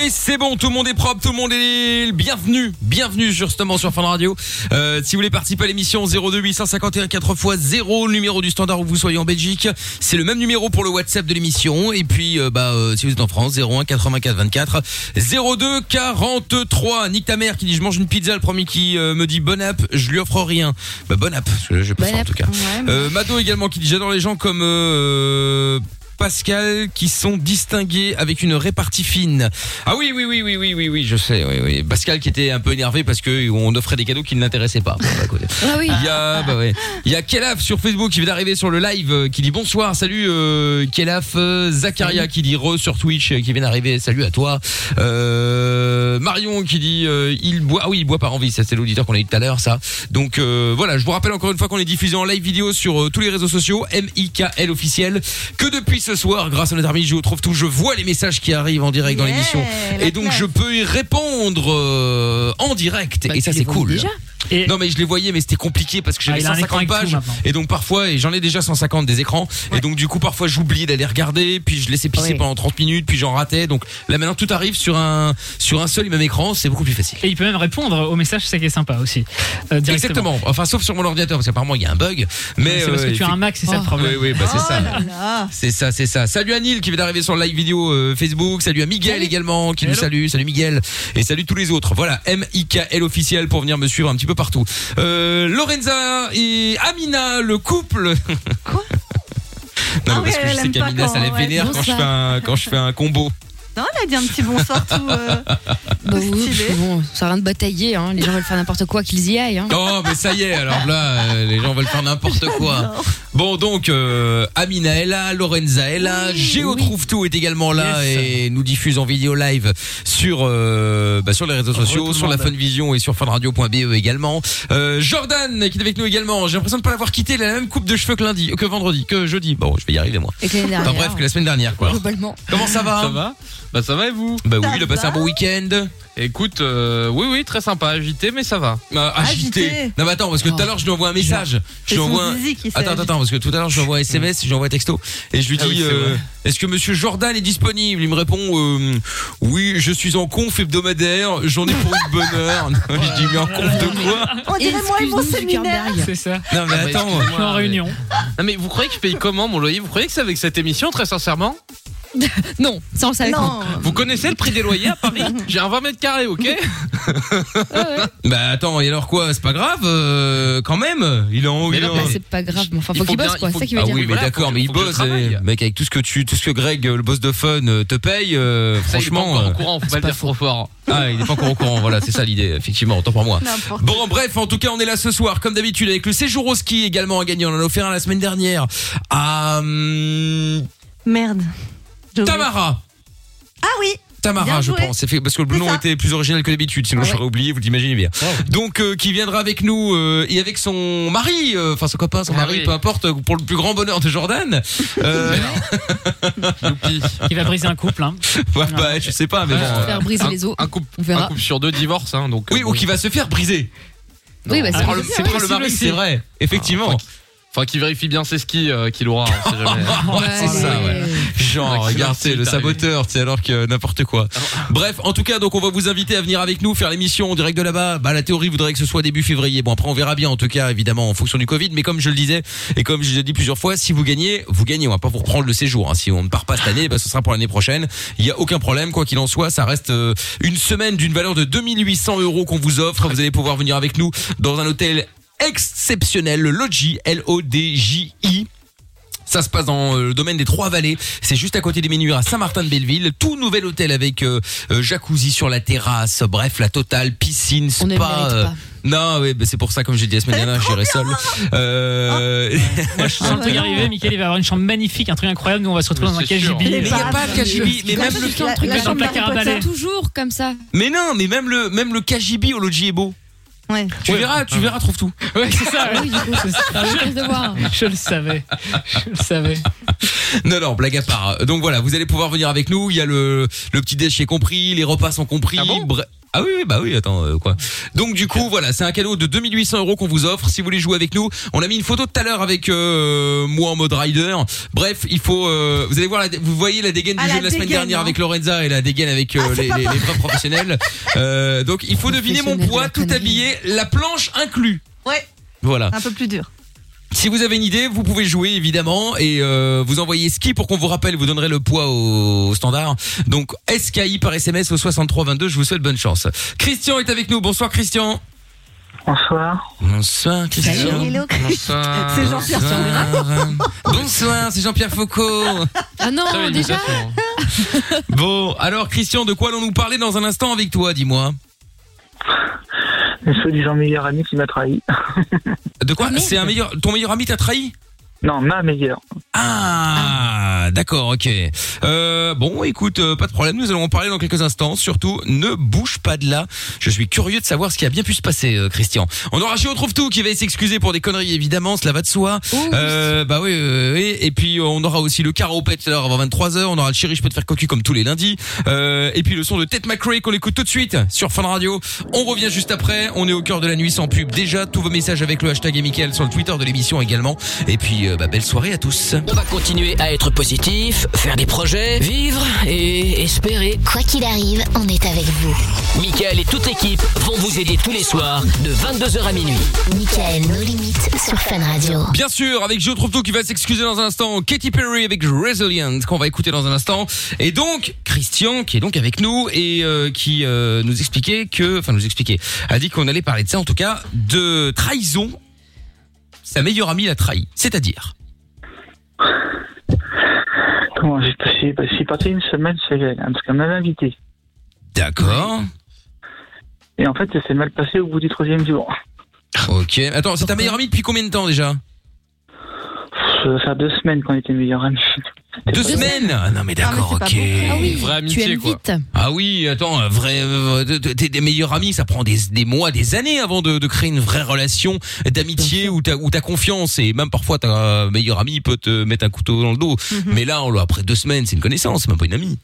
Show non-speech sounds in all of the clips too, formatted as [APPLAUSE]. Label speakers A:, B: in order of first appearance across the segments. A: Et c'est bon, tout le monde est propre, tout le monde est le bienvenu, bienvenue justement sur Fun Radio. Euh, si vous voulez participer à l'émission 02 851 4 x 0, le numéro du standard où vous soyez en Belgique, c'est le même numéro pour le WhatsApp de l'émission. Et puis, euh, bah, euh, si vous êtes en France, 01 84 24 02 43. Nick ta mère qui dit je mange une pizza, le premier qui euh, me dit bon app, je lui offre rien. Bah, bon app, parce que là, j'ai pas
B: Bon
A: ça en
B: app,
A: tout cas.
B: ouais.
A: Euh, Mado également qui dit j'adore les gens comme euh, Pascal qui sont distingués avec une répartie fine. Ah oui oui oui oui oui oui oui je sais oui oui Pascal qui était un peu énervé parce que on offrait des cadeaux qui ne l'intéressaient pas. Bon, bah, écoutez.
C: Ah oui.
A: Il y a bah ouais. Il y a Kelaf sur Facebook qui vient d'arriver sur le live euh, qui dit bonsoir salut euh, Kelaf euh, Zakaria qui dit re sur Twitch euh, qui vient d'arriver salut à toi Euh, Marion qui dit euh, il boit ah oui il boit par envie ça c'est l'auditeur qu'on a eu tout à l'heure ça donc euh, voilà je vous rappelle encore une fois qu'on est diffusé en live vidéo sur euh, tous les réseaux sociaux MIKL officiel que depuis ce soir grâce à notre ami je trouve tout je vois les messages qui arrivent en direct dans l'émission et donc je peux y répondre euh, en direct et ça c'est cool non mais je les voyais mais c'était compliqué parce que j'avais
D: Ah, il a un écran
A: 150
D: avec tout
A: pages
D: maintenant.
A: et donc parfois et j'en ai déjà 150 des écrans et donc du coup parfois j'oubliais d'aller regarder puis je laissais pisser
D: Oui.
A: pendant 30 minutes puis j'en ratais donc là maintenant tout arrive sur un sur un seul et même écran c'est beaucoup plus facile.
D: Et il peut même répondre aux messages, c'est qui est sympa aussi. euh, directement.
A: Exactement. Enfin sauf sur mon ordinateur parce qu'apparemment il y a un bug mais
D: C'est parce que
A: euh,
D: tu as un Mac, c'est ça le problème.
A: Oui oui bah c'est ça.
E: Oh Ah, là.
A: C'est ça, c'est ça. Salut à Neil qui vient d'arriver sur le live vidéo euh, Facebook. Salut à Miguel également qui nous salue. Salut Miguel. Et salut tous les autres. Voilà, M-I-K-L officiel pour venir me suivre un petit peu partout. Euh, Lorenza et Amina, le couple. Quoi [LAUGHS] Non, mais
E: Ah oui,
A: parce que
E: elle
A: je sais
E: aime pas
A: qu'Amina,
E: quand-
A: ça la
E: ouais,
A: vénère quand, je
E: bonsoir.
A: fais un, quand je fais un combo.
E: Non, elle a dit un petit bonsoir tout. euh,
B: Bah oui, parce que bon, ça sert à rien de batailler, hein. les gens veulent faire n'importe quoi qu'ils y aillent. hein. [LAUGHS]
A: Oh, mais ça y est, alors là, euh, les gens veulent faire n'importe quoi. Bon, donc, euh, Amina est là, Lorenza est là, Géo Trouve Tout est également là et nous diffuse en vidéo live sur, euh, bah, sur les réseaux sociaux,
D: tout le
A: sur la
D: monde.
A: Funvision et sur funradio.be E également. Euh, Jordan qui est avec nous également, j'ai l'impression de ne pas l'avoir quitté, il a la même coupe de cheveux que lundi, que vendredi, que jeudi. Bon, je vais y arriver moi.
B: Et que l'année
A: Enfin
B: dernière,
A: bref, que la semaine dernière quoi.
B: globalement.
A: Comment ça va hein
F: Ça va Bah ça va et vous
A: Bah oui, il a passé un bon week-end.
F: Écoute, euh, oui oui, très sympa, agité mais ça va.
A: Euh, agité.
E: Agité.
A: Non mais attends parce que tout à l'heure je lui envoie un message.
E: C'est
A: Je lui
E: son
A: envoie un...
E: zizi qui s'est
A: Attends attends
E: agité.
A: attends parce que tout à l'heure je lui envoie un SMS, je lui envoie un texto et je lui dis
F: Ah oui, c'est
A: euh,
F: vrai.
A: est-ce que monsieur Jordan est disponible Il me répond euh, oui, je suis en conf hebdomadaire, j'en ai pour une bonne heure. je dis mais en conf de quoi
E: On dirait moi et mon
B: Excuse-nous,
E: séminaire.
B: Zuckerberg.
D: C'est ça.
A: Non mais
F: Ah, bah,
A: attends.
D: Je suis en
F: excuse-moi, mais-
D: réunion.
F: Non mais vous croyez que je paye comment mon loyer Vous croyez que c'est avec cette émission très sincèrement
B: Non, ça on le savait pas.
E: Non.
F: Vous connaissez le prix des loyers
E: [LAUGHS]
F: à Paris J'ai un 20 mètres carrés, ok
A: Bah attends, et alors quoi C'est pas grave euh, quand même. Il est en
F: Mais
A: Oh, il est
F: non,
A: en-
B: Bah, c'est pas grave, mais enfin,
F: Il
B: faut qu'il
F: faut
B: bosse
F: bien-
B: quoi, c'est
F: il faut-
B: ça qu'il veut
A: Ah
B: dire.
A: oui, mais
F: Voilà,
A: d'accord,
F: faut que-
A: mais il
F: faut que euh. je
A: bosse,
F: travaille.
A: eh. mec, avec tout ce que tu, tout ce que Greg, euh, le boss de Fun, euh, te paye. euh,
F: Ça, il est pas
A: franchement,
F: encore
A: euh,
F: au courant, faut pas le dire trop fort.
A: ah, il est pas encore au courant. Voilà, c'est ça l'idée. Effectivement, autant pour moi.
E: N'importe.
A: Bon, bref, en tout cas, on est là ce soir, comme d'habitude, avec le séjour au ski également à gagner. On en a offert un la semaine dernière à hum,
E: Merde. J'ai oublié.
A: Tamara.
E: Ah oui.
A: Tamara,
E: Bien
A: je
E: joué.
A: pense, C'est fait- parce que le
E: C'est
A: nom
E: ça.
A: était plus original que d'habitude, sinon
E: Ah ouais.
A: j'aurais oublié, vous l'imaginez bien.
F: Ah
A: Donc, euh, qui viendra avec nous euh, et avec son mari, euh, enfin son copain, son
F: Ah
A: mari,
F: oui.
A: peu importe, pour le plus grand bonheur de Jordan. Euh,
F: Youpi.
D: Qui va briser un couple.
A: [LAUGHS]
D: Hein.
A: bah, bah, je sais pas, mais bon. euh,
B: Ah, Faire briser les os,
F: Un couple,
B: on verra.
F: un couple sur deux divorce, hein, donc.
A: Oui,
F: euh,
A: ou qui va se faire briser.
B: Oui, bah,
D: Ah,
B: c'est
A: Par le-
B: pas
A: C'est par le
D: possible
A: mari,
D: aussi.
A: c'est vrai. Effectivement.
F: Enfin, qui vérifie bien ses skis euh, qu'il aura, on sait
A: [LAUGHS]
F: jamais.
A: Ouais, c'est ça, ouais. Genre,
F: Maximum
A: regarde,
F: style,
A: c'est le
F: t'as arrivé.
A: saboteur, c'est alors que euh, n'importe quoi. [LAUGHS] Bref, en tout cas, donc on va vous inviter à venir avec nous faire l'émission en direct de là-bas. Bah la théorie voudrait que ce soit début février. Bon après on verra bien en tout cas évidemment en fonction du Covid, mais comme je le disais et comme je l'ai dit plusieurs fois, si vous gagnez, vous gagnez, on va pas vous reprendre le séjour hein. Si on ne part pas cette année, bah ce sera pour l'année prochaine. Il y a aucun problème quoi qu'il en soit, ça reste euh, une semaine d'une valeur de 2800 euros qu'on vous offre. Vous allez pouvoir venir avec nous dans un hôtel exceptionnel, le Lodji, L O D J I. Ça se passe dans euh, le domaine des Trois Vallées. C'est juste à côté des Ménuires, à Saint-Martin-de-Belleville. Tout nouvel hôtel avec euh, euh, jacuzzi sur la terrasse. Bref, la totale piscine, spa.
B: On ne le mérite
A: euh,
B: pas.
A: Non, oui, bah, c'est pour ça, comme j'ai dit la semaine dernière, j'irai seul. Euh...
B: Ah.
A: [LAUGHS]
D: Moi, je sens le truc arriver. Michael, il va avoir une chambre magnifique, un truc incroyable. Nous, on va se retrouver dans un
F: Mais c'est sûr.
D: KGB.
A: mais il n'y a pas de KGB, mais même le
B: Juste un truc
D: la
B: dans
D: chambre
B: le
D: d'Harry
B: placard à
D: Potter.
B: balai. Toujours comme ça.
A: mais non, mais même le même le KGB au Lodji est beau.
E: Ouais.
A: Tu verras, tu verras, trouve tout.
D: Ouais, c'est ça. ouais.
B: Ah Oui, du coup, c'est ça. de voir.
D: Je le savais. Je le savais.
A: Non, non, blague à part. Donc voilà, vous allez pouvoir venir avec nous. Il y a le le petit déj qui est compris, les repas sont compris.
F: Ah bon
A: Bre- Ah oui, oui, bah oui, attends, euh, quoi. Donc du coup, voilà, c'est un cadeau de 2800 euros qu'on vous offre. Si vous voulez jouer avec nous, on a mis une photo tout à l'heure avec euh, moi en mode rider. Bref, il faut, euh, vous allez voir, la dé- vous voyez la dégaine du
E: Ah,
A: jeu
E: la
A: de la semaine
E: dégaine,
A: dernière
E: hein.
A: avec Lorenza et la dégaine avec euh, les, les, les vrais professionnels. Euh, donc il faut deviner mon
B: Professionnels de
A: poids
B: la
A: tout
B: connerie.
A: habillé, la planche inclus.
E: Ouais,
A: Voilà.
E: un peu plus dur.
A: Si vous avez une idée, vous pouvez jouer évidemment et euh, vous envoyez ski pour qu'on vous rappelle, vous donnerez le poids au, au standard. Donc SKI par SMS au 6322, je vous souhaite bonne chance. Christian est avec nous, bonsoir Christian.
C: Bonsoir.
A: Bonsoir
B: Salut,
E: hello.
F: Bonsoir.
E: C'est Jean-Pierre Chevalier.
A: Bonsoir, c'est Jean-Pierre Foucault.
B: Ah non,
F: Ça, il est
B: déjà
F: fait, hein.
A: Bon, alors Christian, de quoi allons-nous parler dans un instant avec toi, dis-moi
C: Le soi-disant meilleur ami qui m'a trahi. [LAUGHS]
A: De quoi
B: Ah, merde.
A: C'est un meilleur ton meilleur ami t'a trahi
C: Non, ma meilleure.
A: Ah, d'accord, ok. Euh, bon, écoute, euh, pas de problème, nous allons en parler dans quelques instants. Surtout, ne bouge pas de là. Je suis curieux de savoir ce qui a bien pu se passer, euh, Christian. On aura Géo Trouve Tout qui va s'excuser pour des conneries, évidemment, cela va de soi.
B: Oh,
A: Euh, bah oui, oui, oui. et puis euh, on aura aussi le caropet tout à l'heure avant 23h, on aura le chéri je peux te faire cocu comme tous les lundis, Euh, et puis le son de Tête McRae qu'on écoute tout de suite sur Fun Radio. On revient juste après, on est au cœur de la nuit sans pub déjà, tous vos messages avec le hashtag et Mickaël sur le Twitter de l'émission également, et puis euh, bah, belle soirée à tous.
G: On va continuer à être positif, faire des projets, vivre et espérer.
H: Quoi qu'il arrive, on est avec vous.
G: Michael et toute l'équipe vont vous aider tous les soirs de 22h à minuit.
H: Michael, nos limites sur Fun Radio.
A: Bien sûr, avec Joe Trouve-Tout qui va s'excuser dans un instant, Katy Perry avec Resilient qu'on va écouter dans un instant, et donc Christian qui est donc avec nous et euh, qui euh, nous expliquait que, enfin nous expliquait, a dit qu'on allait parler de ça en tout cas, de trahison. Sa meilleure amie l'a trahi, c'est-à-dire.
C: Comment j'ai passé bah, Je suis parti une semaine chez elle, hein, parce qu'elle m'avait invité.
A: D'accord.
C: Et en fait, ça s'est mal passé au bout du troisième jour.
A: Ok. Attends, c'est ta meilleure amie depuis combien de temps déjà
C: Pff, Ça va faire deux semaines qu'on était meilleurs amis.
A: Deux semaines. Ah Non mais d'accord,
E: Ah, mais
A: ok.
E: c'est pas
D: Ah oui,
F: Vraie
B: tu
F: amitié,
B: aimes
F: quoi.
B: vite.
A: Ah oui, attends, un vrai, euh, t'es t'es des meilleurs amis, ça prend des, des mois, des années avant de, de créer une vraie relation d'amitié où t'as où t'as confiance et même parfois ta meilleur ami peut te mettre un couteau dans le dos. Mais là, on l'a après deux semaines, c'est une connaissance, c'est même pas une amie.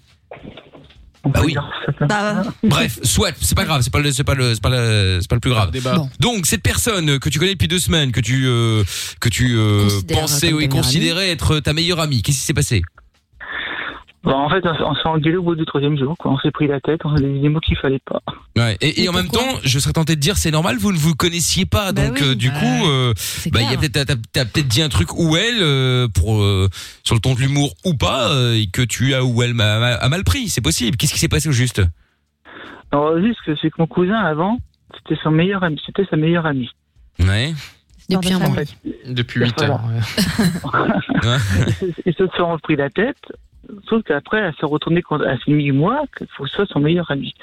C: On
A: Bah
C: peut
A: oui.
C: dire ça comme ça.
E: Bah,
A: Bref, soit, c'est pas grave, c'est pas le c'est pas le c'est pas le Euh, c'est pas le plus grave.
F: Débat.
B: Bon.
A: Donc cette personne que tu connais depuis deux semaines, que tu euh, que tu euh,
B: Considère
A: pensais
B: comme
A: oui
B: ta meilleure
A: considérait être ta meilleure amie, qu'est-ce qui s'est passé
C: Bah, en fait, on s- on s'est engueulé au bout du troisième jour. Quoi. On s'est pris la tête, on a dit des mots qu'il fallait pas.
A: Ouais. Et, et
B: Mais
A: en même
B: pourquoi
A: temps, je serais tenté de dire c'est normal, vous ne vous connaissiez pas,
E: Bah
A: donc
E: oui.
A: euh, du coup. euh,
B: C'est
A: Bah, il y a
B: clair.
A: peut-être, t'as, t'as peut-être dit un truc ou elle euh, pour euh, sur le ton de l'humour ou pas euh, et que tu as ou elle m'a, m'a- a mal pris. C'est possible. Qu'est-ce qui s'est passé au juste
C: Alors, juste que c'est que mon cousin, avant, c'était son meilleur ami. C'était sa meilleure amie.
A: Ouais.
B: Depuis un
E: Dans
B: mois.
E: la
F: Depuis 8
C: Voilà.
F: ans. ouais.
C: Ils se sont repris la tête, sauf qu'après, elle s'est retournée contre, elle s'est mis moi, qu'il faut que ce soit son meilleur ami.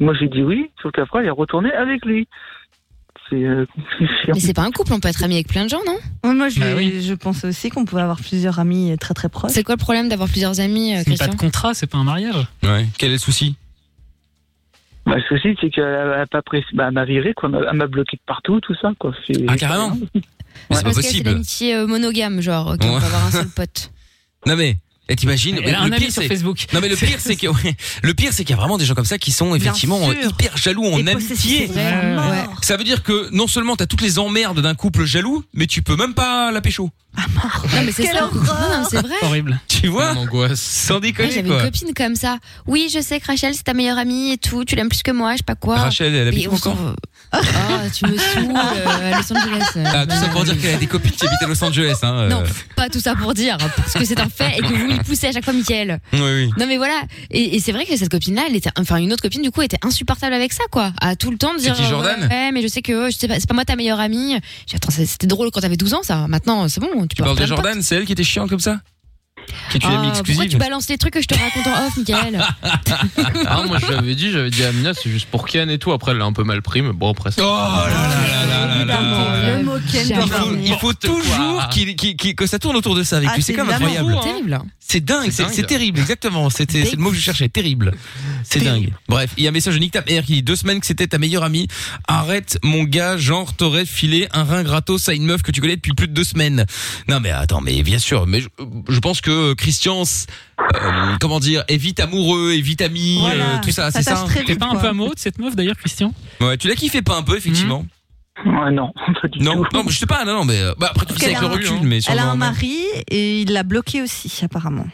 C: Moi, j'ai dit oui, sauf qu'après, elle est retournée avec lui. C'est euh, [LAUGHS] chiant.
B: Mais c'est pas un couple, on peut être ami avec plein de gens, non
E: Ouais, Oh, Moi, je,
D: Bah oui.
E: je pense aussi qu'on pouvait avoir plusieurs amis euh, très très proches.
B: C'est quoi le problème d'avoir plusieurs amis, euh,
D: Mais pas
B: Christian
D: de contrat, c'est pas un mariage.
A: Ouais. Quel est le souci
C: Bah, le souci, c'est qu'elle a- elle a pas pris, bah, elle m'a viré, quoi. Elle m'a bloqué de partout, tout ça, quoi. C'est-
A: Ah carrément. Mais c'est pas
B: Parce que c'est
A: possible.
B: l'amitié euh, monogame, genre, ok, on
A: Ouais.
B: peut avoir un seul
E: [LAUGHS]
B: pote.
A: Non mais. Et t'imagines mais
D: Elle a un
A: le
D: ami
A: pire
D: sur
A: c'est
D: Facebook.
A: non mais le pire c'est que ouais. le pire c'est qu'il y a vraiment des gens comme ça qui sont effectivement
E: sûr.
A: euh, hyper jaloux en
E: Et
A: amitié.
E: possessif, c'est vrai,
D: Ouais.
E: à mort.
B: Ouais.
A: Ça veut dire que non seulement t'as toutes les emmerdes d'un couple jaloux, mais tu peux même pas la pécho.
B: Non, mais c'est
E: Quelle
B: ça.
E: horreur
B: Non, non, mais Ah, c'est vrai.
D: Horrible.
A: Tu vois
F: Mon angoisse.
A: Sans
B: Ouais,
A: déconner
B: J'avais
A: quoi.
B: une copine comme ça. Oui, je sais que Rachel, c'est ta meilleure amie et tout. Tu l'aimes plus que moi, je sais pas quoi.
A: Rachel, elle
B: Mais
A: habite
B: on
A: où encore
B: s'en- Ah, tu me saoules euh, à Los Angeles.
A: Ah, tout ça pour dire qu'elle a des copines qui habitent à Los Angeles. Hein, euh.
B: Non, [LAUGHS] pas tout ça pour dire, hein, parce que c'est un fait et que vous m'y poussez à chaque fois, Michael.
A: Oui, oui.
B: Non, mais voilà. Et, et c'est vrai que cette copine-là, elle était, enfin, une autre copine, du coup, était insupportable avec ça, quoi. À tout le temps me
A: C'est
B: dire.
A: qui,
B: euh,
A: Jordan
B: ouais, Ouais, mais je sais que euh, je sais pas, c'est pas moi ta meilleure amie. J'ai dit, attends, c'est- c'était drôle quand t'avais 12 ans, ça. Maintenant, c'est bon, tu
A: Tu
B: peux avoir
A: parles de
B: plein potes.
A: Jordan, c'est elle qui était chiante comme ça Qui est une amie
B: Bah, Ah, pourquoi tu
A: exclusive
B: balances les trucs que je te raconte en off,
A: [LAUGHS]
B: Michael
F: [LAUGHS] Ah, moi je l'avais dit, j'avais dit à Amina, c'est juste pour Ken et tout. Après, elle l'a un peu mal pris, mais bon, après
A: Oh
F: ça.
A: là là là là là là
E: Évidemment,
A: là.
E: le mot Ken
B: Il
A: Il
E: dans un
A: faut,
E: mot.
A: il faut
F: N'importe quoi.
A: toujours qu'il- qu'il- qu'il- que ça tourne autour de ça avec
E: Ah,
A: lui. C'est
E: c'est
A: quand même
E: évidemment
A: incroyable.
F: fou, hein.
B: Terrible.
A: C'est dingue,
F: C'est
A: c'est
F: dingue.
A: c'est terrible, exactement. C'était c'est le mot que je cherchais, terrible. C'est dingue. Bref, il y a un message de Nick Tapper qui dit deux semaines que c'était ta meilleure amie. Arrête, mon gars, genre t'aurais filé un rein gratos à une meuf que tu connais depuis plus de deux semaines. Non mais attends, mais bien sûr, mais je, je pense que Christians, euh, comment dire, est vite amoureux, est vite ami,
E: Voilà.
A: euh, tout ça, c'est
E: Ça
A: ça
E: tâche très
D: T'es
E: vite,
D: pas un
E: quoi.
D: peu amoureux de cette meuf d'ailleurs, Christian Hmm.
A: Ouais, tu la kiffais pas un peu, effectivement
C: Ouais, non, [LAUGHS] pas du
A: Non,
C: tout.
A: non, mais je sais pas, non, non, mais euh, bah, après tout
E: Parce
A: ça avec
E: qu'elle
A: le
E: a un-
A: recul, mais sur
E: Elle
A: le
E: a un
A: moment.
E: mari et il l'a bloqué aussi, apparemment.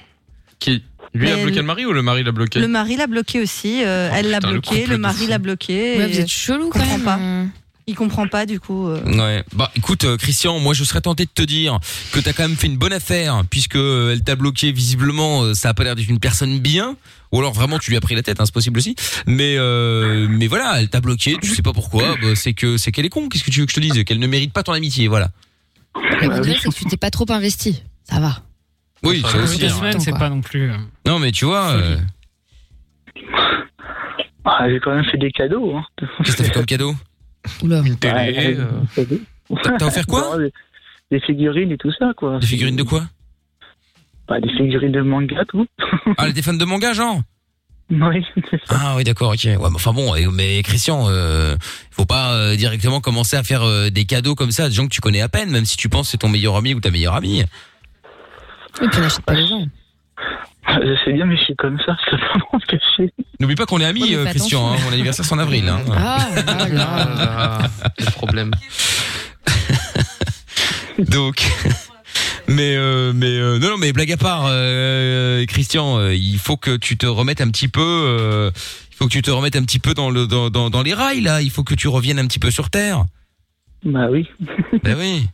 F: Qui Lui a
E: Mais
F: bloqué
E: le-
F: le mari ou le mari l'a bloqué
E: Le mari l'a bloqué aussi. euh,
F: Oh,
E: elle l'a
F: putain, le
E: bloqué,
F: couple
E: le
F: de
E: mari
F: fous.
E: l'a bloqué.
B: Ouais,
E: et
B: vous êtes chelou quand
E: comprends
B: même.
E: pas.
B: euh.
E: Il comprend pas du coup. euh.
A: Ouais. Bah écoute euh, Christian, moi je serais tenté de te dire que t'as quand même fait une bonne affaire puisque euh, elle t'a bloqué visiblement, euh, ça a pas l'air d'être une personne bien ou alors vraiment tu lui as pris la tête, hein, c'est possible aussi. Mais euh, mais voilà, elle t'a bloqué, tu sais pas pourquoi, bah, c'est que c'est qu'elle est con. Qu'est-ce que tu veux que je te dise Qu'elle ne mérite pas ton amitié, voilà.
B: La bonne
C: oui.
B: nouvelle, c'est que tu t'es pas trop investi. Ça va.
A: Oui, ça
F: Au bout
A: aussi.
F: de la
A: hein.
D: semaine, c'est
B: quoi.
D: pas non plus. euh,
A: Non mais tu vois, euh,
C: Ah, j'ai quand même fait des cadeaux. Hein.
A: qu'est-ce que t'as fait comme cadeau
B: Oula.
F: Une télé,
C: Ouais,
F: euh,
C: j'ai fait des-
A: T'as t'as offert quoi
C: des, des figurines et tout ça, quoi.
A: Des figurines de quoi
C: Bah, Des figurines de manga, tout.
A: Ah, elle était fan de manga, genre
C: Oui, c'est ça.
A: Ah oui, d'accord, ok. Ouais, mais enfin bon, euh, mais Christian, euh, faut pas euh, directement commencer à faire euh, des cadeaux comme ça à des gens que tu connais à peine, même si tu penses que c'est ton meilleur ami ou ta meilleure amie.
B: Et puis on n'achète pas les gens.
C: Je sais bien, mais je suis comme ça, ça peut pas m'empêcher.
A: N'oublie pas qu'on est amis,
B: Ouais, mais
A: euh,
B: fais
A: Christian. hein.
B: attention.
A: mon anniversaire c'est en avril. hein.
B: Ah, là, là.
F: Ah, le problème.
A: [LAUGHS] Donc. Mais euh, mais euh, non non mais blague à part euh, Christian euh, il faut que tu te remettes un petit peu euh, il faut que tu te remettes un petit peu dans le dans, dans, dans les rails là il faut que tu reviennes un petit peu sur terre
C: Bah oui.
A: ben oui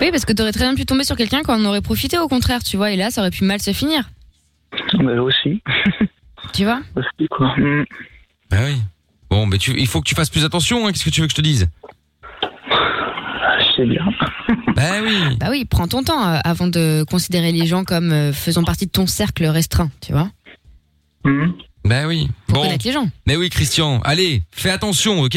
B: Oui, parce que t'aurais très bien pu tomber sur quelqu'un quand on aurait profité, au contraire, tu vois. Et là, ça aurait pu mal se finir,
C: Mais aussi,
B: [LAUGHS] tu vois.
C: aussi, quoi. Hmm.
A: ben oui bon mais tu il faut que tu fasses plus attention hein. qu'est-ce que tu veux que je te dise
C: Ah, je sais bien.
A: ben
D: Hmm.
A: oui
B: Bah oui, prends ton temps euh, avant de considérer les gens comme euh, faisant partie de ton cercle restreint, tu vois.
C: Hmm.
A: Ben oui.
B: Pour
A: Bon.
B: connaître les gens.
A: Mais oui, Christian. Allez, fais attention, ok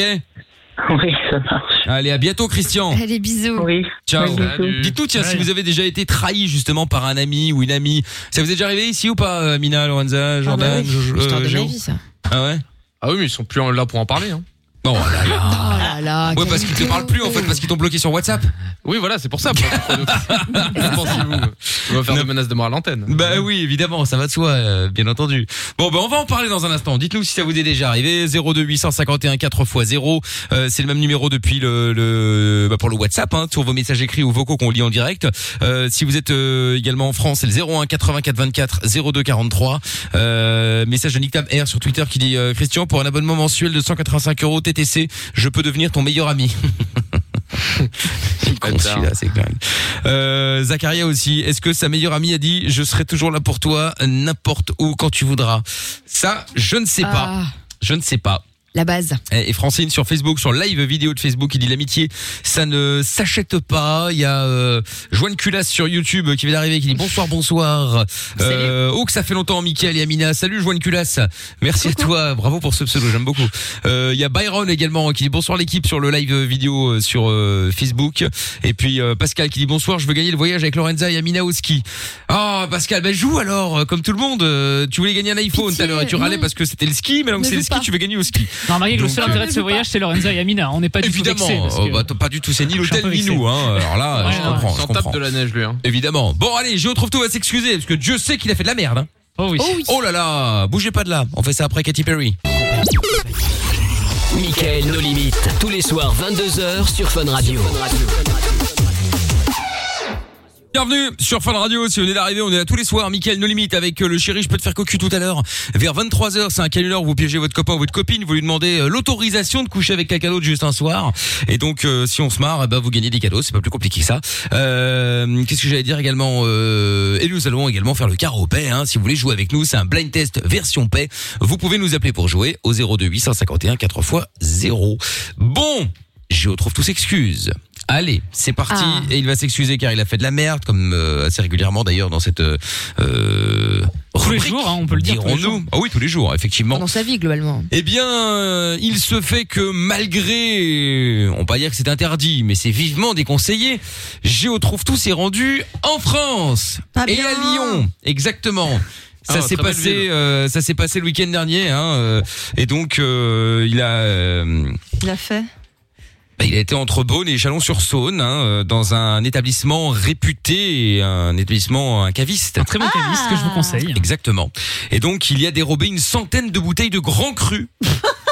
C: Oui, ça marche.
A: Allez, à bientôt, Christian.
B: Allez, bisous.
C: Oui.
A: Ciao.
C: Bisous.
F: Salut.
A: Dites-nous, tiens, si
D: Ouais.
A: vous avez déjà été trahi justement par un ami ou une amie. Ça vous est déjà arrivé ici ou pas, euh, Amina,
B: Ah
A: Lorenza,
B: bah
A: Jordan,
E: oui.
A: Jo-
B: Histoire
A: euh,
B: de ma
A: Géo
B: vie, ça.
A: Ah ouais
F: Ah oui, mais ils sont plus en- là pour en parler. Hein.
A: Bon, oh là
B: Oh
A: là.
B: là là.
A: Ouais,
B: quel
A: parce qu'ils te
B: idiot.
A: parlent plus en fait, parce qu'ils t'ont bloqué sur WhatsApp.
F: Oui, voilà, c'est pour
A: [LAUGHS]
F: ça. Pensez-vous. On va faire des menaces de mort à l'antenne.
A: Bah oui, évidemment, ça va de soi, euh, bien entendu. Bon, bah on va en parler dans un instant. Dites-nous si ça vous est déjà arrivé. 02851 4x0. Euh, c'est le même numéro depuis le, le bah, pour le WhatsApp, hein, sur vos messages écrits ou vocaux qu'on lit en direct. Euh, si vous êtes euh, également en France, c'est le 01 84 24 02 43. Euh, message de Nick Tam R sur Twitter qui dit euh, Christian, pour un abonnement mensuel de 185 euros TTC, je peux devenir ton meilleur ami. [LAUGHS] Con,
F: Bâtard.
A: celui-là, c'est dingue. Euh, Zacharia aussi. Est-ce que sa meilleure amie a dit je serai toujours là pour toi n'importe où quand tu voudras Ça, je ne sais pas.
B: Ah,
A: Je ne sais pas.
B: la base.
A: Eh, Et et Francine sur Facebook, sur live vidéo de Facebook, il dit l'amitié, ça ne s'achète pas. Il y a euh, Joanne Culasse sur YouTube qui vient d'arriver, qui dit bonsoir, bonsoir. Euh, oh que ça fait longtemps, Mickaël et Amina. Salut Joanne Culasse. Merci à toi. Bravo pour ce pseudo, j'aime beaucoup. Euh, Il y a Byron également qui dit bonsoir l'équipe sur le live vidéo euh, sur euh, Facebook. Et puis euh, Pascal qui dit bonsoir, je veux gagner le voyage avec Lorenza et Amina au ski. Ah Pascal, ben joue alors, euh, comme tout le monde. Euh, Tu voulais gagner un iPhone tout à l'heure et tu
B: Pitié,
A: râlais
B: non.
A: parce que c'était le ski, mais donc
B: Ne
A: c'est le
B: joue
A: ski,
B: pas.
A: tu veux gagner au ski.
D: Non, remarquez que le
A: Donc,
D: seul
A: euh,
D: intérêt de ce voyage, c'est Lorenza et Amina. On n'est pas du tout
A: Évidemment,
D: vexés. parce
A: euh,
D: que-
A: bah, t'as pas du tout, c'est ni
D: Je
A: le
D: suis un
A: tel
D: peu
A: ni
D: vexé.
A: nous. Hein. Alors là,
D: Ouais,
A: je
D: non,
A: comprends,
F: Il
A: je
F: s'en tape
A: comprends.
F: de la neige, lui. Hein.
A: Évidemment. Bon, allez, je retrouve tout va s'excuser, parce que Dieu sait qu'il a fait de la merde. hein.
D: Oh oui.
B: Oh oui.
A: Oh là là, bougez pas de là, on fait ça après Katy Perry.
G: Michael, nos limites. Tous les soirs, 22h sur Fun Radio.
A: Bienvenue sur Fun Radio, si on est d'arriver, on est là tous les soirs, Mickaël No Limite avec euh, le chéri, je peux te faire cocu tout à l'heure. Vers 23h, c'est un canular où vous piégez votre copain ou votre copine, vous lui demandez euh, l'autorisation de coucher avec quelqu'un d'autre juste un soir. Et donc, euh, si on se marre, eh ben, vous gagnez des cadeaux, c'est pas plus compliqué que ça. Euh, Qu'est-ce que j'allais dire également euh, Et nous allons également faire le carreau paix, hein. si vous voulez jouer avec nous, c'est un blind test version paix. Vous pouvez nous appeler pour jouer au 02 851 4x0. Bon, je retrouve tous excuses. Allez, c'est parti.
B: Ah.
A: Et il va s'excuser car il a fait de la merde, comme euh, assez régulièrement d'ailleurs dans cette euh, euh,
D: Tous les
A: rubrique,
D: jours, hein, on peut le dire. tous les jours.
A: dirons-nous. Ah oui, tous les jours, effectivement.
B: Dans sa vie, globalement.
A: Eh bien, euh, il se fait que malgré, on va pas dire que c'est interdit, mais c'est vivement déconseillé, Géo trouve tout s'est rendu en France
E: Pas
A: et
E: bien.
A: à Lyon, exactement. Ça
F: Ah,
A: s'est
F: très belle
A: passé,
F: ville.
A: euh, ça s'est passé le week-end dernier, hein, euh, et donc euh, il a, euh,
E: Il a fait.
A: Bah, Il a été entre Beaune et Chalon-sur-Saône, hein, euh, dans un établissement réputé, et un établissement, un caviste.
D: Un très bon caviste que je vous
E: Ah.
D: conseille.
A: Exactement. Et donc, il y a dérobé une centaine de bouteilles de Grand
E: [LAUGHS]
A: Cru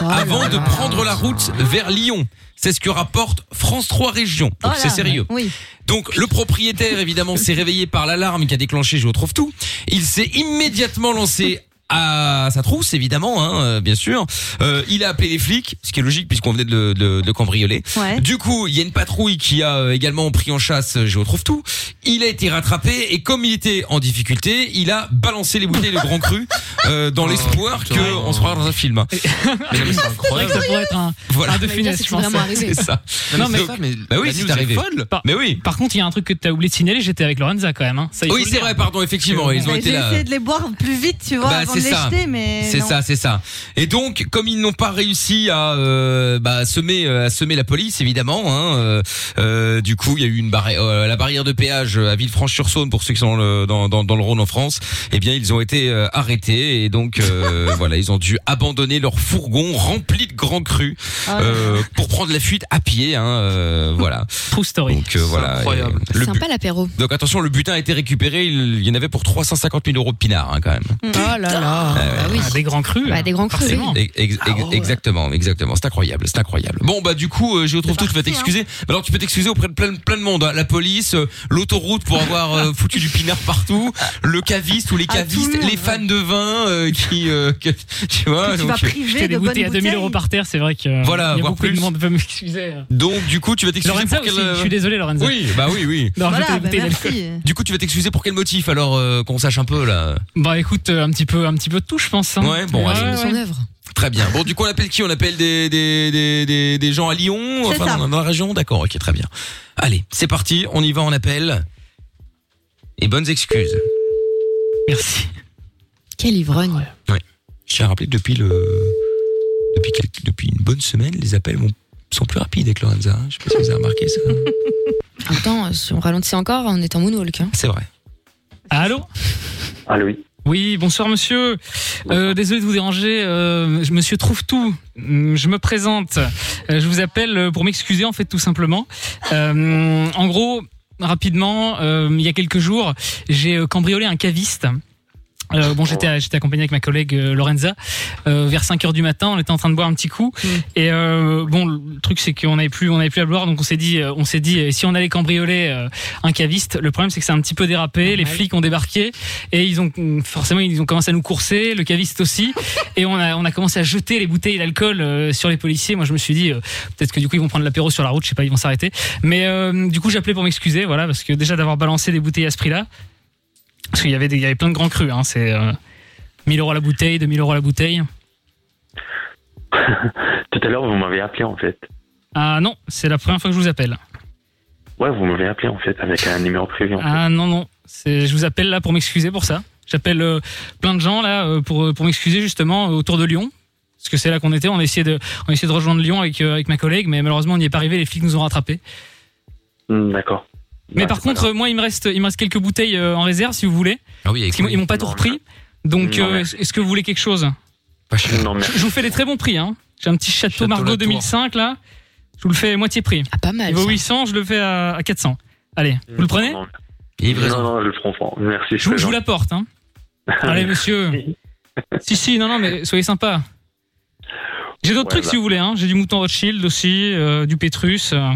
A: avant de prendre la route vers Lyon. C'est ce que rapporte France 3 Régions. Donc,
E: Oh
A: c'est
E: là.
A: sérieux.
E: Oui.
A: Donc le propriétaire évidemment s'est réveillé par l'alarme qui a déclenché Je retrouve tout. Il s'est immédiatement lancé à sa trousse évidemment, hein, euh, bien sûr. Euh, il a appelé les flics, ce qui est logique puisqu'on venait de le, de le- de le cambrioler.
E: Ouais.
A: Du coup, il y a une patrouille qui a euh, également pris en chasse euh, Je retrouve tout. Il a été rattrapé et comme il était en difficulté, il a balancé les bouteilles de Grand Cru euh,
F: [LAUGHS]
A: dans l'espoir
F: Oh, putain.
A: qu'on se croirait dans un film.
F: Mais non, mais c'est
D: [LAUGHS] C'est vrai que
F: incroyable.
D: ça pourrait être un,
A: Voilà.
D: un de
B: Mais bien,
D: funès,
B: c'est
D: je pense.
B: vraiment arrivé.
A: C'est ça.
F: Non, mais
A: Donc,
F: ça, mais
A: bah oui,
F: la
A: c'est
F: news est
A: arrivé.
F: folle.
D: Par-
A: Mais oui.
D: Par contre, il y a un truc que t'as oublié de signaler, j'étais avec Lorenza quand même. hein. Ça, il faut
A: Oui,
D: le
A: c'est
D: dire.
A: vrai, pardon, effectivement, ils ont
E: Bah,
A: été
E: J'ai
A: là.
E: essayé de les boire plus vite, tu vois,
A: Bah,
E: avant
A: c'est
E: de les
A: ça.
E: jeter, mais.
A: C'est
E: non.
A: ça, c'est ça. Et donc, comme ils n'ont pas réussi à euh, bah, semer, euh, à semer la police, évidemment, hein, euh, euh, du coup, il y a eu une barrière, euh, la barrière de péage à Villefranche-sur-Saône pour ceux qui sont dans le, dans, dans, dans le Rhône en France. Eh bien, ils ont été euh, arrêtés et donc, euh, [LAUGHS] voilà, ils ont dû abandonner leur fourgon rempli de grands crus
E: Ah.
A: euh, pour prendre la fuite à pied. Hein, euh, voilà.
D: True story.
A: Donc euh, voilà.
F: incroyable.
A: Et le but-
B: Sympa l'apéro.
A: donc attention, le butin a été récupéré. Il, il y en avait pour 350 000 euros de pinard hein, quand même.
E: Hmm.
B: Oh là là. Bah oui.
D: Ah, des grands crus.
B: Bah, des grands crus,
D: forcément.
B: oui.
A: Ex- ex-
B: Ah ouais.
A: Exactement, exactement. C'est incroyable, c'est incroyable. Bon bah du coup, euh, je retrouve tout. Tu vas t'excuser.
E: hein.
A: Bah, Alors tu peux t'excuser auprès de plein, plein de monde. hein. La police, euh, l'autoroute pour
E: [LAUGHS]
A: avoir euh, foutu du pinard partout, le caviste ou les
E: Ah, tout le
A: cavistes,
E: monde,
A: les fans de vin euh, qui, euh, que- tu vois.
E: Tu vas
A: donc, euh,
D: J'étais
E: priver de bonnes
D: dégoûté à 2000 euros
E: bouteilles.
D: par terre, c'est vrai que. euh,
A: Voilà,
D: il y a
A: voire
D: beaucoup de
A: plus.
D: monde peut m'excuser.
A: donc, du coup, tu vas t'excuser
D: Lorenza
A: pour
D: aussi,
A: quel. euh,
D: je suis désolé, Lorenza.
A: Oui, bah oui, oui.
D: Non,
E: Voilà,
D: je t'ai
E: bah,
D: goûté l'alcool.
E: merci.
A: Du coup, tu vas t'excuser pour quel motif alors euh, qu'on sache un peu là.
D: Bah écoute, euh, un petit peu, un petit peu de tout, je pense. hein.
A: Ouais, bon, allez.
B: De son œuvre.
A: Très bien. Bon, du coup, on appelle qui On appelle des, des, des, des, des gens à Lyon
E: C'est ça.
A: dans, dans la région D'accord, ok, très bien. Allez, c'est parti, on y va, on appelle. Et bonnes excuses.
D: Merci.
B: Quel ivrogne.
A: Je tiens à rappeler que depuis, le, depuis, quelques- depuis une bonne semaine, les appels vont- sont plus rapides avec Lorenza. hein. Je sais pas si vous avez remarqué ça.
B: En même temps, euh, si on ralentit encore, on est en moonwalk. hein.
A: C'est vrai.
D: Allô
C: Ah oui.
D: Oui, bonsoir monsieur. Euh, désolé de vous déranger, euh, je- monsieur trouve tout. Mm, Je me présente. Euh, je vous appelle euh, pour m'excuser en fait tout simplement. Euh, en gros, rapidement, euh, il y a quelques jours, j'ai euh, cambriolé un caviste. Euh, bon, j'étais j'étais accompagné avec ma collègue euh, Lorenza euh, vers 5 heures du matin. On était en train de boire un petit coup et euh, bon, le truc c'est qu'on n'avait plus on n'avait plus à boire, donc on s'est dit euh, on s'est dit euh, si on allait cambrioler euh, un caviste. Le problème c'est que c'est un petit peu dérapé. Les flics ont débarqué et ils ont forcément ils ont commencé à nous courser, le caviste aussi, et on a on a commencé à jeter les bouteilles d'alcool euh, sur les policiers. Moi je me suis dit euh, peut-être que du coup ils vont prendre l'apéro sur la route, je sais pas, ils vont s'arrêter. Mais euh, du coup j'appelais pour m'excuser, voilà, parce que déjà d'avoir balancé des bouteilles à ce prix-là, parce qu'il y avait des- il y avait plein de grands crus, hein, c'est euh, 1000 euros la bouteille, 2000 euros la bouteille.
C: Tout à l'heure, vous m'avez appelé en fait.
D: Ah non, c'est la première fois que je vous appelle.
C: Ouais, vous m'avez appelé en fait avec un numéro prévu. En fait.
D: Ah non, non. C'est- Je vous appelle là pour m'excuser pour ça. J'appelle euh, plein de gens là euh, pour, pour m'excuser justement euh, autour de Lyon. Parce que c'est là qu'on était. On a essayé de, on a essayé de rejoindre Lyon avec, euh, avec ma collègue, mais malheureusement on n'y est pas arrivé. Les flics nous ont rattrapés.
C: Hmm, D'accord.
D: Mais
C: Ouais,
D: par
C: c'est pas
D: contre, euh, moi il me reste, il me reste quelques bouteilles euh, en réserve si vous voulez.
A: Ah oui,
D: Parce qu'ils m'ont- ils m'ont pas tout
C: Non,
D: repris. Donc
C: Non,
D: euh,
C: merci.
D: est-ce que vous voulez quelque chose
C: grave. Non, mais
D: Je je vous fais des très bons prix. Hein. J'ai un petit château,
A: Château
D: Margot
A: Latour.
D: 2005 là. Je vous le fais moitié prix.
B: Ah, pas
D: Il
B: mal.
D: vaut
B: ça.
D: 800, je le fais à, à 400. Allez, vous le prenez
C: Non,
A: Il est
C: non, non, je le prends pas.
D: Je
C: Merci.
D: vous, je vous
C: présente.
D: l'apporte.
A: [LAUGHS]
D: Hein. Allez, monsieur. si, si, non, non, mais soyez sympa. J'ai d'autres
C: Ouais,
D: trucs
C: bah.
D: si vous voulez. Hein. J'ai du mouton Rothschild aussi, euh, du Pétrus. euh.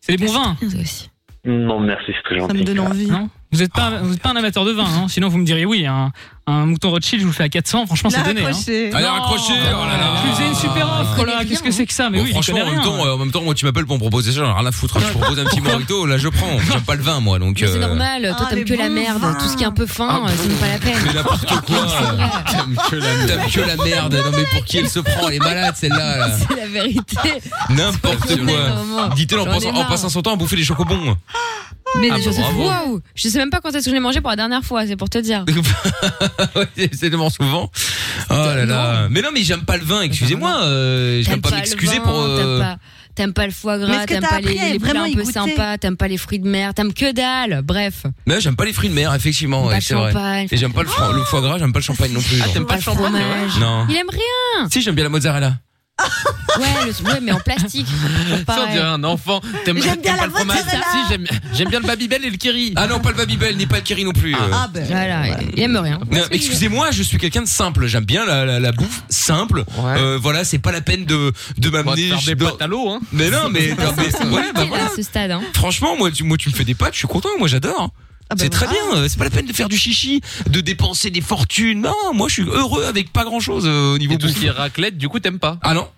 D: C'est des bons vins,
B: Ça aussi.
C: Non, merci, c'est très
E: Ça
C: gentil.
E: me donne envie.
D: non Vous n'êtes pas, vous êtes pas un amateur de vin, hein. sinon vous me diriez oui. Un, un mouton Rothschild, je vous le fais à 400, franchement, c'est
E: Là,
D: donné. Hein.
E: accroché.
A: Allez,
D: Non,
A: raccrochez, oh là là.
D: Je vous ai une super offre,
B: Ah.
D: là. Qu'est-ce que c'est que ça Mais
A: Bon,
D: oui, il
A: franchement,
D: connaît
A: en même,
D: rien.
A: temps, euh, en même temps, moi, tu m'appelles pour me proposer ça, j'en ai rien à foutre. Je propose un petit morito, là, je prends. J'aime pas le vin, moi, donc.
B: Mais C'est
A: euh,
B: normal, toi
E: Ah,
B: t'aimes
E: les
B: que la
E: bons
B: merde,
E: vins.
B: tout ce qui est un peu fin,
F: Ah,
B: euh, c'est même pas la
A: Mais
B: peine. [LAUGHS]
A: n'importe quoi. euh, T'aimes que la- t'aimes que la merde. Non, mais pour qui elle se prend Elle est malade, celle-là.
B: [LAUGHS]
A: là.
B: C'est la vérité.
A: [LAUGHS]
D: Ah,
A: N'importe
B: J'en ai
A: quoi.
B: vraiment.
A: Dit-elle en,
B: J'en ai
A: pensant- en
B: marre.
A: passant son temps à bouffer des chocobons. [LAUGHS]
B: Mais les
A: Ah, bah,
B: choses, c'est-
A: bravo.
B: waouh Je sais même pas quand est-ce que je l'ai mangé pour la dernière fois, c'est pour te dire.
A: Ouais, c'est tellement souvent. Oh là là. Mais non, mais j'aime pas le vin, excusez-moi. euh, je
B: T'aimes
A: n'aime pas
B: le
A: m'excuser
B: vin,
A: pour. euh,
B: T'aimes pas, t'aimes pas le foie
E: Mais
B: gras,
E: ce que
B: t'aimes
E: t'as
B: pas les,
E: appris à
B: les plats
E: vraiment
B: un
E: y
B: peu
E: goûter.
B: sympas, t'aimes pas les fruits de mer, t'aimes que dalle. Bref,
A: Mais j'aime pas les fruits de mer, effectivement.
B: pas
A: ouais,
B: le
A: c'est vrai.
B: champagne, Ah,
A: Et j'aime pas le, fro- le foie gras, j'aime pas le champagne non plus. genre.
B: pas le fromage.
A: Non.
B: Il aime rien.
A: Si, j'aime bien la mozzarella.
B: Ouais, le- ouais, mais en
A: [LAUGHS]
B: plastique.
F: Ça, on dirait un enfant. T'aimes
E: hein. J'aime bien
F: t'aimes pas
E: la
F: le fromage
E: mozzarella.
F: Si, j'aime- j'aime bien le Babybel et le Kiri.
A: Ah non, pas le Babybel, ni pas le Kiri non plus. euh.
E: Ah ben.
B: Voilà, il aime rien.
A: Non, Excusez-moi, je suis quelqu'un de simple. J'aime bien la, la, la bouffe simple. Euh, voilà, c'est pas la peine de, de
F: On va te
A: m'amener.
F: faire des
A: dans-
F: pâtes à l'eau, hein.
A: Mais non,
E: [LAUGHS]
A: mais, non, mais- ouais, bah
B: Là,
A: voilà.
B: à ce stade, hein.
A: Franchement, moi tu, moi, tu me fais des pâtes, je suis content, moi j'adore.
E: Ah ben
A: c'est très
E: voilà.
A: bien, euh, c'est pas la peine de faire du chichi, de dépenser des fortunes. Non, moi je suis heureux avec pas grand chose au niveau
F: Et tout ce
A: bouffe.
F: qui est raclette, du coup, t'aimes pas.
A: Ah non,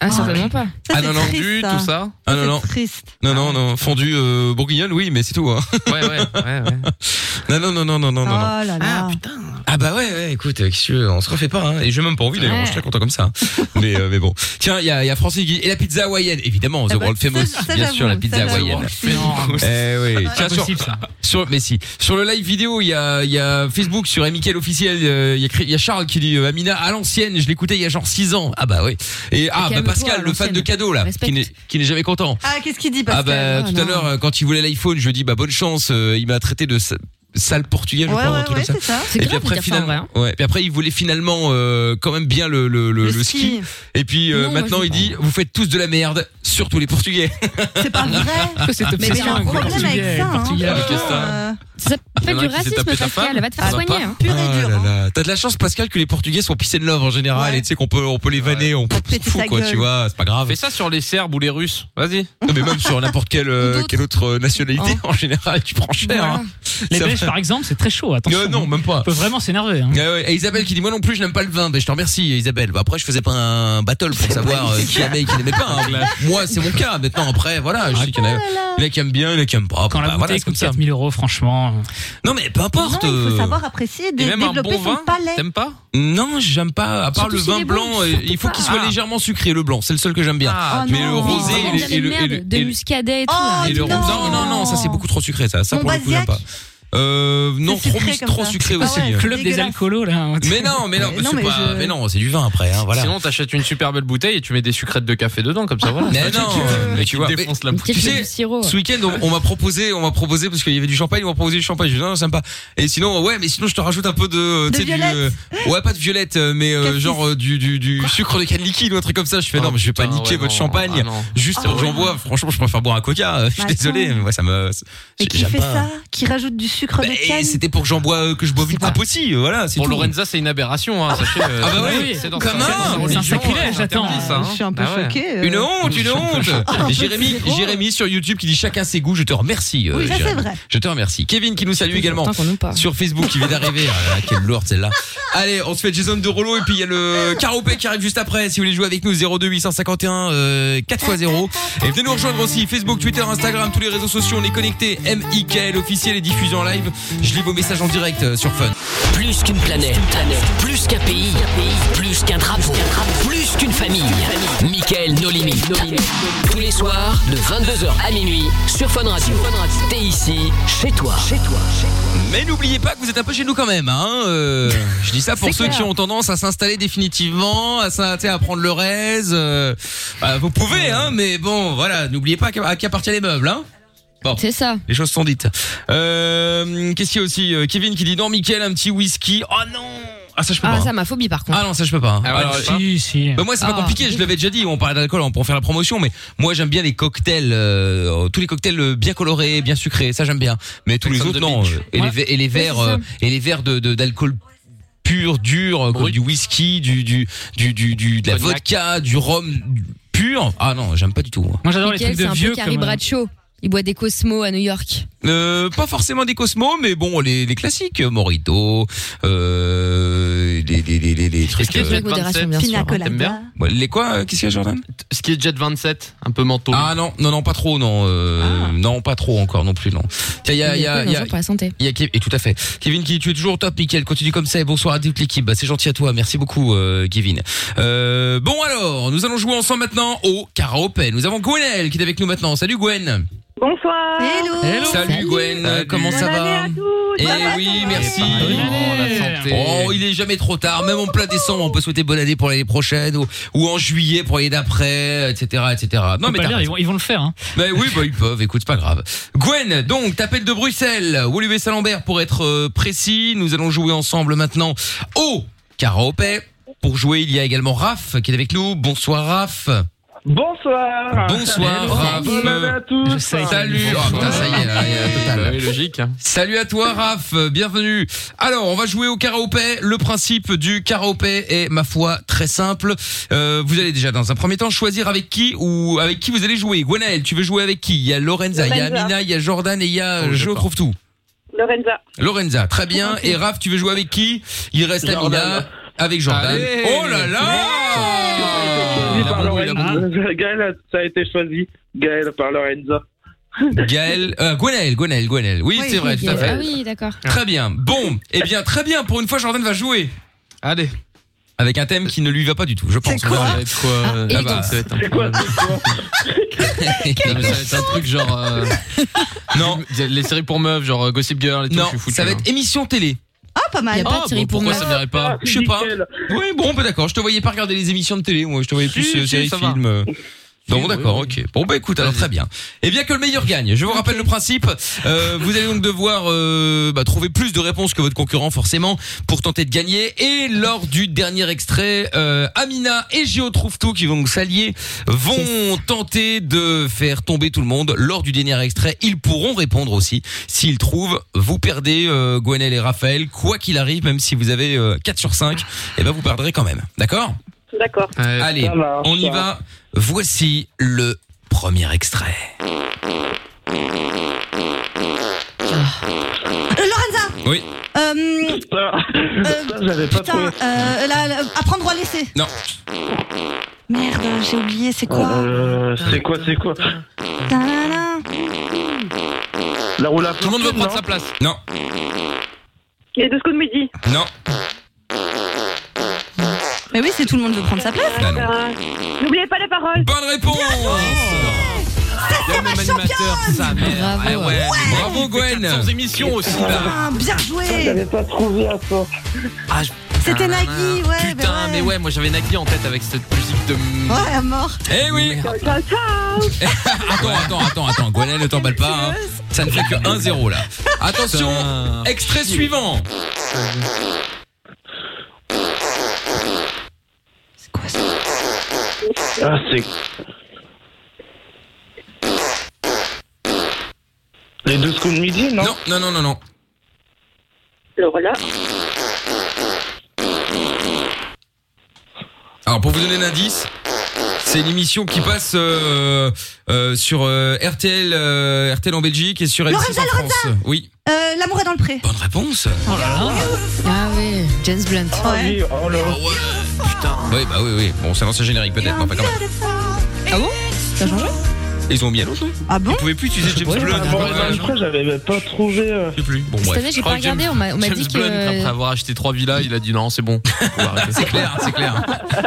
D: Oh,
B: Ah, certainement pas.
E: Ça,
A: Ah
E: c'est
A: non, non,
E: triste,
F: Du,
D: hein.
E: ça.
F: tout ça.
A: ah non,
E: C'est
A: non,
E: triste.
A: non, non, non, fondu euh, bourguignol, oui, mais c'est tout. Hein.
F: Ouais, ouais, ouais. ouais.
A: [LAUGHS] Non, non, non, non, non, non, non. non.
E: Oh là là.
A: Ah bah ouais, ouais écoute, euh, qu'est-ce que tu veux, on se refait pas, hein. Et j'ai même pas envie d'ailleurs,
B: Ouais.
A: je suis très content comme ça. mais, euh, mais bon. Tiens, il y a, il y a Francis qui dit, et la pizza hawaïenne, évidemment, The
E: Ah bah,
A: World Famous,
E: ça, ça,
A: bien sûr,
E: j'avoue,
A: la
E: ça,
A: pizza
E: j'avoue.
A: hawaïenne.
D: Mais non, c'est
A: Eh oui. Tiens,
D: pas
A: sur,
D: possible ça.
A: Sur, mais si. Sur le live vidéo, il y a, il y a Facebook sur Amical officiel. euh, Il y, a Cri- il y a Charles qui dit euh, Amina à l'ancienne. Je l'écoutais il y a genre 6 ans. Ah bah oui. Et ah bah
B: calme-toi,
A: Pascal,
B: à
A: le fan de
B: l'ancienne.
A: cadeaux là,
B: Respecte.
A: qui n'est- qui n'est jamais content.
E: Ah, qu'est-ce qu'il dit
A: Ah
E: Pascal
A: bah
B: Ah,
A: tout à
B: non.
A: l'heure euh, quand il voulait l'iPhone, je lui ai dit bah bonne chance. euh, il m'a traité de sa- sale portugais, je
E: Ouais,
A: crois, un
E: ouais,
A: truc
E: ouais,
A: comme ça.
E: c'est ça.
B: C'est
A: Et
B: grave
A: puis
B: de
A: après
B: dire ça en vrai.
A: finalement,
B: hein.
A: ouais. Puis après il voulait finalement euh, quand même bien le le le, le ski. Et puis euh,
B: Non, moi,
A: maintenant
B: je
A: il
B: sais
A: dit vous faites tous de la merde, surtout les Portugais.
E: [LAUGHS] C'est pas vrai.
D: Cette
E: Mais il y a un
D: obsession avec le
E: problème avec
D: portugais,
E: ça. hein,
D: Portugais.
E: franchement,
F: qu'est-ce que ça
E: euh,
B: Ça
F: Il y
B: fait
F: en a
B: du
F: un qui s'est
B: racisme,
F: tapé ta
B: Pascal.
F: femme.
B: Va te
F: Ah,
B: faire
F: bah,
B: soigner.
F: pas.
B: hein.
E: Pur
A: Ah
E: et dur.
A: là
E: hein.
A: là. T'as de la chance, Pascal, que les Portugais sont pissés de love en général.
E: Ouais.
A: Et tu sais qu'on peut, on peut les vanner, on
E: Pour te
A: s'en
E: péter
A: fout,
E: ta
A: quoi,
E: gueule.
A: tu vois, c'est pas grave.
F: Fais ça sur les Serbes ou les Russes. Vas-y.
A: Non, mais même sur n'importe quelle, euh,
B: Ou d'autres.
A: quelle autre euh, nationalité, en général, tu prends cher.
B: Voilà.
A: hein.
D: Les
A: Ça-
D: Belges, par exemple, c'est très chaud. Attention.
A: Euh, non, même pas.
D: On peut vraiment s'énerver. Hein.
A: Ah ouais, Et Isabelle qui dit moi non plus je n'aime pas le vin. Ben, je te remercie Isabelle. Bah, après je faisais pas un battle pour savoir euh, qui aimait et qui n'aimait pas. hein. Moi c'est mon cas. Maintenant après voilà je sais qu'il y en a, il y en a qui aiment bien, il y en a qui aiment pas.
D: Quand
A: Bon,
D: la
A: bah, voilà,
D: bouteille
A: c'est comme
D: coûte
A: ça.
D: 4000 euros, franchement.
A: Non mais peu importe.
E: Non, il
A: euh,
E: faut savoir apprécier, dé-
F: Et même un
E: développer
F: bon
E: son
F: vin.
E: palais.
F: T'aimes pas
A: Non j'aime pas. À part
B: Surtout
A: le
B: s'il
A: vin
B: est bon,
A: blanc, euh, il faut qu'il soit
F: pas.
A: légèrement sucré le blanc. C'est le seul que j'aime bien.
F: Ah,
E: Oh
A: mais
E: non.
A: le
B: Mais
A: rosé
B: ils
A: et
B: vendent
A: le-
B: jamais
A: et
B: de
A: le- et le-
B: merde, de
A: et le-
B: muscadet et tout.
E: Oh,
B: là.
A: Et le
E: Non.
A: rhum- non, non, non, ça c'est beaucoup trop sucré, ça. Ça
E: Mon
A: pour le coup, j'aime pas.
E: Basiac.
A: Euh, non,
E: C'est
A: trop,
E: sucré
A: mis-
E: comme
A: trop
E: ça.
A: sucré
E: Ah
A: aussi.
E: ouais.
A: euh.
D: Club des
E: Dégueulasse.
D: alcolos, là.
A: Mais non, mais non,
E: Mais
A: bah,
E: non,
A: c'est
E: mais
A: pas-
E: je-
A: mais non, c'est du vin après, hein, voilà.
F: Sinon, t'achètes une super belle bouteille et tu mets des sucrettes de café dedans, comme ça, voilà. [LAUGHS]
A: mais non, euh, mais tu vois. mais
F: Défonce la
B: Une petite
A: Tu sais,
B: feuille de sirop.
A: Ce week-end, on, on m'a proposé, on m'a proposé parce qu'il y avait du champagne, on m'a proposé du champagne. Je dis non, non, sympa. Et sinon, ouais, mais sinon, je te rajoute un peu de, euh,
E: De
A: tu sais, du,
E: violette.
A: euh, ouais, pas de violette, euh, mais euh,
E: Cassis.
A: genre euh, du, du, du sucre de canne liquide ou un truc comme ça. Je
F: Oh,
A: fais non, mais je vais pas niquer votre champagne. Juste,
F: Ah
A: euh, j'en
F: ouais.
A: bois. Franchement, je préfère boire un Coca. [LAUGHS] euh, Je suis
E: Bah,
A: désolé,
E: attends.
A: mais moi, ça me.
E: Et qui
A: j'aime
E: fait
A: pas.
E: ça Qui rajoute du sucre
A: Bah,
E: de canne
A: C'était pour que j'en bois, euh, que je bois une
B: pas-
A: coupe aussi, euh, voilà. c'est
F: Pour
A: tout.
F: Lorenza, c'est une aberration, hein, sachez. euh,
A: Ah bah
F: c'est-
A: oui,
F: c'est
A: comment
F: c'est dans sa
D: C'est un
F: religion,
D: sacrilège,
F: c'est interdit,
D: attends.
F: ça, hein.
E: Je suis un peu
F: Ah ouais.
E: choquée. euh.
A: Une honte, une honte.
E: peu
A: Jérémy,
E: zéro.
A: Jérémy sur YouTube qui dit chacun ses goûts. Je te remercie. euh,
E: Oui, ça c'est
A: Jérémy.
E: vrai.
A: Je te remercie. Kevin qui nous salue également.
B: Tant qu'on nous parle.
A: Sur Facebook qui vient d'arriver. Ah là là, quelle lourde celle-là. Allez, on se fait Jason de Rollo et puis il y a le Caropé qui arrive juste après. Si vous voulez jouer avec nous, 02 851 euh, 4x0. Et venez nous rejoindre aussi Facebook, Twitter, Instagram, tous les réseaux sociaux. On est connectés. MIKL officiel et diffusé en live. Je lis vos messages en direct euh, sur Fun.
G: Plus qu'une planète, plus qu'un pays, plus qu'un drapeau, plus qu'une famille. Michael No Limit. Tous les soirs, de 22h à minuit, sur Fun Radio. T'es ici, chez toi. Chez toi.
A: Mais n'oubliez pas que vous êtes un peu chez nous quand même. Hein
B: [LAUGHS]
A: euh, je dis ça pour
B: C'est
A: ceux
B: clair.
A: qui ont tendance à s'installer définitivement, à, s'in- tu sais, à prendre le reste. vous pouvez, hein, mais bon, voilà, n'oubliez pas qu'à- à qui appartiennent les meubles. Hein
B: C'est ça.
A: les choses sont dites. Euh, Qu'est-ce qu'il y a aussi Euh, Kevin qui dit non, Mickaël, un petit whisky. Oh non Ah ça je peux
B: Ah,
A: pas.
B: ça m'a phobie par contre.
A: Ah non, ça je peux pas. hein.
F: Ah ouais,
A: Alors,
D: Si,
F: tu-
D: si.
A: bah, moi c'est pas
B: Ah.
A: compliqué, je l'avais déjà dit, on parlait d'alcool on- pour faire la promotion, mais moi j'aime bien les cocktails, euh, tous les cocktails euh, bien colorés, bien sucrés, ça j'aime bien. Mais tous les
F: Jackson
A: autres
F: de
A: non.
F: Beach.
A: euh, Et,
D: Ouais.
A: les, ve- et les verres,
B: c'est ça.
A: euh, et les verres de de- d'alcool pur, dur, euh, comme
F: Brut.
A: du whisky, du du du du, du- de la
F: Cognac.
A: vodka, du rhum pur. Ah non, j'aime pas du tout. moi.
D: Moi, j'adore les
B: Michael,
D: trucs
B: c'est
D: de
B: un
D: vieux.
B: peu Carrie
D: comme, euh,
B: Bradshaw. Il boit des Cosmos à New York.
A: Euh, pas forcément des Cosmos, mais bon, les, les classiques, euh, Morito, euh, les, les, les, les, les
F: Est-ce
A: trucs.
F: qu'il y a
A: euh,
B: Avec
F: Jet 27,
B: modération, bien sûr.
E: Pina colada.
F: T'aimes bien
A: ouais, les quoi euh, Qu'est-ce qu'il y a, Jordan
F: Ce qui est Jet 27, un peu manteau.
A: Ah non, non, non, pas trop, non, euh, non, pas trop encore, non plus, non. Tiens, il y a, il y a, il y a,
B: pour la santé.
A: il y a Kev- et tout à fait. Kevin qui dit, tu es toujours au top, Mickaël, continue comme ça et bonsoir à toute l'équipe. Bah, c'est gentil à toi, merci beaucoup euh, Kevin. Euh, bon alors, nous allons jouer ensemble maintenant au karaopé. Nous avons Gwenel qui est avec nous maintenant. Salut Gwen.
I: Bonsoir.
E: Hello.
D: Hello.
A: Salut, Gwen,
F: Salut.
A: comment ça
I: Bonne
A: va
I: année
D: hein.
I: à tous.
A: Eh
I: Bonne année.
A: oui, merci.
F: Pareillement, la santé.
A: Oh, il est jamais trop tard. Même en plein décembre, on peut souhaiter bonne année pour l'année prochaine ou, ou en juillet pour l'année d'après, etc., etc. ah, Non,
D: faut
A: mais
D: pas le dire,
A: t'as
D: ils
A: raison.
D: vont, ils vont le faire. Hein.
A: Mais oui, bah, ils peuvent. Écoute, c'est pas grave. Gwen, donc, t'appelles de Bruxelles. Woluwe Salambert, pour être euh, précis. Nous allons jouer ensemble maintenant au karaopé. Pour jouer, il y a également Raph qui est avec nous. Bonsoir Raph.
I: Bonsoir.
A: Bonsoir Raph.
I: Bonne année à tous.
A: Salut. Ah, putain, ça y est, là, il y a la totale.
F: bah logique.
A: Salut à toi Raph, bienvenue. Alors, on va jouer au karaopé. Le principe du karaopé est ma foi très simple. Euh, vous allez déjà dans un premier temps choisir avec qui ou avec qui vous allez jouer. Gwenaël, tu veux jouer avec qui Il y a Lorenza, il y a
J: Lorenza.
A: Amina, il y a Jordan et il y a
J: Oh,
A: Jo trouve tout.
J: Lorenza.
A: Lorenza, très bien. Et Raph, tu veux jouer avec qui Il reste
J: Jordan.
A: Amina avec Jordan.
J: Allez.
A: oh là là Ah.
I: Par
E: [LAUGHS]
C: Ah,
I: Lorenza. Gaël, ça a été choisi. Gaël par Lorenza.
A: Gaël, euh, Gwenaël, Gwenaël, Gwenaël. Oui, c'est vrai, tout à fait.
B: Ah oui, d'accord.
A: Très bien. Bon, eh bien, très bien. Pour une fois, Jordan va jouer. Allez. Avec un thème qui ne lui va pas du tout, je pense.
F: quoi
A: Ah,
F: Ça va être quoi, euh,
A: bah,
F: Élégance.
A: ça va être un-
F: C'est quoi,
A: Non, mais ça va être un truc genre. euh, [LAUGHS] Non.
F: Les séries pour meufs, genre euh, Gossip Girl et tout.
A: Non,
F: je suis foutu,
A: ça va
F: hein.
A: être émission télé.
E: Ah, pas mal.
F: Ah, bon, pourquoi ça m'irait pas
A: Je sais pas. Oui, bon, bah d'accord. Je te voyais pas regarder les émissions de télé, moi. Je te voyais plus
F: Si,
A: euh,
F: si,
A: séries,
F: ça va.
A: films. euh. Non, bon, d'accord, ok. Bon, bah écoute, alors très bien. Eh bien, que le meilleur gagne. Je vous rappelle le principe. Euh, vous allez donc devoir euh, bah, trouver plus de réponses que votre concurrent, forcément, pour tenter de gagner. Et lors du dernier extrait, euh, Amina et Gio Trouve-Tout, qui vont donc s'allier, vont tenter de faire tomber tout le monde. Lors du dernier extrait, ils pourront répondre aussi. S'ils trouvent, vous perdez euh, Gwenel et Raphaël. Quoi qu'il arrive, même si vous avez euh, 4 sur 5, eh ben, vous perdrez quand même. D'accord
J: D'accord.
A: Allez, on y va. Voici le premier extrait.
E: Euh, Lorenza
A: Oui.
E: euh,
I: J'avais pas
E: Putain,
I: trouvé.
E: euh, la- la- apprendre ou à laisser
A: Non.
E: Merde, j'ai oublié, c'est quoi
I: Euh, c'est quoi, c'est quoi
E: Tadadam.
I: La roulade.
F: Tout le monde veut prendre sa place.
A: Non.
J: Les deux secondes de midi.
A: Non.
E: Mais oui, c'est tout le monde veut prendre sa place.
J: Euh, N'oubliez pas les paroles.
A: Bah Bonne réponse
E: C'est ma championne
A: Eh ouais, Bravo Gwen
F: Sans émission aussi.
E: Putain, Ah, Bien joué
I: J'avais pas trouvé à ça.
A: Ah,
E: C'était Nagui, ouais. ben
F: Putain, mais ouais, moi j'avais Nagui en tête avec cette musique de.
E: Ouais, à mort.
A: Eh oui
J: Ciao, ciao.
A: Attends, attends, attends, attends. Gwenaël, ne t'emballe pas. hein. Ça ne fait que 1-0 là. Attention,
F: Putain.
A: extrait suivant.
I: Ah, c'est. Les deux secondes midi, non
A: Non, non, non, non, non.
J: Le relais.
A: Alors pour vous donner un indice, c'est une émission qui passe euh, euh, sur euh, RTL, euh, RTL en Belgique et sur M6
E: Lorenza, Oh
A: en France. Oui.
E: Euh, L'amour est dans le pré.
A: Bonne réponse.
B: Ah oui, James Blunt.
E: Ah Ouais.
I: Oui, oh là.
A: Oui, bah oui, oui. Bon, c'est un ancien générique peut-être, mais enfin quand même.
E: Ah bon Ça a changé
A: Ils ont mis à l'autre. non
E: Ah bon
A: Vous pouvez plus utiliser James
I: Ouais,
A: Blunt.
I: avant,
A: Ouais, je
I: après, j'avais pas trouvé. euh,
A: sais plus. Bon,
B: Cette
A: bref.
B: année, j'ai pas regardé, on m'a on m'a dit que.
F: Après avoir acheté trois villas, il a dit non,
A: [LAUGHS]
F: c'est bon. on va arrêter.
A: C'est clair, c'est clair.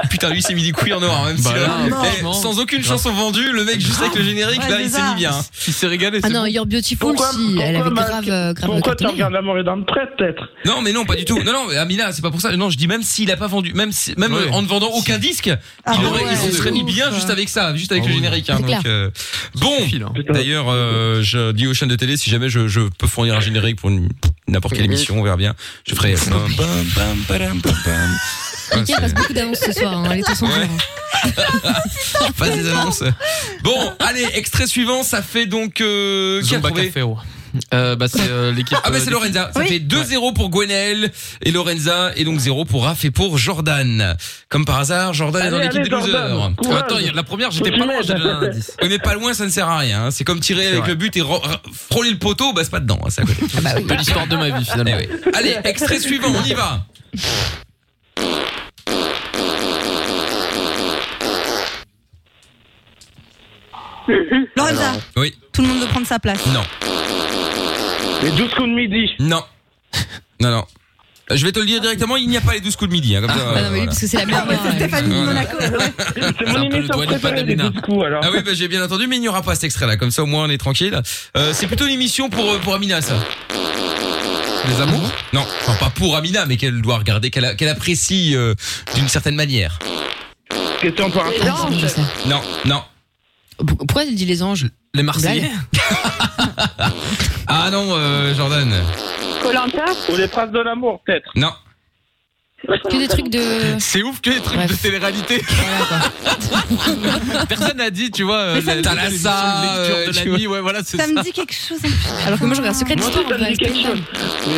A: Putain, lui, il s'est mis des couilles en noir, même
F: Bah
A: si.
F: là,
A: eh,
F: franchement.
A: sans aucune chanson vendue, le mec, juste avec le générique,
E: Ah. Ouais,
A: là, il s'est
E: c'est
A: mis
E: ça.
A: bien.
F: Il s'est régalé.
B: Ah
F: c'est
B: non,
F: bon.
B: Your Beautiful,
I: Pourquoi-
B: si, elle avait
I: pourquoi, Marc
B: grave, euh, grave
I: Pourquoi tu
B: cartonné.
I: regardes l'amour est dans le prêt, peut-être
A: Non, mais non, pas du tout. Non, non, mais Amina, c'est pas pour ça. Non, je dis même s'il a pas vendu, même, si- même
F: Ouais.
A: euh, en ne vendant aucun disque,
E: Ah
A: il, aurait-
E: ouais,
A: il se
E: de
A: serait mis
E: ouf.
A: bien juste avec ça, juste avec
F: Ah
A: le
F: oui.
A: générique. hein,
B: C'est
A: donc, euh, Bon.
F: Fil, hein.
I: Putain.
A: D'ailleurs, euh, je dis aux chaînes de télé si jamais je, je peux fournir un générique pour une- n'importe quelle émission, on verra bien. Je ferai. euh, Bam, bam, bam, badam, bam, bam. Ah,
B: Mickaël passe
A: c'est-
B: beaucoup d'annonces ce soir, hein, les temps sont
A: Ouais.
B: durs.
A: [LAUGHS] Pas des annonces. Bon, allez, extrait suivant, ça fait donc euh, qui a
F: Zumba
A: trouvé
F: Caféo. Euh, bah, c'est euh, l'équipe.
A: Ah bah
F: euh,
A: c'est
F: des-
A: Lorenza, ça
E: Oui.
A: fait 2-0 pour Gwenaël et Lorenza et donc 0 pour Raph et pour Jordan. Comme par hasard, Jordan est dans
I: Allez,
A: l'équipe
I: allez,
A: des losers.
I: Jordan, courage.
A: Attends, il y a-
F: La première, j'étais
I: Faut
F: pas
I: qu'il
F: loin, j'ai
I: m'aide.
F: donné un indice.
A: oui, mais pas loin, ça ne sert à rien. hein. C'est comme tirer avec
F: vrai.
A: le but et ro- r- frôler le poteau, bah c'est pas dedans, hein, c'est à côté.
F: Un peu l'histoire de ma vie
A: Eh
F: finalement.
A: oui. Allez, extrait suivant, on y va.
E: Lorenza,
A: Oui,
E: tout le monde veut prendre sa place.
A: non,
I: Les 12 coups de midi.
A: non, non, non. Je vais te le dire directement, il n'y a pas les 12 coups de midi. hein, comme ça,
B: Ah
A: euh,
B: non, mais lui,
A: voilà.
B: parce que c'est la
E: Ah
B: meilleure
E: ouais,
B: main,
E: c'est
B: elle.
E: Stéphanie de
A: Voilà.
E: Monaco. ouais.
I: C'est
F: un peu
I: mon
F: le
I: émission
F: doigt de
I: préférée, les
F: Padamina.
I: 12 coups, alors.
A: Ah oui, bah, j'ai bien entendu, mais il n'y aura pas cet extrait-là. Comme ça, au moins, on est tranquille. Euh, c'est plutôt une émission pour, euh, pour Amina, ça. Les amours Non, enfin, pas pour Amina, mais qu'elle doit regarder, qu'elle a- qu'elle apprécie euh, d'une certaine manière.
I: Question par rapport.
B: Ah, c'est bon, ça.
A: Non, non.
B: Pourquoi elle dit les anges
F: Les Marseillais.
A: Ah non, euh, Jordan.
J: Colanta.
I: Ou les princes de l'amour, peut-être.
A: Non.
B: Que des trucs de.
A: C'est ouf que les trucs de
B: [LAUGHS]
A: télé-réalité. [LAUGHS] Personne n'a dit, tu vois,
B: ça
A: euh,
B: me
A: la-
B: dit-
A: Thalassa,
F: L'émission de
A: euh,
F: lecture
A: tu
F: de la
A: vois.
F: nuit,
A: ouais, voilà, c'est
E: Ça me dit quelque chose.
B: Alors que moi, je regarde Secret Histoire, on peut rester dedans.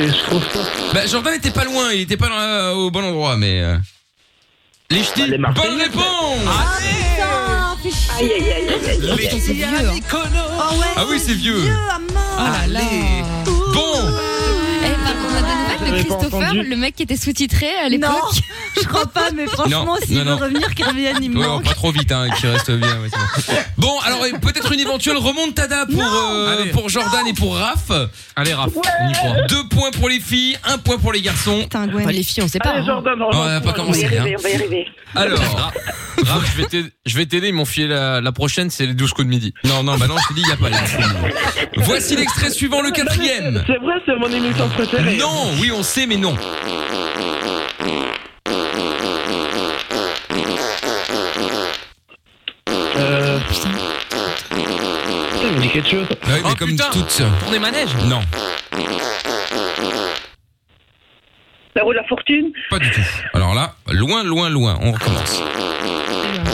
I: je trouve pas.
A: Bah, Jordan était pas loin, il était pas dans la- au bon endroit, mais. euh, Les ch'tis,
I: Bah, les Marseillais.
A: bonne réponse
B: Ah
E: Putain, fais chier.
J: Aïe, aïe, aïe, aïe, aïe.
A: Les-
B: Putain, c'est vieux. hein.
E: Oh ouais.
A: Ah oui, c'est vieux.
E: ah mince.
B: Ah là là.
A: Bon
B: Eh, par contre, on a donné pas
I: J'avais
B: le
I: pas
B: Christopher,
I: entendu.
B: le mec qui était sous-titré à
E: Non,
B: l'époque.
E: je crois pas, mais
A: Non,
E: franchement, s'il
A: non,
E: veut
A: non.
E: revenir, qu'il revienne, il me
A: Ouais, alors,
E: manque.
A: pas trop vite, hein, qui reste bien. ouais, c'est bon. bon, alors euh, peut-être une éventuelle remontada pour euh,
F: Allez.
A: pour Jordan et pour Raph.
F: Allez, Raph, on y croit.
A: Deux points pour les filles, un point pour les garçons.
E: Putain, Gwen.
B: Enfin, les filles, on sait pas.
I: Allez,
B: hein.
I: Jordan,
A: on a pas
J: On va y
A: commencé. hein.
J: arriver, on va y arriver.
A: Alors,
F: Raph, Raph, je vais t'aider- je vais t'aider, ils m'ont filé la, la prochaine, c'est les 12 coups de midi.
A: non, non, bah non, je t'ai dit, il y a pas. là. Voici l'extrait suivant, le quatrième.
I: C'est vrai, c'est mon émission préférée.
A: Non, oui, on sait, mais non.
I: Euh... Putain, il me dit quelque chose.
A: Ouais, Ah mais
F: Oh,
A: comme
F: putain.
A: toutes.
F: Tournez manège
A: Non,
J: La roue de la fortune.
A: pas du tout. Alors là, loin, loin, loin. On recommence.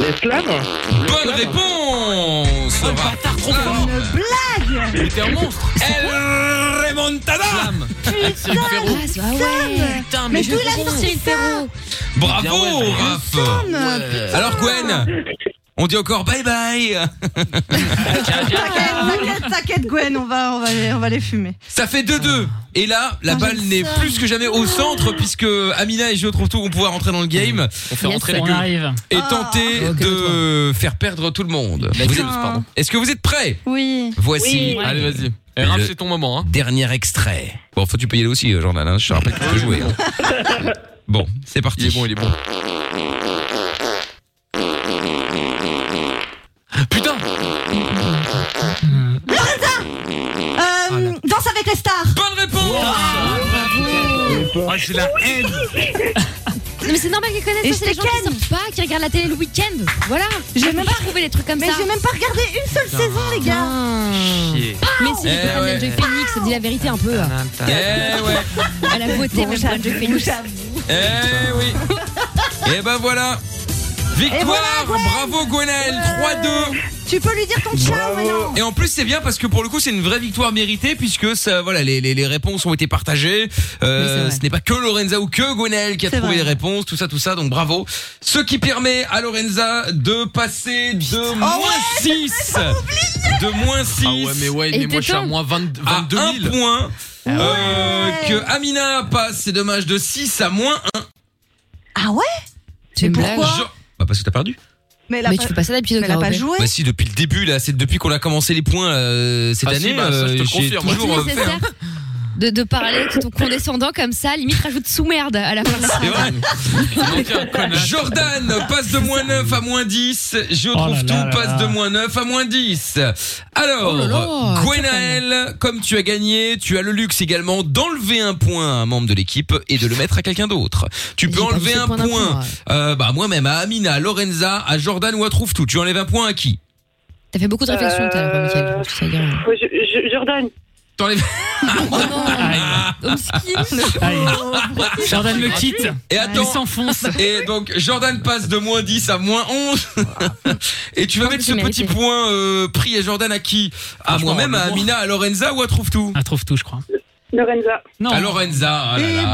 I: Les flammes
A: Bonne
F: Oh,
A: réponse. Raph.
E: Une blague
F: T'es un monstre
A: El remontada.
F: C'est
B: Ah,
F: le ferro.
B: c'est- ah ouais.
F: Putain,
E: Mais
F: mais
E: d'où la sortie
A: Bravo,
F: Bien, ouais, bah,
A: Raph.
E: Putain,
A: Alors Gwen, on dit encore bye bye.
F: [LAUGHS]
E: T'inquiète, t'inquiète, Gwen, on va, on, va les, on va les fumer.
A: Ça fait 2-2. Et là, la
E: Putain,
A: balle
E: j'ai
A: n'est
E: le seum.
A: plus que jamais au
E: Ah.
A: centre puisque Amina et Joe trouvent tout vont pouvoir entrer dans le game
F: On fait
B: Yes,
F: rentrer la
D: On
F: gueule.
D: arrive.
A: et
E: Ah.
A: tenter
D: Ok,
A: de faire perdre tout le monde.
F: La
A: Vous
F: gueule,
A: êtes-
F: pardon.
A: Est-ce que vous êtes prêts
E: Oui.
J: Oui.
A: Voici le
F: Allez, vas-y. Eh, Raph,
A: Le-
F: c'est ton moment, hein.
A: dernier extrait. Bon, faut que tu payes là aussi, euh, Jordan. hein. Je te rappelle que tu peux jouer.
F: [LAUGHS]
A: hein. Bon, c'est parti.
F: Il est bon, il est bon. Putain
E: Euh, danse avec les stars.
A: Bonne réponse.
F: Ah, j'ai la haine
B: Non, mais c'est normal qu'ils
E: Et
B: connaissent ça.
E: je
B: C'est les gens
E: te
B: qui sortent pas, qui regardent la télé le week-end. Voilà. J'ai même pas trouvé les trucs comme
E: Mais
B: ça.
E: j'ai même pas regardé une seule saison, les gars.
B: Putain. Mais si,
A: Eh
B: j'ai
A: ouais.
B: Joy Phoenix, dis la vérité un peu.
A: Eh ouais.
B: Elle a voté, même Joy Phoenix.
A: Eh oui Et ben voilà Victoire
E: Et voilà, Gwen
A: Bravo Gwenaël 3-2
E: Tu peux lui dire ton ciao maintenant.
A: Et en plus c'est bien parce que pour le coup c'est une vraie victoire méritée puisque ça voilà les, les, les réponses ont été partagées
B: Oui, c'est
A: euh,
B: vrai.
A: ce n'est pas que Lorenza ou que Gwenaël qui a
E: C'est
A: trouvé
E: vrai.
A: les réponses tout ça tout ça donc bravo ce qui permet à Lorenza de passer de moins
B: Ah
A: 6 de moins 6
F: Ah ouais, mais ouais,
B: Et
F: mais moi je suis
B: t'étonnes.
F: à
B: Ah
F: moins 20
A: à
F: 22
A: un
F: 000.
A: point euh,
E: Ouais.
A: que Amina passe c'est dommage de 6 à moins
E: Ah ouais
B: Tu me blagues.
A: 1 bah parce que t'as perdu
E: Mais elle a
B: Mais
E: pas,
B: tu fais pas ça d'habitude au
E: mais elle a pas
B: karaoké.
E: joué.
A: Bah si depuis le début là, c'est depuis qu'on a commencé les points euh, cette
F: Ah si,
A: année,
F: bah, ça, je te
A: euh,
F: le
A: j'ai
F: confirme.
B: C'est
A: toujours euh, fait.
B: nécessaire de, de parler de ton condescendant comme ça, limite rajoute sous-merde à la fin de la
A: C'est
B: phrase.
A: vrai.
F: Il manquait un connard.
A: Jordan passe de moins 9 à moins 10. Je trouve
D: Oh là
A: tout
D: là là
A: passe
D: là.
A: de moins 9 à moins 10. Alors,
B: Oh là là,
A: Gwenaël, comme tu as gagné, tu as le luxe également d'enlever un point à un membre de l'équipe et de le mettre à quelqu'un d'autre. Tu
B: J'ai
A: peux
B: pas
A: enlever
B: mis ce
A: un
B: point
A: point,
B: d'un point, ouais.
A: euh, bah, moi-même à Amina, à Lorenza, à Jordan ou à Trouve tout. Tu enlèves un point à qui
B: T'as fait beaucoup de réflexions tout à
A: Euh,
B: l'heure, Mickaël, pour que ça aille.
J: Faut- Euh, je- je- Jordan.
A: T'enlèves
B: Oh
A: [LAUGHS]
B: non Omski.
D: Allez. Ah, Jordan le quitte.
A: et
D: Il
A: attends.
D: s'enfonce.
A: Et donc Jordan passe de moins 10 à moins 11 Et tu vas
B: Non, mais
A: mettre ce
B: c'est
A: petit
B: mérité.
A: point euh, pris à Jordan à qui À
F: Franchement,
A: moi-même, à
F: on le voit.
A: Amina, à Lorenza ou à Trouve-Tout
D: Ah, trouve tout, je crois.
J: Lorenza.
D: Non. bah. Eh
A: À Lorenza ah là
E: Et
A: là.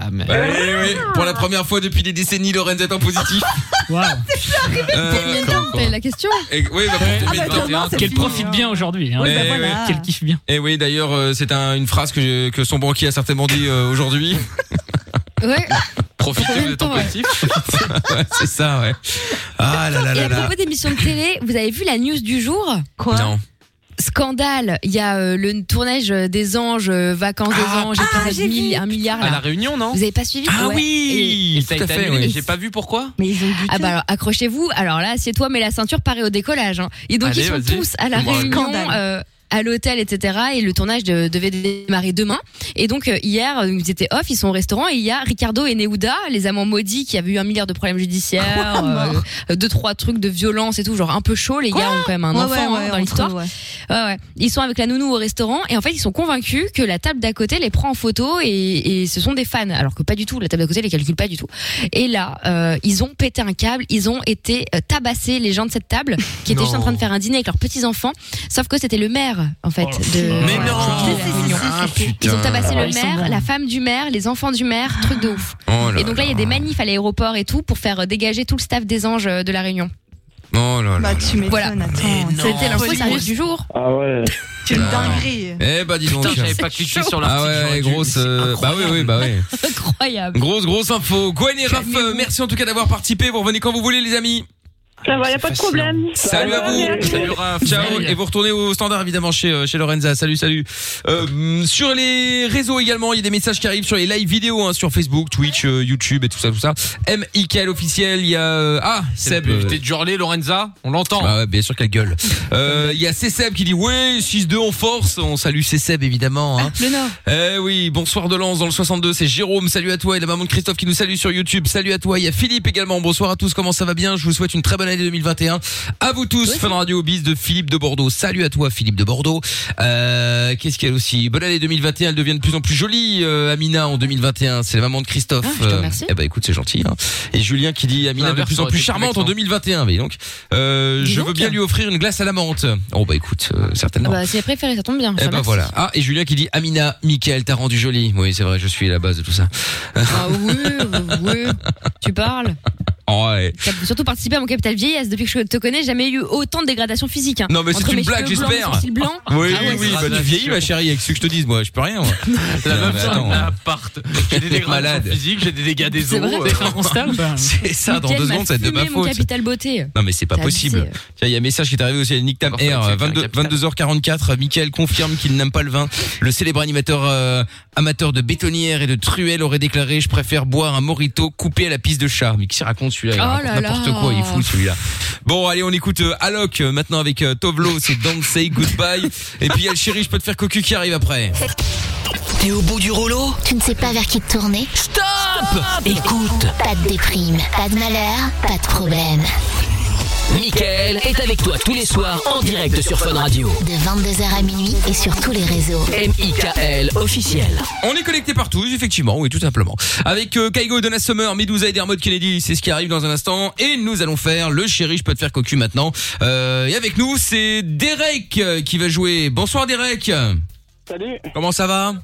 F: Ah, mais.
A: Ouais, ouais, ouais. Pour la première fois depuis des décennies, Lorenza est en positif
D: Waouh.
A: Euh,
B: T'as la question
A: et, oui, bah, pour
D: Ah,
E: bah,
A: 2021.
E: demain, c'est
D: Qu'elle
E: fini,
D: profite
E: hein.
D: bien aujourd'hui. Hein.
E: Ouais, bah
A: Eh
E: voilà.
D: Qu'elle kiffe bien.
A: Et oui, d'ailleurs, euh, c'est un- une phrase que, je- que son banquier a certainement dit euh, aujourd'hui
B: Ouais.
F: Profitez, vous êtes en
B: Ouais.
F: positif.
A: [LAUGHS] Ouais, C'est ça, ouais Ah là là
B: Et
A: là
B: à
A: là
B: propos d'émissions de télé, vous avez vu la news du jour
E: Quoi
A: Non.
B: Scandale, il y a euh, le tournage des anges, euh, vacances
F: Ah,
B: des anges, épisode
E: j'ai
B: mille-
E: vu.
B: un milliard.
F: À la
B: Là.
F: réunion, non
B: Vous avez pas suivi
A: Ah
B: Ouais. Et-
A: oui
F: Il t'a
A: Tout à
F: été
A: fait,
F: annulé, mais
A: oui.
F: j'ai pas vu pourquoi.
E: Mais ils ont buté.
B: Ah bah alors accrochez-vous. Alors là, assieds-toi, mets la ceinture, parée au décollage. hein. Et donc
F: Allez,
B: ils sont
F: vas-y.
B: tous à la
F: Bon, bah,
B: réunion.
E: scandale.
B: euh, à l'hôtel, etc. Et le tournage de- devait démarrer demain. Et donc euh, hier, euh, ils étaient off, ils sont au restaurant et il y a Ricardo et Neuda, les amants maudits qui avaient eu un milliard de problèmes judiciaires,
E: Mort.
B: euh, deux trois trucs de violence et tout, genre un peu chaud. Les gars ont quand même un
E: Ouais,
B: enfant
E: ouais,
B: hein,
E: ouais,
B: dans
E: on
B: l'histoire.
E: trouve, ouais.
B: Ouais, ouais. Ils sont avec la nounou au restaurant et en fait ils sont convaincus que la table d'à côté les prend en photo et, et ce sont des fans alors que pas du tout la table d'à côté les calcule pas du tout. Et là euh, ils ont pété un câble, ils ont été euh, tabassés les gens de cette
A: [LAUGHS]
B: table qui étaient juste en train de faire un dîner avec leurs petits enfants sauf que c'était le maire en
A: Oh
B: fait. de...
A: Mais non
B: Ils ont tabassé
A: Ah,
B: le
A: ils sont
B: maire,
A: bons.
B: la femme du maire, les enfants du maire, truc de ouf.
A: Oh là
B: et donc là, il y a des manifs à l'aéroport et tout pour faire euh, dégager tout le staff des anges euh, de la Réunion.
A: Oh là là.
B: Voilà. C'était l'info sérieuse du jour.
A: Ah ouais.
B: [LAUGHS] Quelle
E: dinguerie.
A: Eh bah dis donc.
F: Putain, j'avais pas cliqué sur
A: Ah
F: l'article,
A: ouais,
F: j'aurais dû,
A: grosse. euh, bah oui, oui, bah oui.
B: Incroyable.
A: Grosse, grosse info. Gwen et Raph, euh, merci en tout cas d'avoir participé. Vous revenez quand vous voulez, les amis.
J: Ça va, y a pas de problème.
A: Salut à vous. Ciao. Et vous retournez au standard, évidemment, chez, euh, chez Lorenza. Salut, salut. Euh, hum, sur les réseaux également, il y a des messages qui arrivent sur les live vidéos, hein, sur Facebook, Twitch, euh, YouTube et tout ça, tout ça. M. Ikel officiel, il y a, euh, ah, Seb.
F: peut éviter
A: de hurler, Lorenza. On l'entend.
G: Bah
A: Ah ouais, bien sûr qu'elle gueule. Euh, il y a C-Seb qui dit, ouais, 6-2 en force. On salue C-Seb, évidemment, hein.
B: Le Nord.
A: Eh oui, bonsoir de Lance dans le 62, c'est Jérôme, salut à toi et la maman de Christophe qui nous salue sur YouTube, salut à toi, il y a Philippe également, bonsoir à tous, comment ça va bien Je vous souhaite une très bonne année 2021, à vous tous, Fun Radio, bis de Philippe de Bordeaux, salut à toi Philippe de Bordeaux, euh, qu'est-ce qu'elle aussi Bonne année 2021, elle devient de plus en plus jolie euh, Amina en 2021, c'est la maman de Christophe,
F: Ah, je te
A: Euh,
F: remercie.
A: eh ben écoute c'est gentil, hein. et Julien qui dit Amina de
F: L'inverse
A: plus en
F: Ah, aurait
A: plus
F: été plus
A: charmante en
F: vexant.
A: 2021, mais donc, euh, je veux bien lui offrir une glace à la menthe, oh bah écoute, euh, certainement.
B: Bah, c'est préféré, ça tombe bien.
A: Eh
B: ça,
A: ben
B: merci.
A: voilà. Ah, et Julien qui dit Amina, Mickaël, t'as rendu jolie. Oui, c'est vrai, je suis la base de tout ça.
B: Ah oui, oui, tu parles.
A: [LAUGHS] ouais.
B: T'as surtout participé à mon capital vieillesse. Depuis que je te connais, j'ai jamais eu autant de dégradation physique. hein.
A: Non, mais c'est
B: Entre mes
A: une blague,
B: cheveux blancs,
A: j'espère.
B: mes sourcils blancs.
A: Oui,
B: Ah ouais,
A: oui, oui.
F: c'est
A: Bah,
F: grave,
A: tu
F: là,
A: vieillis,
F: sûr.
A: ma chérie, avec ce que je te dise, moi. Je
B: [LAUGHS]
A: peux rien, moi.
F: La
A: Non,
F: meuf
A: mais
F: sur
A: attends.
F: un appart. J'ai des dégradations physiques, j'ai des dégâts des
A: C'est
F: os.
A: vrai
F: euh,
A: T'as fait un constat ou pas [LAUGHS] C'est ça, dans
B: Mickaël
A: deux
B: m'a
A: secondes, ça va être de ma
B: fumé mon
A: faute.
B: capital beauté.
A: Non mais c'est pas
B: T'as
A: possible.
B: abusé.
A: Tiens, Il y a un message qui est arrivé aussi à Nick Tam R, 22, 22h44. Michael confirme qu'il n'aime pas le vin. Le célèbre animateur euh, amateur de bétonnière et de truelle aurait déclaré Je préfère boire un morito coupé à la piste de chat. Mais qui raconte celui-là Il
F: Oh
A: raconte
F: là
A: N'importe
F: là.
A: quoi, il fout celui-là. Bon, allez, on écoute euh, Alok euh, maintenant avec euh, Tovlo. C'est Don't Say Goodbye. et puis il y a le chéri, je peux te faire cocu qui arrive après.
H: T'es au bout du rouleau Tu ne sais pas vers qui te tourner Stop,
G: Écoute
H: Pas de déprime, pas de malheur, pas de problème.
G: Michael est avec toi tous les soirs en direct sur Fun Radio.
H: De 22h à minuit et sur tous les réseaux.
G: M.I.K.L. officiel.
A: On est connecté partout, effectivement, oui, tout simplement. Avec euh, Kaigo, Donna Summer, Medusa et Dermot Kennedy, c'est ce qui arrive dans un instant. Et nous allons faire le chéri, je peux te faire cocu maintenant. Euh, et avec nous, c'est Derek euh, qui va jouer. Bonsoir Derek
I: Salut.
A: Comment ça va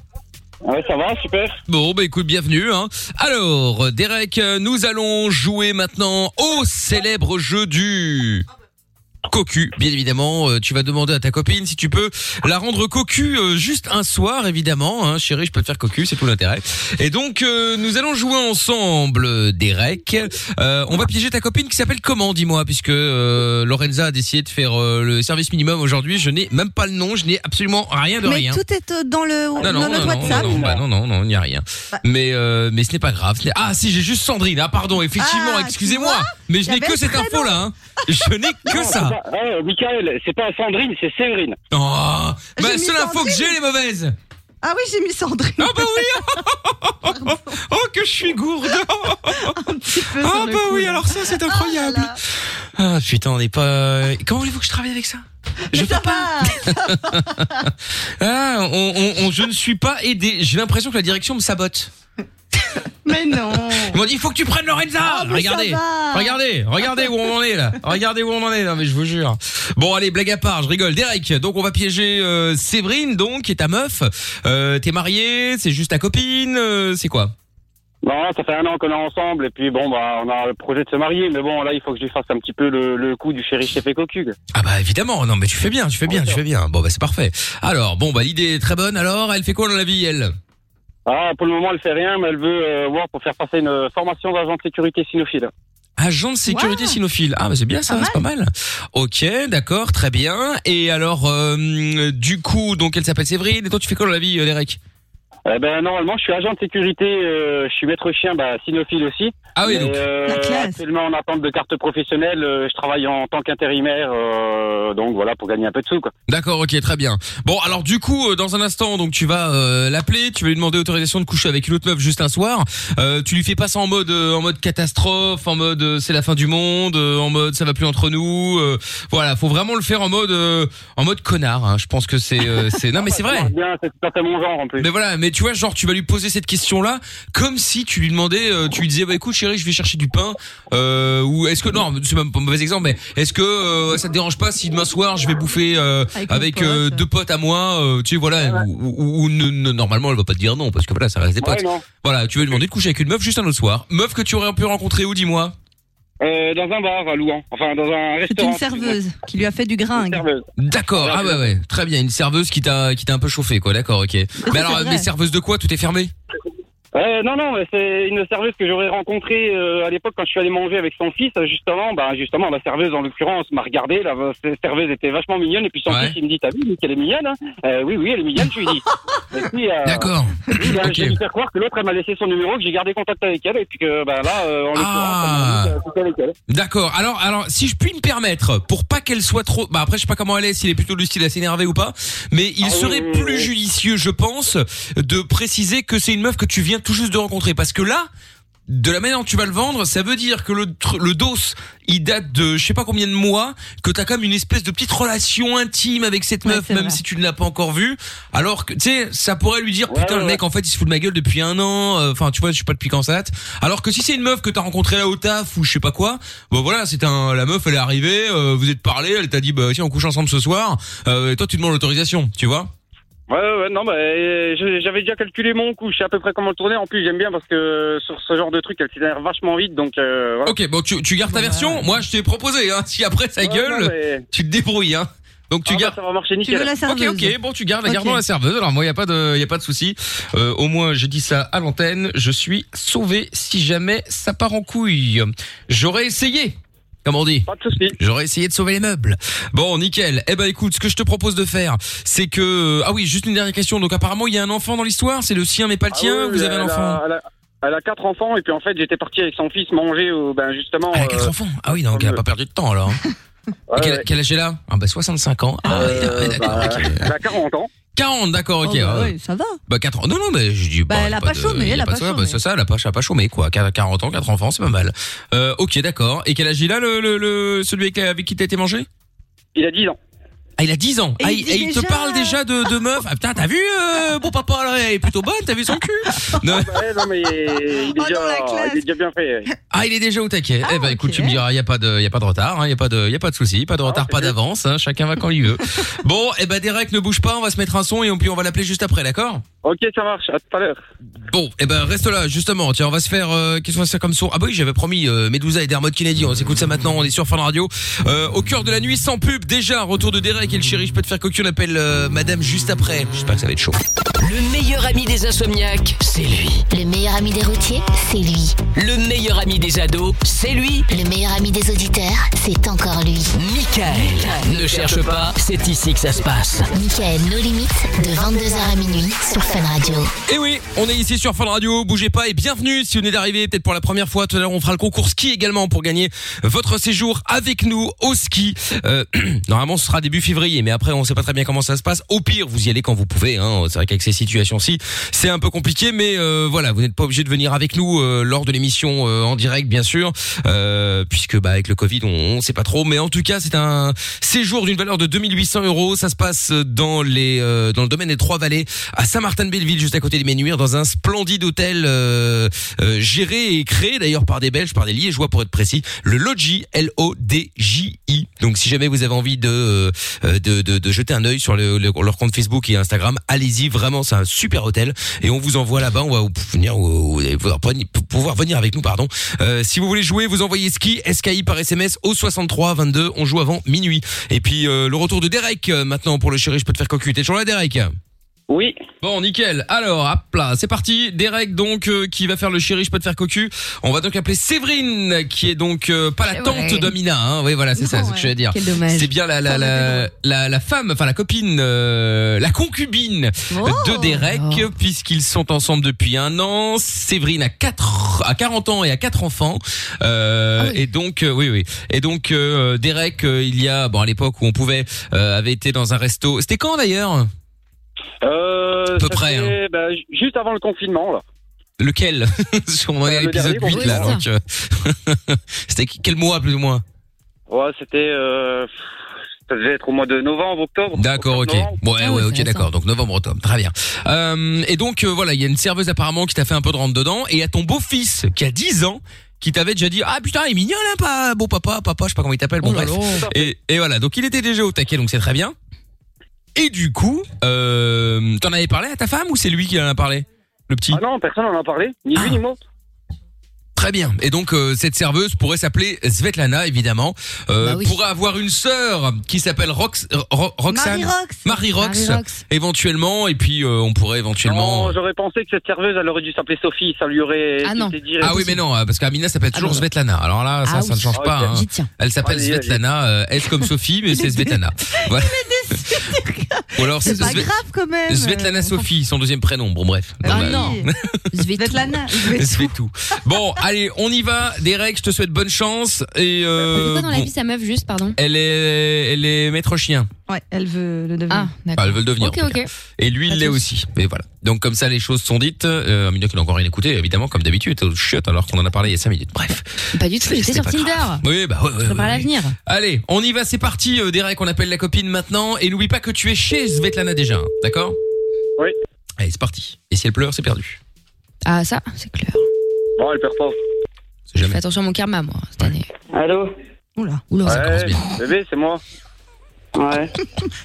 I: Ouais, ça va, super.
A: Bon, bah écoute, bienvenue. Hein. Alors, Derek, euh, nous allons jouer maintenant au célèbre jeu du... Cocu, bien évidemment. Euh, tu vas demander à ta copine si tu peux la rendre cocu euh, juste un soir, évidemment. Hein, chérie, je peux te faire cocu, c'est tout l'intérêt. Et donc, euh, nous allons jouer ensemble, euh, Derek. Euh, on va piéger ta copine qui s'appelle comment, dis-moi, puisque euh, Lorenza a décidé de faire euh, le service minimum aujourd'hui. Je n'ai même pas le nom, je n'ai absolument rien de
E: Mais
A: rien.
E: tout est euh, dans le
A: Non, non,
E: dans
A: non,
E: notre
A: non,
E: WhatsApp.
A: non, non, bah non, non, non, il n'y a rien.
I: Bah.
A: Mais, euh, mais ce n'est pas grave. ce n'est- Ah, si, j'ai juste Sandrine. Ah, pardon, effectivement,
I: Ah, tu
A: excusez-moi.
I: vois
A: Mais je
I: Il y
A: n'ai
I: avait
A: que
I: le
A: cette
I: prénom.
A: info-là. hein. Je n'ai que ça.
I: Non, c'est pas- ouais, Michael, c'est pas Sandrine, c'est Séverine.
A: Oh, bah, la seule info que j'ai, les mauvaises.
E: Ah oui, j'ai mis Sandrine. Ah
A: bah
E: [LAUGHS]
A: oui [LAUGHS] Oh, que je suis gourde
E: Ah
A: bah oui, alors ça, c'est incroyable. Ah, putain, on n'est pas. Comment voulez-vous que je travaille avec ça Je peux pas. [LAUGHS] ah, on, on- on- je ne suis pas aidé. J'ai l'impression que la direction me sabote.
E: Mais non.
A: Ils m'ont dit, il faut que tu prennes Lorenza.
E: Ah, mais
A: regardez,
E: ça va.
A: regardez, regardez où on en est là. Regardez où on en est là, mais je vous jure. Bon, allez, blague à part, je rigole. Derek, donc on va piéger euh, Séverine, donc, qui est ta meuf. Euh, T'es marié, c'est juste ta copine, euh, c'est quoi
I: Non, ça fait un an qu'on est ensemble et puis bon, bah, on a le projet de se marier, mais bon, là, il faut que je lui fasse un petit peu le, le coup du chéri chef et cocu.
A: Ah bah évidemment, non mais tu fais bien, tu fais bien, tu fais bien. Bon bah c'est parfait. Alors bon bah l'idée est très bonne. Alors elle fait quoi dans la vie elle
I: Ah, pour le moment, elle fait rien, mais elle veut euh, voir pour faire passer une euh, formation d'agent de sécurité sinophile.
A: Agent de sécurité sinophile. Ah bah c'est bien ça, c'est pas mal. Ok, d'accord, très bien. Et alors euh, du coup donc elle s'appelle Séverine et toi tu fais quoi dans la vie euh, Derek
I: Eh ben normalement, je suis agent de sécurité, euh, je suis maître chien, bah cynophile aussi.
A: Ah oui,
I: Mais,
A: donc.
I: euh,
A: La classe.
I: Actuellement en attente de carte professionnelle, euh, je travaille en tant qu'intérimaire, euh, donc voilà pour gagner un peu de sous quoi.
A: D'accord, ok, très bien. Bon, alors du coup, euh, dans un instant, donc tu vas euh, l'appeler, tu vas lui demander autorisation de coucher avec une autre meuf juste un soir. Euh, tu lui fais pas ça en mode, euh, en mode catastrophe, en mode euh, c'est la fin du monde, euh, en mode ça va plus entre nous. euh, voilà, faut vraiment le faire en mode, euh, en mode connard. hein. Je pense que c'est,
I: [LAUGHS]
A: euh, c'est non mais c'est vrai.
I: Ah, Bien, c'est tout à fait mon genre en plus.
A: Mais voilà, mais tu vois, genre tu vas lui poser cette question-là comme si tu lui demandais, euh, tu lui disais, bah écoute chérie, je vais chercher du pain. Euh, ou est-ce que non, c'est même pas un mauvais exemple, mais est-ce que euh, ça te dérange pas si demain soir je vais bouffer euh,
K: Avec
A: avec,
K: mon
A: euh, deux potes à moi, euh, tu sais voilà, ou, ou- ou ne- ne- normalement elle va pas te dire non parce que voilà, ça reste des potes.
I: Ouais, non.
A: voilà, tu vas lui demander de coucher avec une meuf juste un autre soir, meuf que tu aurais pu rencontrer où, dis-moi.
I: Euh, dans un bar à Louan, enfin dans un
E: C'est
I: restaurant.
E: une serveuse qui lui a fait du gringue.
A: D'accord, ah ouais ouais, très bien, une serveuse qui t'a qui t'a un peu chauffé quoi, d'accord, ok. Mais alors,
I: vrai.
A: mais serveuse de quoi Tout est fermé.
I: Euh, non, non, mais c'est une serveuse que j'aurais rencontrée euh, à l'époque quand je suis allé manger avec son fils. euh, Justement, bah, justement, la serveuse en l'occurrence m'a regardé. La la serveuse était vachement mignonne et puis son fils il me dit, t'as vu Nick, elle est mignonne hein Euh, Oui, oui, elle est mignonne. Je lui
A: [LAUGHS]
I: dis. euh,
A: D'accord.
I: bah, J'ai dû faire croire que l'autre elle m'a laissé son numéro, que j'ai gardé contact avec elle et puis que bah, là, euh, en
A: Ah.
I: l'occurrence, comme on dit, euh, c'était avec elle.
A: D'accord. Alors, alors, si je puis me permettre, pour pas qu'elle soit trop, bah après, je sais pas comment elle est, s'il est plutôt du style à s'énerver ou pas, mais
I: Ah
A: il serait plus judicieux, je pense, de préciser que c'est une meuf que tu viens tout juste de rencontrer, parce que là. De la manière dont tu vas le vendre, ça veut dire que le, tr- le dos, il date de je sais pas combien de mois, que t'as comme une espèce de petite relation intime avec cette meuf, même si tu ne l'as pas encore vue. Alors que, tu sais, ça pourrait lui dire, putain, le mec, en fait, il se fout de ma gueule depuis un an, euh, enfin, tu vois, je suis pas depuis quand ça date. Alors que si c'est une meuf que t'as rencontrée là au taf ou je sais pas quoi, bah voilà, c'est un, la meuf, elle est arrivée, euh, vous êtes parlé, elle t'a dit, bah, tiens, on couche ensemble ce soir, euh, et toi, tu demandes l'autorisation, tu vois.
I: Ouais, ouais, ouais, non, bah, euh, je- j'avais déjà calculé mon coût. Je sais à peu près comment le tourner. En plus, j'aime bien parce que euh, sur ce genre de truc, elle s'énerve vachement vite. Donc, euh, voilà.
A: Ok, bon, tu, tu gardes ta version, moi, je t'ai proposé, hein, si après ça
I: Ouais,
A: gueule,
I: non, mais- Ah, bah,
A: tu te débrouilles, hein. Donc tu gardes.
I: ça va marcher
A: nickel. Tu veux la serveuse.
F: Ok, ok,
A: bon, tu gardes, Gardons la serveuse. Alors moi, il y a pas de, il y a pas de souci. Euh, au moins, j'ai dit ça à l'antenne. Je suis sauvé si jamais ça part en couille. J'aurais essayé. Comme on dit. Pas
I: de souci.
A: J'aurais essayé de sauver les meubles. Bon, nickel. Eh ben, écoute, ce que je te propose de faire, c'est que, ah oui, juste une dernière question. Donc, apparemment, il y a un enfant dans l'histoire. C'est le sien, mais pas le
I: Ah
A: tien.
I: oui,
A: Vous avez
I: elle
A: un
I: a-
A: enfant.
I: elle, a, elle a quatre enfants et puis en fait j'étais parti avec son fils manger au, ben justement. Elle a quatre
A: enfants. Ah oui donc elle a pas perdu de temps
I: [LAUGHS]
A: alors. hein. Et quel, quel âge elle a Ah bah 65 ans. Ah ouais, [LAUGHS] d'accord.
I: bah,
A: ok.
I: elle a 40 ans.
A: 40, d'accord, ok.
E: Oh, bah
A: ouais.
E: oui, ça va.
A: Bah 4 ans. Non non mais je dis
E: Bah, elle
A: y
E: a pas
A: de-
E: chômé,
A: y
E: elle a pas
A: de- ouais,
E: chômé.
A: bah, c'est ça, elle a pas elle a pas chômé quoi. Quar- 40 ans, 4 enfants, c'est pas mal. Euh, OK, d'accord. Et quel âge il a le, le, le- celui avec, avec qui t'as été mangé
I: Il a 10 ans.
A: Ah, il a 10 ans.
I: Et
A: ah,
I: il
A: il,
I: dit
A: et il te
I: déjà.
A: parle déjà de, de meuf. Ah, putain, t'as vu, euh, bon papa, là, elle est plutôt bonne, t'as vu son cul Non.
I: [LAUGHS] Ah, ouais, non mais
A: Oh,
I: il est, déjà, il est déjà bien fait.
A: Ah, il est déjà au taquet. eh ben, écoute, tu me diras, il y a pas de, il y a pas de retard, hein, il y a pas de, il y a pas de souci,
I: Ah,
A: pas de retard, pas d'avance, hein, chacun va quand il
I: [LAUGHS]
A: veut. bon, eh ben, Derek, ne bouge pas, on va se mettre un son et on- puis on va l'appeler juste après, d'accord
I: Ok, ça marche. À tout à l'heure.
A: Bon, eh ben, reste là, justement. Tiens, on va se faire, euh, qu'est-ce qu'on va se faire comme son Ah bah oui, j'avais promis euh, Medusa et Dermot Kennedy. On s'écoute ça maintenant. On est sur Fun Radio. Euh, au cœur de la nuit, sans pub. Déjà, retour de Derek et le chéri. Je peux te faire cocu. On appelle euh, Madame juste après. J'espère que ça va être chaud.
G: Le meilleur ami des insomniaques, c'est lui.
H: Le meilleur ami des routiers, c'est lui.
G: Le meilleur ami des ados, c'est lui.
H: Le meilleur ami des auditeurs, c'est encore lui.
G: Michael. Ne cherche pas, c'est ici que ça se passe.
H: Michael, nos limites, de 22h à minuit sur Fun Radio.
A: Et oui, on est ici sur Fun Radio, bougez pas et bienvenue si vous venez d'arriver peut-être pour la première fois. Tout à l'heure, on fera le concours ski également pour gagner votre séjour avec nous au ski. Euh, [CLEARS THROAT] normalement, ce sera début février, mais après, on sait pas très bien comment ça se passe. Au pire, vous y allez quand vous pouvez. Hein. C'est vrai qu'avec ces situations-ci, c'est un peu compliqué, mais euh, voilà, vous n'êtes pas obligé de venir avec nous euh, lors de l'émission euh, en direct, bien sûr, euh, puisque bah, avec le Covid, on, on sait pas trop. Mais en tout cas, c'est un séjour d'une valeur de 2800 euros. Ça se passe dans les euh, dans le domaine des Trois Vallées, à Saint-Martin-de-Belleville, juste à côté des Ménuires, dans un splendide hôtel euh, euh, géré et créé d'ailleurs par des Belges, par des Liégeois pour être précis. Le Lodji, L-O-D-J-I. Donc, si jamais vous avez envie de euh, euh, de, de, de jeter un œil sur le- le- leur compte Facebook et Instagram, allez-y. Vraiment, c'est un super hôtel et on vous envoie là-bas. On va vous venir, vous allez pouvoir preni- pouvoir venir avec nous, pardon. Euh, si vous voulez jouer, vous envoyez ski SKI par SMS au 63 22. On joue avant minuit. Et puis euh, le retour de Derek euh, maintenant pour le chéri, je peux te faire cocu. T'es toujours là, Derek
I: Oui.
A: Bon, nickel. Alors, hop là, c'est parti. Derek, donc, euh, qui va faire le chéri, je peux te faire cocu. On va donc appeler Séverine, qui est donc euh, pas la
K: Ouais.
A: tante d'Amina. Hein. Oui, voilà, c'est ça, c'est ce que je voulais dire.
K: Quel dommage.
A: C'est bien la, la, la, la, la femme, enfin la copine, euh, la concubine
K: Oh.
A: de Derek, puisqu'ils sont ensemble depuis un an. Séverine a quatre, a 40 ans et a quatre enfants. Euh,
K: Ah
A: Et donc, euh, oui, oui. Et donc, euh, Derek, euh, il y a, bon, à l'époque où on pouvait, euh, avait été dans un resto. C'était quand d'ailleurs
I: Euh,
A: peu
I: ça
A: près, hein.
I: fait, bah, ju- juste avant le confinement, là.
A: Lequel [LAUGHS] Parce qu'on en est à
I: Euh, le
A: l'épisode
I: dernier,
A: 8 là.
I: oui,
A: donc, euh, [LAUGHS] C'était quel mois plus ou moins
I: Ouais, c'était. euh, ça devait être au mois de novembre, octobre.
A: D'accord, ok.
I: Octobre, novembre.
A: Bon, eh
E: Ah
A: ouais, ouais, ok, d'accord. Donc novembre, octobre, très bien. Euh, et donc euh, voilà, il y a une serveuse apparemment qui t'a fait un peu de rentre dedans, et à ton beau-fils qui a 10 ans, qui t'avait déjà dit ah putain il est mignon là, pas beau papa, papa, je sais pas comment il t'appelle. Bon
I: Oh
A: bref. Et, et voilà, donc il était déjà au taquet, donc c'est très bien. Et du coup, euh, t'en avais parlé à ta femme ou c'est lui qui en a parlé, le petit Ah.
I: Ah non, personne n'en a parlé, ni lui ni moi.
A: Très bien. Et donc euh, cette serveuse pourrait s'appeler Svetlana évidemment, euh,
I: Bah oui.
A: pourrait avoir une sœur qui s'appelle Rox, Ro- Roxane,
I: Marie Rox.
A: Marie Rox,
I: Marie Rox.
A: éventuellement. Et puis euh, on pourrait éventuellement.
I: Non, j'aurais pensé que cette serveuse, elle aurait dû s'appeler Sophie, ça lui aurait
A: Ah
I: été direct.
A: Ah oui, mais non, parce qu'Amina s'appelle toujours Svetlana. Alors là, ça,
I: Ah
A: ça
I: oui.
A: ne change
I: Ah,
A: pas.
I: ok.
A: hein.
I: J'y tiens.
A: Elle s'appelle
I: Allez, allez.
A: Svetlana, euh, S comme Sophie, mais c'est Svetlana. Voilà. Ou alors
E: C'est pas
A: Sve-
E: grave quand même.
A: Svetlana Sophie, son deuxième prénom. Bon, bref.
E: Ah
A: Bon, bah,
E: non.
B: [LAUGHS]
E: Svetlana.
A: C'est tout. Bon, allez, on y va. Derek, je te souhaite bonne chance. Et euh,
B: Pourquoi Bah, dans la
A: bon,
B: vie sa meuf juste, pardon
A: elle est, elle est maître chien.
E: Ouais, elle veut le devenir.
B: Ah,
A: Enfin, elle veut le devenir.
B: Ok,
A: en tout cas.
B: ok.
A: Et lui, il l'est aussi. Mais voilà. Donc comme ça, les choses sont dites. Euh, Amina qui n'a encore rien écouté, évidemment, comme d'habitude. Oh, Chiotte, alors qu'on en a parlé il y a 5 minutes. Bref.
B: Pas du tout, j'étais sur
A: pas
B: Tinder.
A: Oui, bah ouais, ouais,
B: Je prépare
A: ouais.
B: l'avenir.
A: Allez, on y va, c'est parti, euh, Derek, on appelle la copine maintenant. Et n'oublie pas que tu es chez Svetlana déjà, hein, d'accord
I: Oui.
A: Allez, c'est parti. Et si elle pleure, c'est perdu.
B: Ah, ça, c'est clair.
I: Bon, elle perd pas.
B: Je fais attention à mon karma, moi, cette année.
I: Allô
E: Oula.
B: Oula,
I: ouais, Bébé, c'est moi.
A: [LAUGHS]
I: Ouais.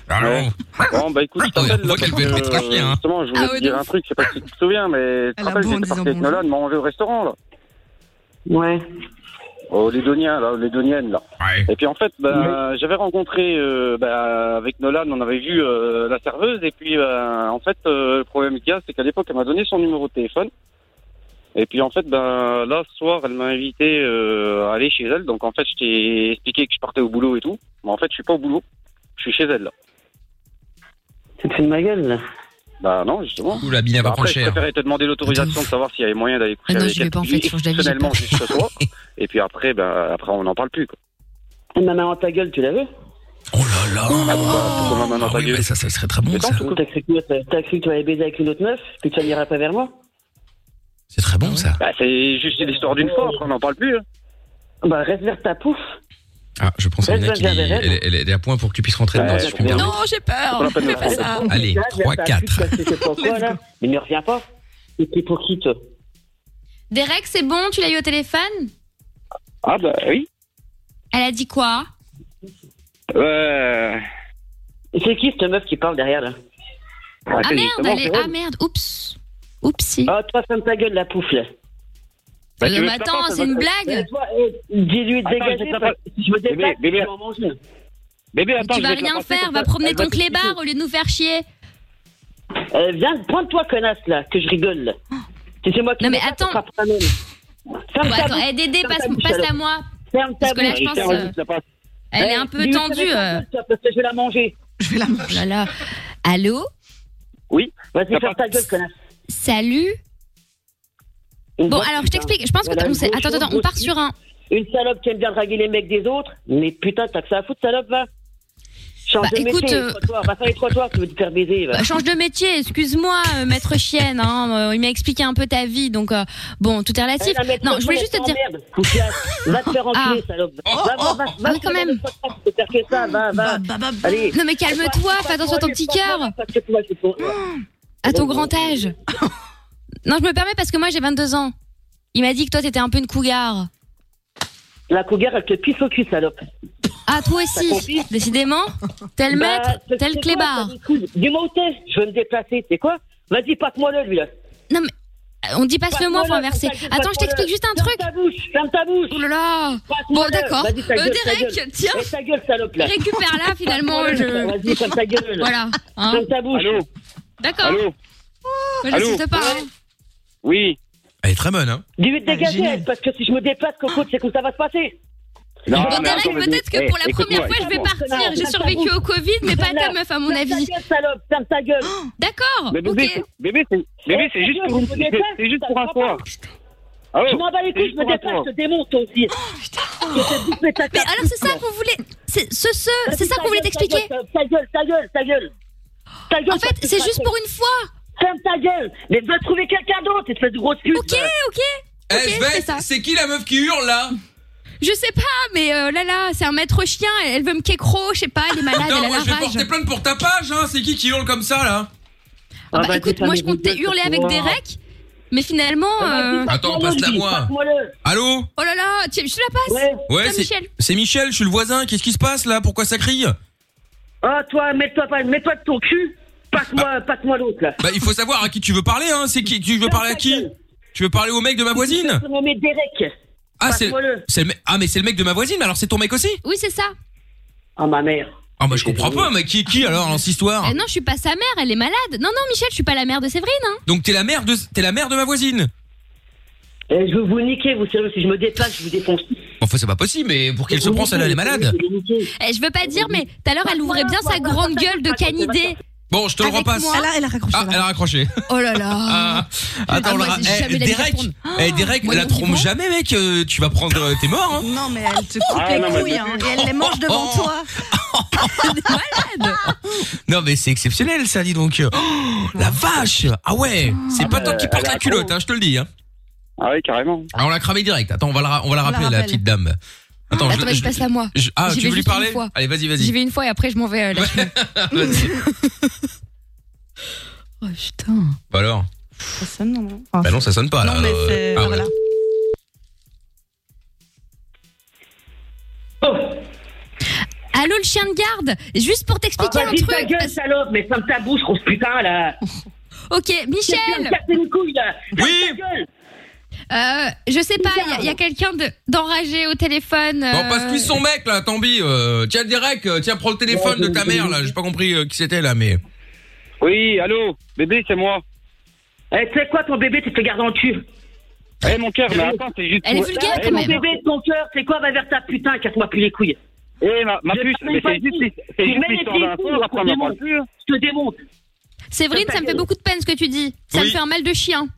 A: Ouais.
I: Bon, bah écoute, je t'appelle. là, parce que,
A: hein.
I: euh, Justement, je voulais
E: Ah ouais,
I: te dire
E: de
I: un truc, je sais pas si tu te souviens, mais tu te
E: Elle a
I: rappelles,
E: beau en
I: j'étais
E: disant
I: parti avec
E: bonjour.
I: Nolan manger au restaurant, là. Ouais. Au Lédonien, Oh, là, aux Lédoniennes, là. Et puis en fait, ben, j'avais rencontré euh, ben, avec Nolan, on avait vu euh, la serveuse, et puis ben, en fait, euh, le problème qu'il y a, c'est qu'à l'époque, elle m'a donné son numéro de téléphone. Et puis en fait, ben, là, ce soir, elle m'a invité euh, à aller chez elle. Donc en fait, je t'ai expliqué que je partais au boulot et tout. Mais en fait, je suis pas au boulot. Je suis chez elle, là.
L: Tu te fous de ma gueule, là
I: Bah non, justement. Bah,
A: Ouh, la bine, elle va
I: Après,
A: prendre
I: je
A: cher.
I: préférais te demander l'autorisation de savoir s'il y avait moyen d'aller coucher
L: Ah non,
I: avec
L: j'y vais
I: elle.
L: pas, en fait, je change d'avis, j'ai
I: Exceptionnellement,
L: peur.
I: juste ce soir. Et puis après, ben, après, on n'en parle plus, quoi.
L: Ma main dans ta gueule, tu l'avais
A: Oh Là,
L: bah,
A: ah oui, mais ça, ça serait très bon, ça.
L: T'as cru, que- t'as cru que tu allais baiser avec une autre meuf, puis que ça n'irait pas vers moi
A: C'est très bon, ça.
I: Bah, c'est juste l'histoire d'une fois, après, on n'en parle plus. hein.
L: Bah, reste vers ta pouffe.
A: Ah, je pense à
L: Reste
A: Mina
L: bien
A: qui elle,
L: derrière elle.
A: est- elle est à point pour que tu puisses rentrer dedans, si je puis me permettre.
L: j'ai peur,
A: fais pas ça. Allez, trois, quatre.
L: Mais ne reviens pas. Et t'es pour qui, toi
B: Derek, c'est bon, tu l'as eu au téléphone
I: Ah bah oui.
B: Elle a dit quoi
I: Ouais.
L: C'est qui cette meuf qui parle derrière là
B: Ah, merde, elle est... ah merde, oups. Oupsie.
L: Ah toi ferme ta gueule la pouffe là.
B: Bah, tu veux Mais que je attends, t'apporte, c'est une ça va- blague.
L: Eh, toi, eh, Dis-lui de
I: Attends, je
L: dégager.
I: vais
L: parce que si Je me
I: t'apporter-
L: déplace,
I: Bébé,
L: je
I: bébé.
L: vais en manger.
I: Bébé, attends,
B: tu
I: je
B: vas
I: vais te la
B: rien
I: passer,
B: faire,
I: comme
B: va
I: ça,
B: promener
L: Eh,
I: elle va
B: ton
I: t'expliquer.
B: clébard au lieu de nous faire chier.
L: Euh, viens, pointe-toi connasse là, que je rigole là.
B: Oh.
L: Si c'est moi qui. Non mais attends. Ferme
B: Bon,
L: ta
B: attends,
L: bouche.
B: eh, Dédé,
L: Ferme
B: passe-
L: ta bouche,
B: passe-la
L: alors.
B: moi.
L: Ferme ta
B: Parce que là,
L: bouche.
B: je pense,
L: Ferme
B: euh,
L: ta bouche.
B: elle est
L: Eh,
B: un peu
L: dis-lui de
B: tendue,
L: fermer ta
B: euh.
L: bouche, là, Parce que je vais la manger. Je vais la manger.
B: Voilà. Allô
L: Oui. Vas-y, ferme ta gueule connasse.
B: Salut
L: Une
B: Bon,
L: grosse
B: alors je
L: pute,
B: t'explique.
L: hein.
B: Je pense que.
L: Voilà,
B: on
L: une
B: s'est-
L: grosse
B: Attends,
L: chose,
B: attends, on
L: grosse
B: part
L: pute.
B: sur un.
L: Une salope qui aime bien draguer les mecs des autres. Mais putain, t'as que ça à foutre, salope, va. Change
B: Bah,
L: de
B: écoute,
L: métier,
B: euh,
L: trottoir, va faire les trottoirs, tu veux te faire baiser. Va.
B: Bah, change de métier, excuse-moi, euh, maître chienne. hein, euh, il m'a expliqué un peu ta vie, donc euh, bon, tout est relatif.
L: Eh, la maître
B: Non, je voulais
L: chienne,
B: juste te dire.
L: t'emmerde, Poufias. va
B: Ah.
L: te faire enculer, salope.
B: Oh,
L: Va, va, va, va, va,
B: quand même.
L: te faire que ça, va, va. Allez.
B: Non mais calme-toi, fais attention à ton petit cœur. À ton grand âge. Non, je me permets parce que moi j'ai 22 ans. Il m'a dit que toi t'étais un peu une cougar.
L: La cougar, elle te pisse au cul, salope.
B: Ah, toi aussi, décidément. Tel
L: Bah,
B: maître,
L: c'est-
B: tel
L: c'est quoi,
B: clébard.
L: t'as des couilles Dis-moi où t'es, je vais me déplacer, c'est quoi Vas-y, passe-moi le, lui, là.
B: Non, mais. euh, On dit passe-le-moi, faut
L: Passe-moi-le,
B: inverser.
L: passe-le,
B: Attends, je t'explique
L: passe-moi-le.
B: juste un truc.
L: Ferme ta bouche, ferme ta bouche.
B: Oh là là. Bon, d'accord.
L: Vas-y, ta
B: Euh,
L: gueule, ta
B: Derek,
L: gueule.
B: tiens.
L: Eh, ta gueule, salope, là.
B: [LAUGHS] Récupère-la, finalement,
L: Passe-moi le,
B: je-
L: Vas-y, ferme ta gueule, là.
B: Voilà, hein.
L: Ferme ta bouche.
B: D'accord.
I: Allô
B: Voilà,
I: Allô
B: s'il te parle.
I: Oui.
A: Elle est très bonne, hein
L: Dis-lui
B: Bah,
L: de dégager, elle, parce que si je me déplace, Coco, tu sais comment ça va se passer.
B: Bon, Derek, peut-être que pour la première fois, je vais partir. J'ai survécu au Covid, mais pas à ta meuf, à mon avis. Oh.
L: Ferme ta gueule.
A: Oh,
B: D'accord.
I: Mais bébé,
B: Ok.
I: c'est- bébé, c'est- bébé, c'est juste pour, c'est- c'est juste pour un soir. Ah ouais,
L: Je m'en bats les
I: c'est
L: couilles,
I: juste
L: je me
I: pour un
L: déplace,
I: soir.
L: je te démonte toi aussi. Mais
B: Oh, alors c'est ça qu'on voulait. C'est ce, ce, c'est ça qu'on voulait t'expliquer.
L: Ta gueule, ta gueule, ta gueule. Ta gueule. En fait,
B: c'est juste pour une fois.
L: Ferme ta gueule. Mais va trouver quelqu'un d'autre, espèce de grosse pute. Ok,
B: ok.
A: Eh, Svette, c'est qui la meuf qui hurle là
B: Je sais pas, mais euh, là là, c'est un maître chien. Elle elle veut me kécro, je sais pas. Elle est [LAUGHS] malade,
A: Putain,
B: elle a
A: moi
B: la
A: je vais
B: rage.
A: porter plainte pour ta page, hein C'est qui qui hurle comme ça là
B: Ah bah, écoute, moi je comptais hurler avec Derek, mais finalement. euh,
A: Attends, passe-la moi Allô
B: Oh là là, tu- je te la passe.
A: Ouais,
B: Toi,
A: c'est
B: Michel.
A: c'est Michel, je suis le voisin, qu'est-ce qui se passe là Pourquoi ça crie
L: Ah, toi, mets-toi pas- mets-toi de ton cul. Passe-moi passe-moi l'autre là.
A: Bah il faut savoir à qui tu veux parler, hein C'est qui Tu veux parler à qui Tu veux parler au mec de ma voisine
L: Je me mets Derek.
A: Ah c'est c'est le mec- ah mais c'est le mec de ma voisine, mais alors c'est ton mec aussi
B: Oui, c'est ça.
L: Ah ma mère.
A: Ah bah je comprends pas, mais qui qui alors dans cette histoire
B: Eh non, je suis pas sa mère, elle est malade. Non non, Michel, je suis pas la mère de Séverine. Hein.
A: Donc t'es la mère de t'es la mère de ma voisine.
L: Eh, je veux vous niquer, vous sérieux, si je me déplace, je vous défonce.
A: Enfin c'est pas possible, mais pour qu'elle se prend celle-là, elle est malade.
B: Eh, je veux pas dire, mais tout à l'heure, elle ouvrait bien sa grande gueule de canidé.
A: Bon, je te le
B: Avec
A: repasse.
B: moi. Ah, là, elle a raccroché,
A: Ah, elle a raccroché.
B: [LAUGHS] Oh là là.
A: Ah, attends,
B: Ah, moi,
A: Laura,
B: j'ai
A: eh,
B: jamais la vie
A: Derek,
B: à prendre.
A: eh, Derek,
B: Moi,
A: la
B: non, dis
A: trompe
B: donc.
A: jamais, mec. euh, Tu vas prendre, euh, t'es mort. Hein. Oh,
E: Non, mais elle te coupe
A: Ah,
E: les
A: non, mais
E: couilles,
A: je-
E: hein, et elle les mange devant toi.
A: oh. Non, mais c'est exceptionnel, ça, dis donc. Oh, la vache. Ah ouais, c'est
I: Ah,
A: pas
I: bah,
A: toi qui
I: elle
A: portes
I: a
A: la
I: la
A: culotte,
I: trompe.
A: hein, je te le dis. Hein.
I: Ah oui, carrément.
A: Ah, on l'a cramé direct. Attends, on va la, ra- on va la
B: On la
A: rappeler, la,
B: rappelle.
A: petite dame. Attends,
B: Attends, vas-y, passe-la moi.
A: je- ah,
B: J'y
A: tu
B: vais
A: veux lui
B: juste une
A: parler
B: fois.
A: Allez, vas-y,
B: J'y
A: vas-y.
B: vais une fois et après, je m'en vais. euh, là.
A: [LAUGHS]
B: [LAUGHS]
A: Vas-y.
E: Oh putain.
A: Bah alors
E: Ça sonne normalement.
A: Bah non, ça sonne pas.
E: Non,
A: là,
E: mais
A: alors,
E: c'est-
A: euh, ah,
E: voilà.
A: ouais.
B: Oh. Allô, le chien de garde. Juste pour t'expliquer
L: Ah,
B: un
L: vas-y, ta
B: truc.
L: gueule, salope, mais ferme ta bouche, grosse putain, là.
B: Ok,
L: Tiens,
B: Michel.
L: casse une couille, là.
A: Oui.
B: Euh, je sais pas, il y a- il y a, quelqu'un de- d'enragé au téléphone.
A: Bon,
B: euh,
A: passe lui son mec, là, tant pis. euh, tiens, Derek, euh, tiens, prends le téléphone de ta mère, là. J'ai pas compris euh, qui c'était, là, mais.
I: Oui, allô, bébé, c'est moi.
L: Eh, tu sais quoi, ton bébé, tu te le gardes dans le cul.
I: Eh, mon cœur, mais attends, c'est juste. pour- Eh,
L: Ton
I: mon
L: bébé, ton cœur, c'est quoi, va vers ta putain, casse-moi plus les couilles.
I: Eh, ma, ma puce, mais c'est juste, c'est juste l'histoire d'un soir, après on en parle plus.
L: Je te démonte.
B: Séverine, ça me fait beaucoup de peine ce que tu dis. Ça me fait un mal de chien.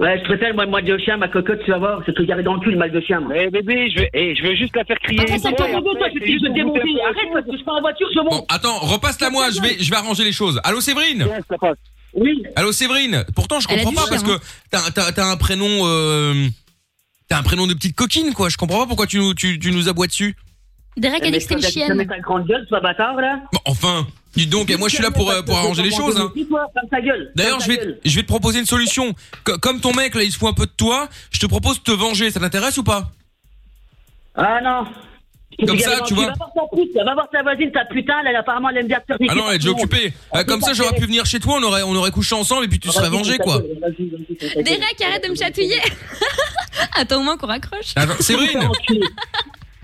L: Ouais, je préfère moi le mal de chien, ma cocotte, tu vas voir, c'est te le garder dans le cul, le mal de chien. moi.
I: Eh, bébé, je vais, eh, je vais juste la faire crier.
L: Après, ça
I: une
L: tombe
A: Eh,
I: fois, et
L: au bout, toi,
I: après,
L: je
I: c'est
L: suis
I: juste
L: de
I: pour vous faire
L: démonter.
I: plaisir.
L: Arrête, parce que je pars en voiture, je monte.
A: Attends, repasse-la-moi, je vais, je vais arranger les choses. Allô, Séverine
L: Oui.
A: Allô, Séverine Pourtant, je
L: Elle a
A: comprends
L: du hein.
A: pas
L: chien,
A: parce que t'as- t'as t'as un prénom. euh, T'as un prénom de petite coquine, quoi. Je comprends pas pourquoi tu, nous- tu, tu nous aboies dessus.
B: Derek
L: Eh,
B: a dit que c'était une chienne.
L: ta grande gueule, toi, bâtard, là.
A: Bah, enfin, dis donc, et moi, je suis là pour, euh, pour arranger les choses, hein.
L: Ferme ta gueule.
A: D'ailleurs, je vais, je vais te proposer une solution. Co- comme ton mec, là, il se fout un peu de toi, je te propose de te venger. Ça t'intéresse ou pas
L: Ah non. Je te
A: Comme
L: le garde
A: ça,
L: dans
A: tu
L: le cul.
A: vois.
L: Va voir ta pute, va voir ta voisine, ta putain, là, elle, apparemment, elle aime bien te faire niquer
A: Ah non, elle est déjà
L: par tout le monde.
A: occupée. Euh, comme ça, j'aurais pu venir chez toi, on aurait, on aurait couché ensemble et puis tu serais vengé, quoi.
B: Derek, arrête de me chatouiller. [LAUGHS] Attends au moins qu'on raccroche.
A: Attends, Séverine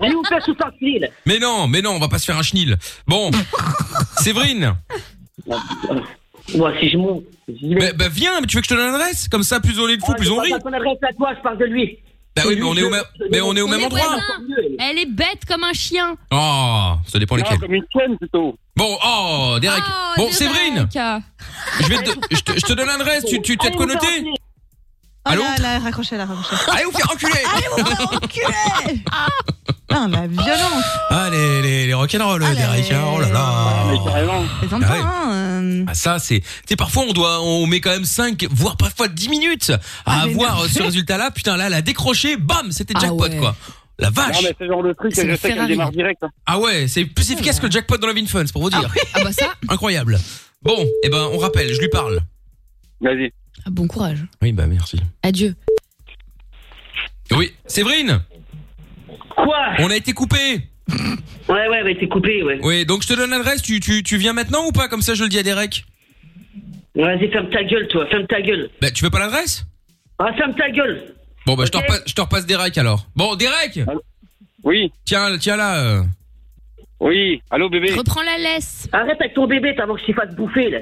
L: Allez, vous faire sous un fil.
A: Mais non, mais non, on va pas se faire un chenil. Bon, Séverine.
L: Moi, si je monte.
A: Bah, bah, viens, mais tu veux que je te donne l'adresse Comme ça, plus on est de fous,
L: Ah,
A: plus
L: je
A: on
L: parle
A: rit.
L: pas de Son adresse à toi, je parle de lui.
A: Bah oui, mais on est au même, mais on est au même endroit.
B: voisins. Elle est bête comme un chien.
A: Oh, ça dépend lesquels.
I: comme une chienne, plutôt.
A: Bon, oh, Derek.
B: Oh,
A: bon,
B: Derek.
A: Séverine, je, vais te, je, te, je te donne l'adresse, tu, tu t'as de quoi noter
E: Ah
A: Allô
E: là, elle a raccroché, elle a raccroché.
A: Allez vous faire enculer
E: [LAUGHS] Allez vous faire
A: [LAUGHS]
E: enculer Putain, la violence
A: Ah, les, les, les rock'n'roll, Derek, hein, oh là là.
E: C'est
A: Ah
E: sympa,
A: ouais.
E: hein euh,
A: Ah, ça c'est tu sais parfois on doit on met quand même 5 voire parfois 10 minutes à
E: Ah, mais
A: avoir
E: non.
A: euh, ce résultat là putain là elle a décroché bam c'était
I: Ah
A: jackpot
I: ouais.
A: quoi la vache
I: Non, mais c'est le genre de truc,
A: C'est
I: que
A: le
I: je sais qu'elle
A: Ferrari.
I: démarre direct. hein.
A: Ah ouais, c'est plus efficace que le jackpot dans la Fun, c'est pour vous dire.
B: Oh. Ah bah ça.
A: [LAUGHS] Incroyable. Bon, eh ben on rappelle, je lui parle.
I: Vas-y.
E: Ah,
B: bon courage.
A: Oui, bah merci.
B: Adieu.
A: Oui, Séverine.
L: Quoi
A: On a été coupé.
L: Ouais ouais, mais t'es coupé, ouais.
A: Oui, donc je te donne l'adresse, tu, tu, tu viens maintenant ou pas comme ça je le dis à Derek
L: Vas-y, ferme ta gueule, toi, ferme ta gueule.
A: Bah tu veux pas l'adresse
L: Ah, ferme ta gueule.
A: Bon bah je te repasse je te repasse Derek alors. Bon, Derek
I: Oui.
A: Tiens, tiens là. euh.
I: Oui, allô bébé
B: Reprends la laisse.
L: Arrête avec ton bébé, t'as avant que je t'y fasse bouffer, là.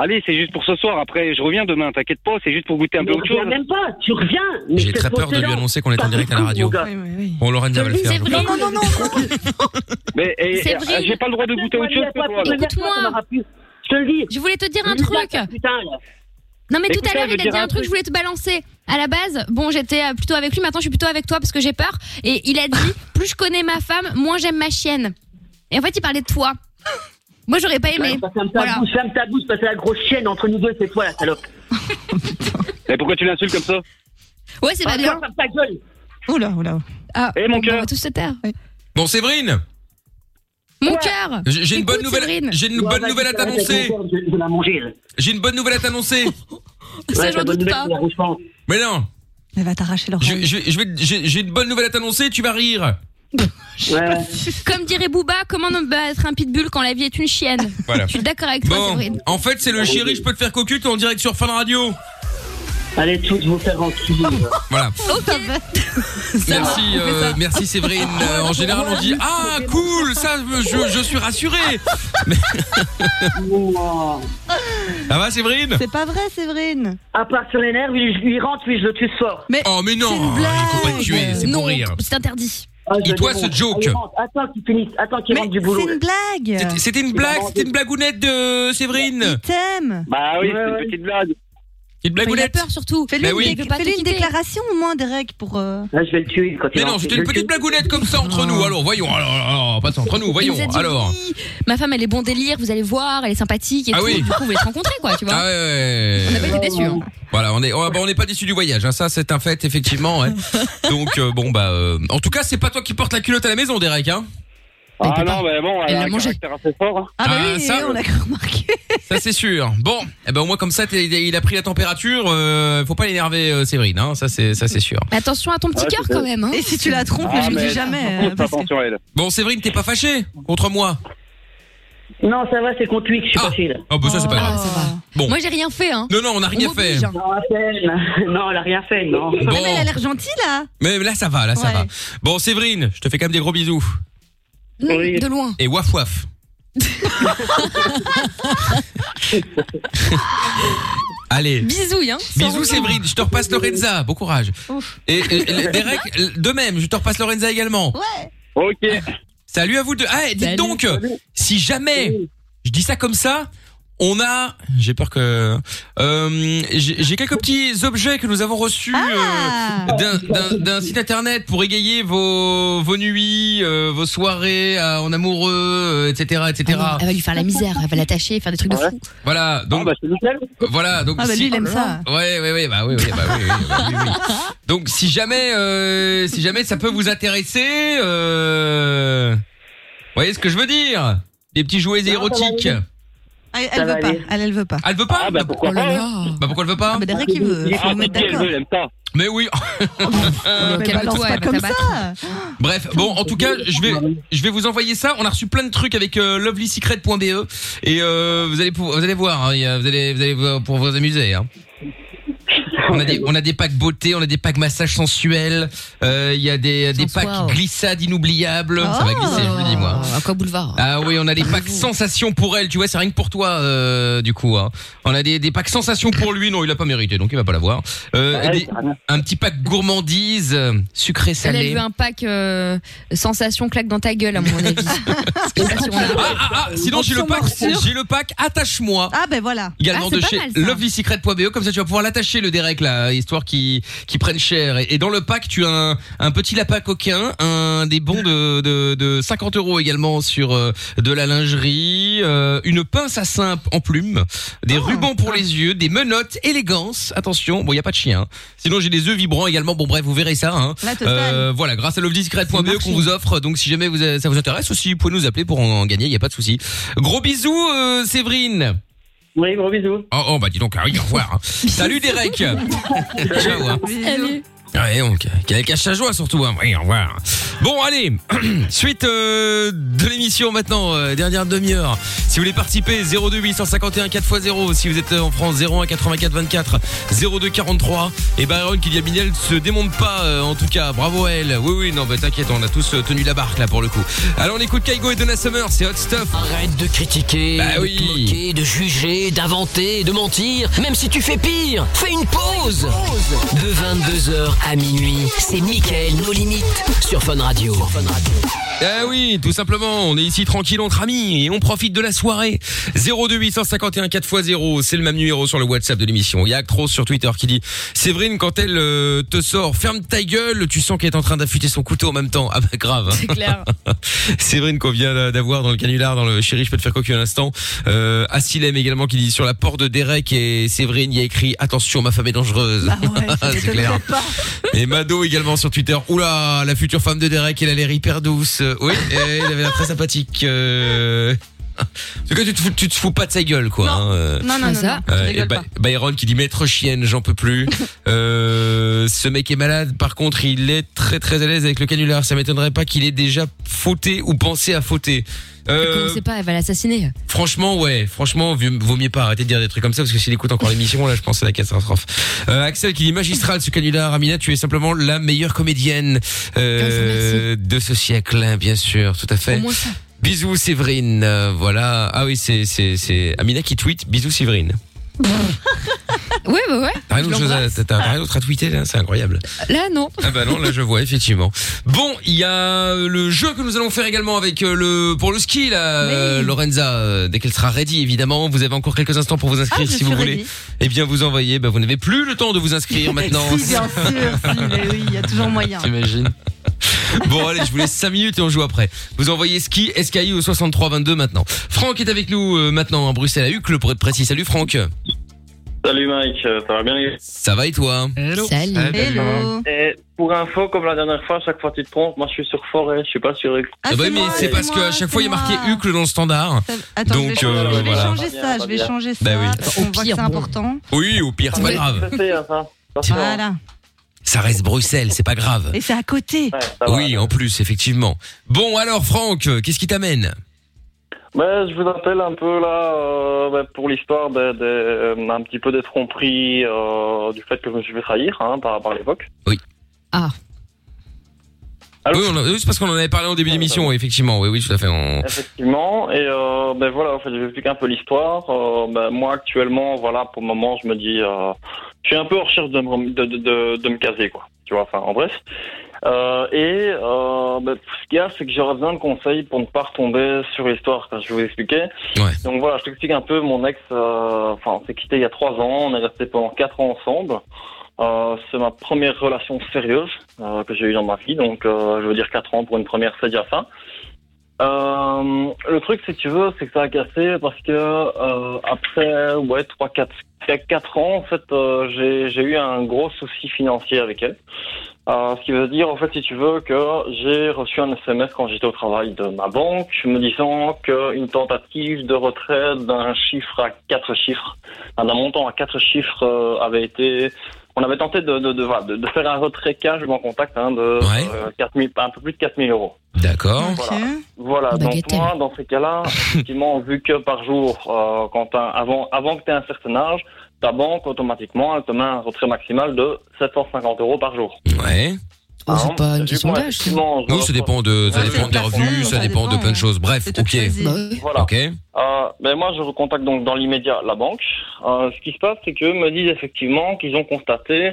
I: Allez, c'est juste pour ce soir. Après, je reviens demain. T'inquiète pas, c'est juste pour goûter un peu
L: Mais
I: autre chose.
L: reviens même pas, tu reviens. mais
A: J'ai
L: cette
A: très peur de lui
L: fois-là,
A: annoncer qu'on est en
L: t'as
A: direct à la
L: beaucoup,
A: radio.
L: mon gars.
A: Bon, Lorenza va le faire. je crois.
L: Non, non, non, non.
I: Mais eh,
L: euh,
B: C'est
I: eh,
L: ah,
B: vrai.
I: j'ai pas le droit de goûter autre chose que toi. là.
B: Écoute-moi.
L: Je te le dis.
B: Je voulais te dire un truc. Non mais
L: Mais
B: tout
L: putain,
B: à l'heure
L: je
B: il a dit
L: dirais
B: un
L: un
B: truc, je voulais te balancer. À la base, bon j'étais euh, plutôt avec lui, maintenant je suis plutôt avec toi parce que j'ai peur. Et il a dit, plus je connais ma femme, moins j'aime ma chienne. Et en fait il parlait de toi. Moi j'aurais pas aimé.
L: Ouais, Ferme ta bouche, ferme ta bouche, parce que la grosse chienne entre nous deux, c'est toi
B: [LAUGHS]
L: la salope.
I: Mais pourquoi tu l'insultes comme ça
B: Ouais c'est pas bien.
L: Ah, Ferme ta gueule.
E: Oula, oula.
B: Ah,
I: Eh, mon
B: bon, bah, on
I: cœur.
B: va tous se taire.
A: Bon, Séverine,
B: Mon cœur.
A: j'ai j'ai une bonne
B: Écoute,
A: nouvelle,
B: Séverine.
A: j'ai une bonne nouvelle à t'annoncer.
L: Je vais la manger. là.
A: J'ai une bonne nouvelle à t'annoncer.
B: [LAUGHS] Ça,
L: Ouais,
B: j'en
L: la bonne
B: doute
L: nouvelle,
B: pas.
L: c'est la grosse fente.
A: Mais non,
E: Elle va t'arracher leur
A: je- je- je vais- j'ai j'ai une bonne nouvelle à t'annoncer, tu vas rire.
L: Ouais, ouais.
B: Comme dirait Booba, comment ne pas être un pitbull quand la vie est
E: [LAUGHS]
B: une chienne
A: Voilà.
B: Je suis d'accord avec toi
A: Bon,
B: Séverine.
A: en fait, c'est le chéri, je peux te faire cocu, t'es en direct sur Fun Radio.
L: Allez, tous vous faire enculer.
A: Oh. Voilà. Merci,
B: va, on fait
A: euh,
B: ça. Ah,
A: merci Séverine. Euh, en général, on dit ah cool, ça, je, je
B: [LAUGHS]
A: suis rassuré.
L: Ouah.
A: Ça va Séverine
E: C'est pas vrai, Séverine.
L: À part sur les nerfs, il, il rentre, puis je le tue fort.
E: Mais
A: Oh mais
E: C'est une
A: non,
E: blague.
A: il faut pas le tuer, c'est
B: Euh, Non,
A: pour rire.
B: c'est interdit.
L: Ah, je
A: Et toi,
L: démonte.
A: ce joke
L: Allez, rentre. Attends qu'il finisse, attends qu'il
E: Mais
L: rentre du boulot.
E: c'est une blague.
A: C'était- C'était une blague, c'était une blagounette de Séverine.
E: Il t'aime.
I: Bah oui,
L: Ouais,
I: c'est
L: ouais.
I: une petite blague.
A: Une
B: Enfin, Il a
A: blagounette.
B: peur surtout.
E: Fais-lui
A: Bah
E: une,
A: oui.
E: dé-
B: Il peut pas
E: fais-lui
B: te
E: une
B: quitter.
E: déclaration au moins, Derek, pour. euh,
L: Là, Ah, je vais le tuer quand il
A: Mais non,
L: rentre.
A: c'était
L: Je
A: une
L: vais le
A: petite
L: tuer.
A: blagounette comme ça entre nous. Alors Oh, voyons,
L: Oh,
A: alors, alors pas ça entre nous,
B: Il
A: voyons.
B: nous a dit,
A: Alors.
B: oui, ma femme, elle est bon délire, vous allez voir, elle est sympathique et
A: Ah
B: tout.
A: oui.
B: Du coup, vous allez se rencontrer, quoi, tu vois.
A: Ah ouais, ouais, Euh,
B: On n'a
A: ouais.
B: pas été déçus. hein.
A: Voilà, on est, on, bah, on n'est pas déçu du voyage, hein, ça c'est un fait
B: [LAUGHS]
A: effectivement. ouais. Donc euh, bon bah, euh, en tout cas c'est pas toi qui portes la culotte à la maison, Derek. Hein.
I: Ah non, mais bon,
B: Elle
I: elle a
B: l'a
I: un
B: mangé.
I: caractère assez fort. hein.
E: Ah, bah
A: Ah,
E: oui,
A: ça-
L: [LAUGHS]
E: on l'a remarqué.
A: Ça c'est sûr. Bon, eh ben au moins comme ça, t'es- il a pris la température. Euh, faut pas l'énerver, euh, Séverine. Hein, ça c'est ça c'est sûr.
B: Mais attention à ton petit
I: Ouais,
B: cœur
I: c'est
B: quand
I: ça.
B: même. Hein.
E: Et si tu la trompes,
I: Ah,
E: je ne
I: mais
E: dis jamais.
I: Faut
E: euh,
I: faire
E: parce que-
I: attention à elle.
A: Bon, Séverine, t'es pas fâchée contre moi
L: Non, ça va, c'est contre lui que je suis
A: Ah.
L: fâché, là.
A: Ah bah ça c'est pas
B: Ah,
A: grave.
B: ça va.
A: Bon,
B: Moi, j'ai rien fait. Hein.
A: non non, on a rien
B: On
A: fait.
B: m'oblige, hein.
L: Non, à peine. Non, elle a rien fait,
A: [LAUGHS]
L: non.
E: Ah,
A: Bon,
E: mais elle a l'air gentille, là.
A: mais là ça va, là ça
E: Ouais.
A: va. Bon, Séverine, je te fais quand même des gros bisous
B: Non,
L: Oui.
B: De loin.
A: et waf waf. Allez.
B: Bisous, hein. Sans
A: Bisous
B: rancune.
A: Séverine, je te repasse Lorenza, bon courage. Et,
B: [LAUGHS]
A: et- et Derek, de même, je te repasse Lorenza également.
I: Ok.
A: Salut à vous deux. Ah, et dites
B: Salut.
A: donc, si jamais je dis ça comme ça, on a, j'ai peur que, euh, j'ai j'ai quelques petits objets que nous avons reçus
E: Ah.
A: euh, d'un- d'un- d'un site internet pour égayer vos vos nuits, euh, vos soirées euh, en amoureux, euh, etc.,
B: Ah
A: etc.
B: non, elle va lui faire la misère, elle va l'attacher, faire des trucs de
I: Ouais.
B: fou.
A: Voilà,
I: Ah,
A: donc
I: bah, c'est nickel.
A: voilà, donc
E: Ah, bah
A: si-
E: lui, il aime ça.
A: Ouais, ouais, ouais, bah oui, oui, bah oui, oui, bah oui,
E: [LAUGHS]
A: oui. Donc si jamais, euh, si jamais ça peut vous intéresser, euh, vous voyez ce que je veux dire Des petits jouets érotiques.
E: Elle,
L: Ça
E: elle
L: va
E: veut pas.
L: aller.
E: Elle, elle veut pas.
A: Ah, elle veut pas
I: Ah, bah, pourquoi
B: Oh là
I: pas hein.
B: là.
A: Bah, pourquoi elle veut pas
E: Ah, bah Derek, il veut.
I: Ah,
E: Faut
I: si,
E: mettre
I: elle
E: d'accord.
I: veut, elle aime ça.
A: Mais
E: [LAUGHS]
A: oui. Euh,
E: Mais Euh, bah,
B: calme-toi,
E: balance
B: elle
E: pas
B: va
E: comme
B: t'abattre.
E: ça.
A: Bref, bon, en tout cas, je vais, je vais vous envoyer ça. On a reçu plein de trucs avec euh, lovelysecret.be et euh, vous allez pouvoir- vous allez voir, hein, il y a- vous allez vous allez voir pour vous amuser. Hein. On a des on a des packs beauté, on a des packs massage sensuel, euh, il y a des des
B: Sensuel.
A: packs glissades inoubliables. Ça va glisser, je vous le dis moi.
B: Oh, À quoi boulevard
A: Ah oui, on a des packs sensations pour elle, tu vois, c'est rien que pour toi, euh, du coup. hein. On a des, des packs sensations pour lui, non, il l'a pas mérité, donc il va pas l'avoir. Euh,
I: Ouais,
A: des-
I: c'est rien.
A: un petit pack gourmandise, euh, sucré
B: Elle a
A: salé.
B: eu un pack euh, sensation claque dans ta gueule, à mon avis.
A: [LAUGHS]
B: Parce que ça, si on l'a-
A: Ah, ah,
L: euh,
A: ah, sinon j'ai le pack, j'ai le pack attache-moi.
E: Ah, ben voilà.
A: Également
B: Ah, c'est
A: de
B: pas
A: chez
B: mal, ça.
A: lovelysecret.be comme ça tu vas pouvoir l'attacher le Derek là histoire qu'il qu'il prenne cher et, et dans le pack tu as un, un petit lapin coquin un des bons de, de, de 50 euros également sur euh, de la lingerie euh, une pince à seins en plume des
B: Ah,
A: rubans pour les yeux des menottes élégance attention bon il y a pas de chien hein. sinon j'ai des œufs vibrants également bon bref vous verrez ça hein.
E: La totale.
A: Euh, voilà, grâce à lovediscret.be qu'on
E: marché.
A: vous offre. Donc si jamais vous, euh, ça vous intéresse aussi, vous pouvez nous appeler pour en, en gagner, il y a pas de souci. Gros bisous euh, Séverine.
L: Oui, gros bisous.
G: [LAUGHS]
A: Oh, oh, bah dis donc, ah oui, au revoir. hein. Salut Derek. Ciao. hein.
E: Bisous.
B: Salut.
A: Ouais, donc, quel cache à joie surtout, hein. Oui, au revoir. Bon, allez, [CLEARS THROAT] suite euh, de l'émission maintenant, euh, dernière demi-heure. Si vous voulez participer, 02 851 4x0. Si vous êtes euh, en France, 01 84 24 02 43. Et Byron, Kylian Minel se démonte pas, euh, en tout cas. Bravo à elle. Oui, oui, non, bah t'inquiète, on a tous euh, tenu la barque là pour le coup. Alors, on écoute Kaigo et Donna Summer, c'est Hot Stuff.
G: Arrête de critiquer,
A: Bah
G: de
A: oui.
G: te moquer, de juger, d'inventer, de mentir. Même si tu fais pire, fais une pause. De 22h à minuit, c'est Mickaël nos limites sur Fun Radio.
A: Eh oui, tout simplement, on est ici tranquille entre amis et on profite de la soirée. 02851 4x0, c'est le même numéro sur le WhatsApp de l'émission. Il y a Actros sur Twitter qui dit Séverine, quand elle euh, te sort, ferme ta gueule, tu sens qu'elle est en train d'affûter son couteau en même temps. Ah bah grave.
K: C'est clair.
A: [LAUGHS] Séverine qu'on vient d'avoir dans le canular, dans le chéri, je peux te faire cocu à l'instant. Euh, Asilem également qui dit sur la porte de Derek et Séverine, il y a écrit Attention, ma femme est dangereuse.
K: Bah
A: [LAUGHS] c'est clair. Et Mado également sur Twitter. Oula, la future femme de Derek, elle a l'air hyper douce. Euh, Oui, et elle avait l'air très sympathique. Euh... En tout cas, tu te, fous, tu te fous pas de sa gueule, quoi. hein, euh.
B: Non, non, non, non, je
A: Euh, et
B: rigole
A: Ba-
B: pas.
A: Byron qui dit maître chienne, j'en
B: [LAUGHS]
A: peux plus. Euh, ce mec est malade. Par contre, il est très très à l'aise avec le canular. Ça m'étonnerait pas qu'il ait déjà fauté ou pensé à fauter. Euh,
B: Je sais pas, elle va l'assassiner.
A: Franchement, ouais. Franchement, vaut vaut mieux pas arrêter de dire des trucs comme ça parce que s'il écoute encore l'émission, là, je pense à la catastrophe. Euh, Axel qui dit magistral ce canular, Amina, tu es simplement la meilleure comédienne euh, de ce siècle, hein, bien sûr, tout à fait.
B: Au moins
A: [LAUGHS]
B: ça.
A: Bisous Séverine, Euh, voilà. Ah oui, c'est c'est c'est Amina qui tweet bisous Séverine.
B: Ouais, bah ouais.
A: T'as rien d'autre chose à- t'as- t'as rien d'autre à tweeter là, c'est incroyable.
B: Là, non.
A: Ah bah non, là [LAUGHS] je vois effectivement. Bon, il y a euh, le jeu que nous allons faire également avec euh, le pour le ski là, euh, Lorenza, euh, dès qu'elle sera ready évidemment. Vous avez encore quelques instants pour vous inscrire
K: Ah, je
A: si vous
K: suis
A: voulez.
K: ready.
A: Eh bien vous envoyez, bah, vous n'avez plus le temps de vous
E: [LAUGHS]
A: inscrire maintenant.
E: Si, bien sûr, si, mais oui, il y a toujours moyen.
A: T'imagines Bon allez, je vous laisse 5 minutes et on joue après. Vous envoyez ski SKI au 6322 maintenant. Franck est avec nous euh, maintenant à Bruxelles à Hucle pour être précis. Salut Franck.
M: Salut Mike, euh, ça va bien les gars
A: Ça va et toi Eh
B: Salut.
A: ben,
M: Et pour info, comme la dernière fois, à chaque fois tu te trompes, moi je suis sur Forêt, je suis pas sur Huc.
A: Ah bah oui, mais c'est parce qu'à chaque fois il y a marqué Hucle dans le standard.
E: Attends, je vais
A: Donc
E: changer-
A: euh,
E: je vais
A: voilà.
E: changer ça, je vais changer ça.
A: Bah oui.
E: parce qu'on voit que c'est important.
A: Oui, au pire, c'est pas grave.
E: Voilà.
A: Ça reste Bruxelles, c'est pas grave.
E: Et c'est à côté.
A: Oui, en plus, effectivement. Bon, alors, Franck, euh, qu'est-ce qui t'amène
M: Mais Ben, je vous appelle un peu là euh, ben, pour l'histoire de, de, euh, un petit peu des tromperies, euh, du fait que je me suis fait trahir hein, par rapport à l'époque.
B: Ah.
A: oui, on a- oui, c'est parce qu'on en avait parlé au début de l'émission, effectivement. Oui, oui, tout à fait. on-
M: Effectivement, et euh, ben voilà, en fait, je vous explique un peu l'histoire. Euh, ben, moi, actuellement, voilà, pour le moment, je me dis, euh, je suis un peu en recherche de me, de, de, de, de me caser, quoi. Tu vois, enfin, en bref. Euh, et euh, ben, ce qu'il y a, c'est que j'aurais besoin de conseils pour ne pas retomber sur l'histoire, quand je vais vous expliquer. Donc voilà, je t'explique un peu. Mon ex, euh, enfin, on s'est quitté il y a trois ans. On est resté pendant quatre ans ensemble. Euh, c'est ma première relation sérieuse euh, que j'ai eue dans ma vie. Donc, euh, je veux dire quatre ans pour une première, c'est déjà ça. Euh, le truc, si tu veux, c'est que ça a cassé parce que euh, après ouais trois quatre quatre ans, en fait, euh, j'ai j'ai eu un gros souci financier avec elle. Euh, ce qui veut dire, en fait, si tu veux, que j'ai reçu un SMS quand j'étais au travail de ma banque, me disant qu'une tentative de retrait d'un chiffre à quatre chiffres, enfin, d'un montant à quatre chiffres, euh, avait été. On avait tenté de, de, de, voilà, de- de faire un retrait cash, je m'en contacte, hein, de euh, 4 000 un peu plus de 4000 euros.
A: D'accord.
M: Voilà. Voilà, donc moi, dans ces cas-là, effectivement, vu que par jour, euh, quand t'as- avant, avant que tu aies un certain âge, ta banque, automatiquement, elle te met un retrait maximal de 750 euros par jour.
A: Ouais.
M: c'est pas une question d'âge.
A: Oui, ça dépend de, ça dépend des revenus, ça dépend de plein de choses. Bref, ok.
M: Voilà.
A: Ok.
M: Euh, ben moi, je recontacte donc dans l'immédiat la banque. Euh, ce qui se passe, c'est qu'eux me disent effectivement qu'ils ont constaté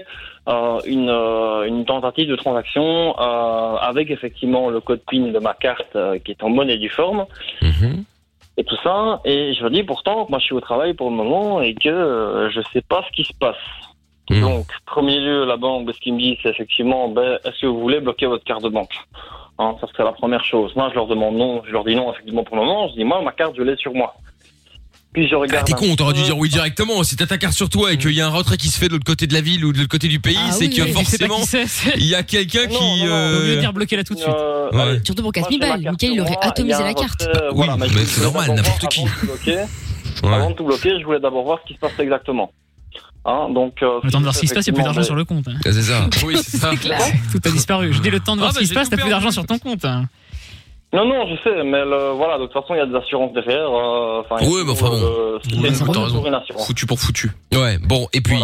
M: euh, une, euh, une tentative de transaction euh, avec effectivement le code PIN de ma carte euh, qui est en monnaie du forme.
A: Mhm.
M: Et tout ça, et je me dis pourtant que moi je suis au travail pour le moment et que euh, je sais pas ce qui se passe.
A: Mhm.
M: Donc, premier lieu, la banque, ce qu'ils me disent, c'est effectivement, ben, est-ce que vous voulez bloquer votre carte de banque hein, Ça serait la première chose. Moi, je leur demande non, je leur dis non, effectivement, pour le moment. Je dis, moi, ma carte, je l'ai sur moi. Puis je
A: Ah,
M: regarde.
A: t'es
M: un
A: con,
M: petit
A: t'aurais dû
M: peu.
A: dire oui directement. Si t'as ta carte sur toi et qu'il y a un retrait qui se fait de l'autre côté de la ville ou de l'autre côté du pays,
M: Ah
A: c'est
M: oui,
A: que
M: oui, je sais pas
A: forcément,
M: qui c'est, c'est-
A: il y a quelqu'un qui.
D: Vaut mieux
A: euh,
D: dire bloquer là tout de suite.
A: Ouais.
B: Surtout pour 4000
M: Moi, j'ai
B: balles. Mickaël, il aurait atomisé la carte.
M: Euh,
A: Oui,
M: voilà,
A: mais
M: je voulais
A: c'est normal,
M: d'abord
A: n'importe
M: voir
A: qui.
M: Avant de, tout bloquer, avant de tout bloquer, je voulais d'abord voir ce qui se passait exactement. Hein, donc, euh,
D: Le temps de voir ce qui se passe, il n'y a plus d'argent sur
M: effectivement,
D: le compte. hein.
A: Ah, C'est ça.
M: Oui, c'est ça. C'est clair.
D: [LAUGHS] Tout a disparu. Je dis le temps de voir
M: Ah,
D: ce
M: bah,
D: qui se
M: j'ai
D: passe, t'as
M: tout
D: plus
M: perdu.
D: d'argent sur ton compte. hein.
M: Non, non, je sais, mais le- voilà, de toute façon, il y a des assurances derrière. euh, enfin,
A: Oui, mais enfin bon.
M: euh, c'est
A: Oui,
M: toujours
A: t'as raison.
M: une assurance.
A: Foutu pour foutu. Ouais, bon, et puis.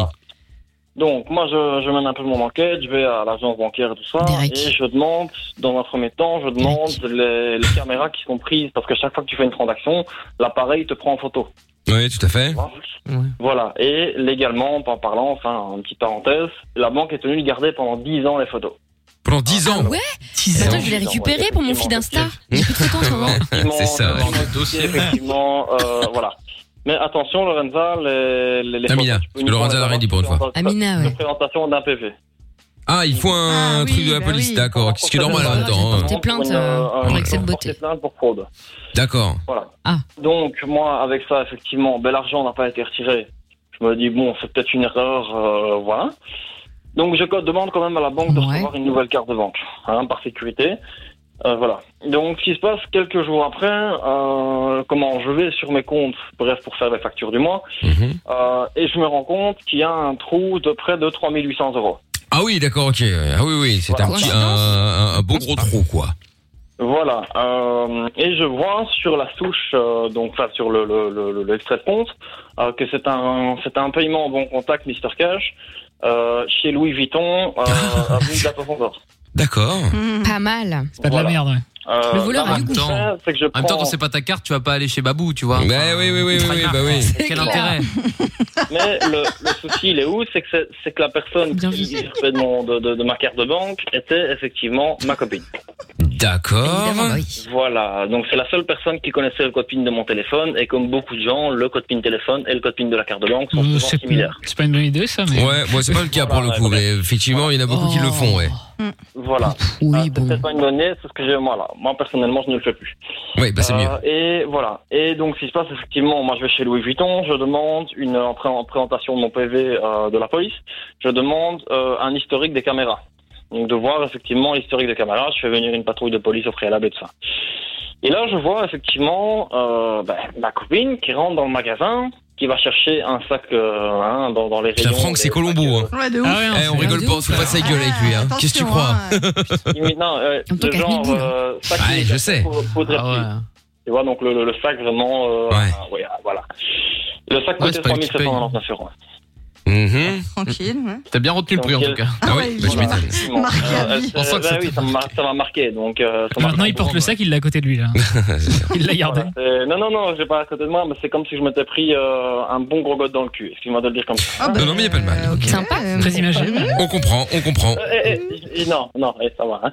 M: Donc, moi, je, je mène un peu mon enquête, je vais à l'agence bancaire et tout ça, et je demande, dans un premier temps, je demande les, les caméras qui sont prises, parce que chaque fois que tu fais une transaction, l'appareil te prend en photo.
A: Oui, tout à fait.
M: Voilà, et légalement, en parlant, enfin, en petite parenthèse, la banque est tenue de garder pendant 10 ans les photos.
A: Pendant 10 ans
B: Ouais Bah, Attends, je vais les récupérer pour mon feed d'Insta. J'ai plus de photos en ce moment.
A: [LAUGHS] C'est ça.
M: Dans le dossier, effectivement,
A: [LAUGHS]
M: euh, voilà. Mais attention, Lorenza, les, les, les
A: Amina, parce que Lorenza l'a rien dit pour une fois.
B: Amina,
M: ouais. présentation d'un PV.
A: Ah, bah il faut un truc de la police, d'accord. Ce qui est normal en même temps. hein.
M: Pour une, euh, pour porter plainte pour fraude.
A: D'accord.
M: Voilà. Donc, moi, avec ça, effectivement, ben, l'argent n'a pas été retiré. Je me dis, bon, c'est peut-être une erreur, euh, voilà. Donc, je co- demande quand même à la banque de recevoir une nouvelle carte de banque, hein, par sécurité. Euh, voilà. Donc, ce qui se passe, quelques jours après, euh, comment je vais sur mes comptes, bref, pour faire les factures du mois, euh, et je me rends compte qu'il y a un trou de près de 3800 euros.
A: Ah oui, d'accord, ok. Ah oui, oui, c'est un, petit- un, un- un beau gros trou, quoi.
M: Voilà. euh, et je vois sur la souche, euh, donc enfin, sur le, le, le, le- l'extrait de compte, euh, que c'est un, c'est un paiement en bon contact, Mister Cash, euh, chez Louis Vuitton,
F: [LAUGHS]
M: euh, avenue de la Pofondor.
A: D'accord.
B: Pas mal.
D: Mmh. C'est pas de la merde, ouais.
M: Euh,
B: Le voleur
M: là,
B: a eu
M: maintenant,
B: goût.
M: c'est que je
F: En même temps,
M: prends-
F: quand c'est pas Ben ta carte, tu vas pas aller chez Babou, tu vois.
A: Bah
F: Enfin,
A: oui, oui, oui, oui,
F: traquenard,
A: bah oui.
F: quoi.
A: C'est
F: Quel
A: clair.
F: intérêt
M: [LAUGHS] Mais le, le souci, il est où C'est que, c'est- c'est que la personne qui s'occupait de, mon- de, de, de ma carte de banque était effectivement ma copine.
A: D'accord.
M: Voilà, donc c'est la seule personne qui connaissait le code PIN de mon téléphone, et comme beaucoup de gens, le code PIN téléphone et le code PIN de la carte de banque sont
D: Euh,
M: souvent
D: C'est
M: similaires.
D: c'est pas une bonne idée, ça, mais. Oh.
A: Ouais, bon, c'est pas le cas pour le coup, mais effectivement, il y en a beaucoup qui le font, ouais.
M: Voilà. Ah,
D: bah.
M: c'est peut-être pas une bonne idée, c'est ce que j'ai. Moi, là. moi, personnellement, je ne le fais plus.
A: Oui, bah c'est
M: Euh,
A: mieux.
M: Et voilà. Et donc, ce qui se passe, effectivement, moi, je vais chez Louis Vuitton, je demande une euh, pré- en présentation de mon PV euh, de la police, je demande euh, un historique des caméras. Donc, de voir effectivement l'historique des caméras, je fais venir une patrouille de police au préalable et tout ça. Et là, je vois effectivement euh, bah, ma copine qui rentre dans le magasin, qui va chercher un sac euh, hein, dans, dans les
A: Putain,
M: rayons.
A: Franck, c'est Colombo, hein.
E: Ouais, de ouf.
D: Ah ouais,
A: Eh, on rigole pas, on se fout pas de sa gueule avec lui, hein. Qu'est-ce que tu crois
E: hein.
A: [LAUGHS]
M: Mais non, euh,
A: En tant
M: le
A: qu'à
M: genre,
A: Smithbourg.
M: euh, sac
A: Ouais, je sais.
M: pour- pour
E: Ah
M: dress shoes. Tu vois, donc le, le- le sac vraiment. euh, ah, ouais, ah, voilà. Le sac
F: Ouais,
M: coûtait
F: c'est pas lui qui
M: 3799 euros.
A: Mhm.
E: Tranquille, ouais.
F: T'as bien retenu le prix, en tout cas.
E: Ah ouais,
F: bah, je
M: Voilà,
F: m'étonne.
M: effectivement.
E: [LAUGHS] Marqué
M: Euh,
E: à
M: elle-
E: vie.
F: On sent que
M: bah
F: ça
M: oui, ça m'a mar- ça m'a marqué. Donc, euh, ça m'a
D: Maintenant, il
M: marqué.
D: porte le sac, il l'a à côté de lui,
A: [LAUGHS]
D: là.
F: [LAUGHS]
D: Il l'a gardé.
M: Euh, non, non, non, j'ai pas à côté de moi, mais c'est comme si je m'étais pris euh, un bon gros gosse dans le cul. Excuse-moi de le dire comme
E: Ah
M: ça.
E: bah,
A: Non, non, mais il y a pas de mal.
B: Sympa.
D: Très imagé.
M: Oh,
A: On comprend, on comprend.
M: Euh, eh, eh, eh, non, non, eh, ça va. hein.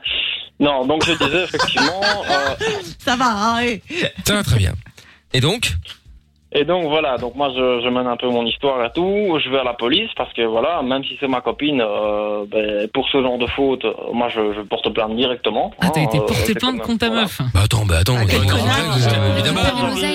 M: Non, donc je disais effectivement. euh,
E: Ça va, hein, eh.
A: Ça va très bien. Et donc
M: Et donc voilà, donc moi je, je mène un peu mon histoire et tout, je vais à la police parce que voilà, même si c'est ma copine, euh, ben, pour ce genre de faute, euh, moi je, je porte plainte directement.
D: Ah, t'as
M: hein,
D: été
M: euh,
D: porté
M: c'est
D: plainte
M: comme-
D: contre ta meuf.
A: Bah attends, bah attends. on est dans un règle, euh, évidemment.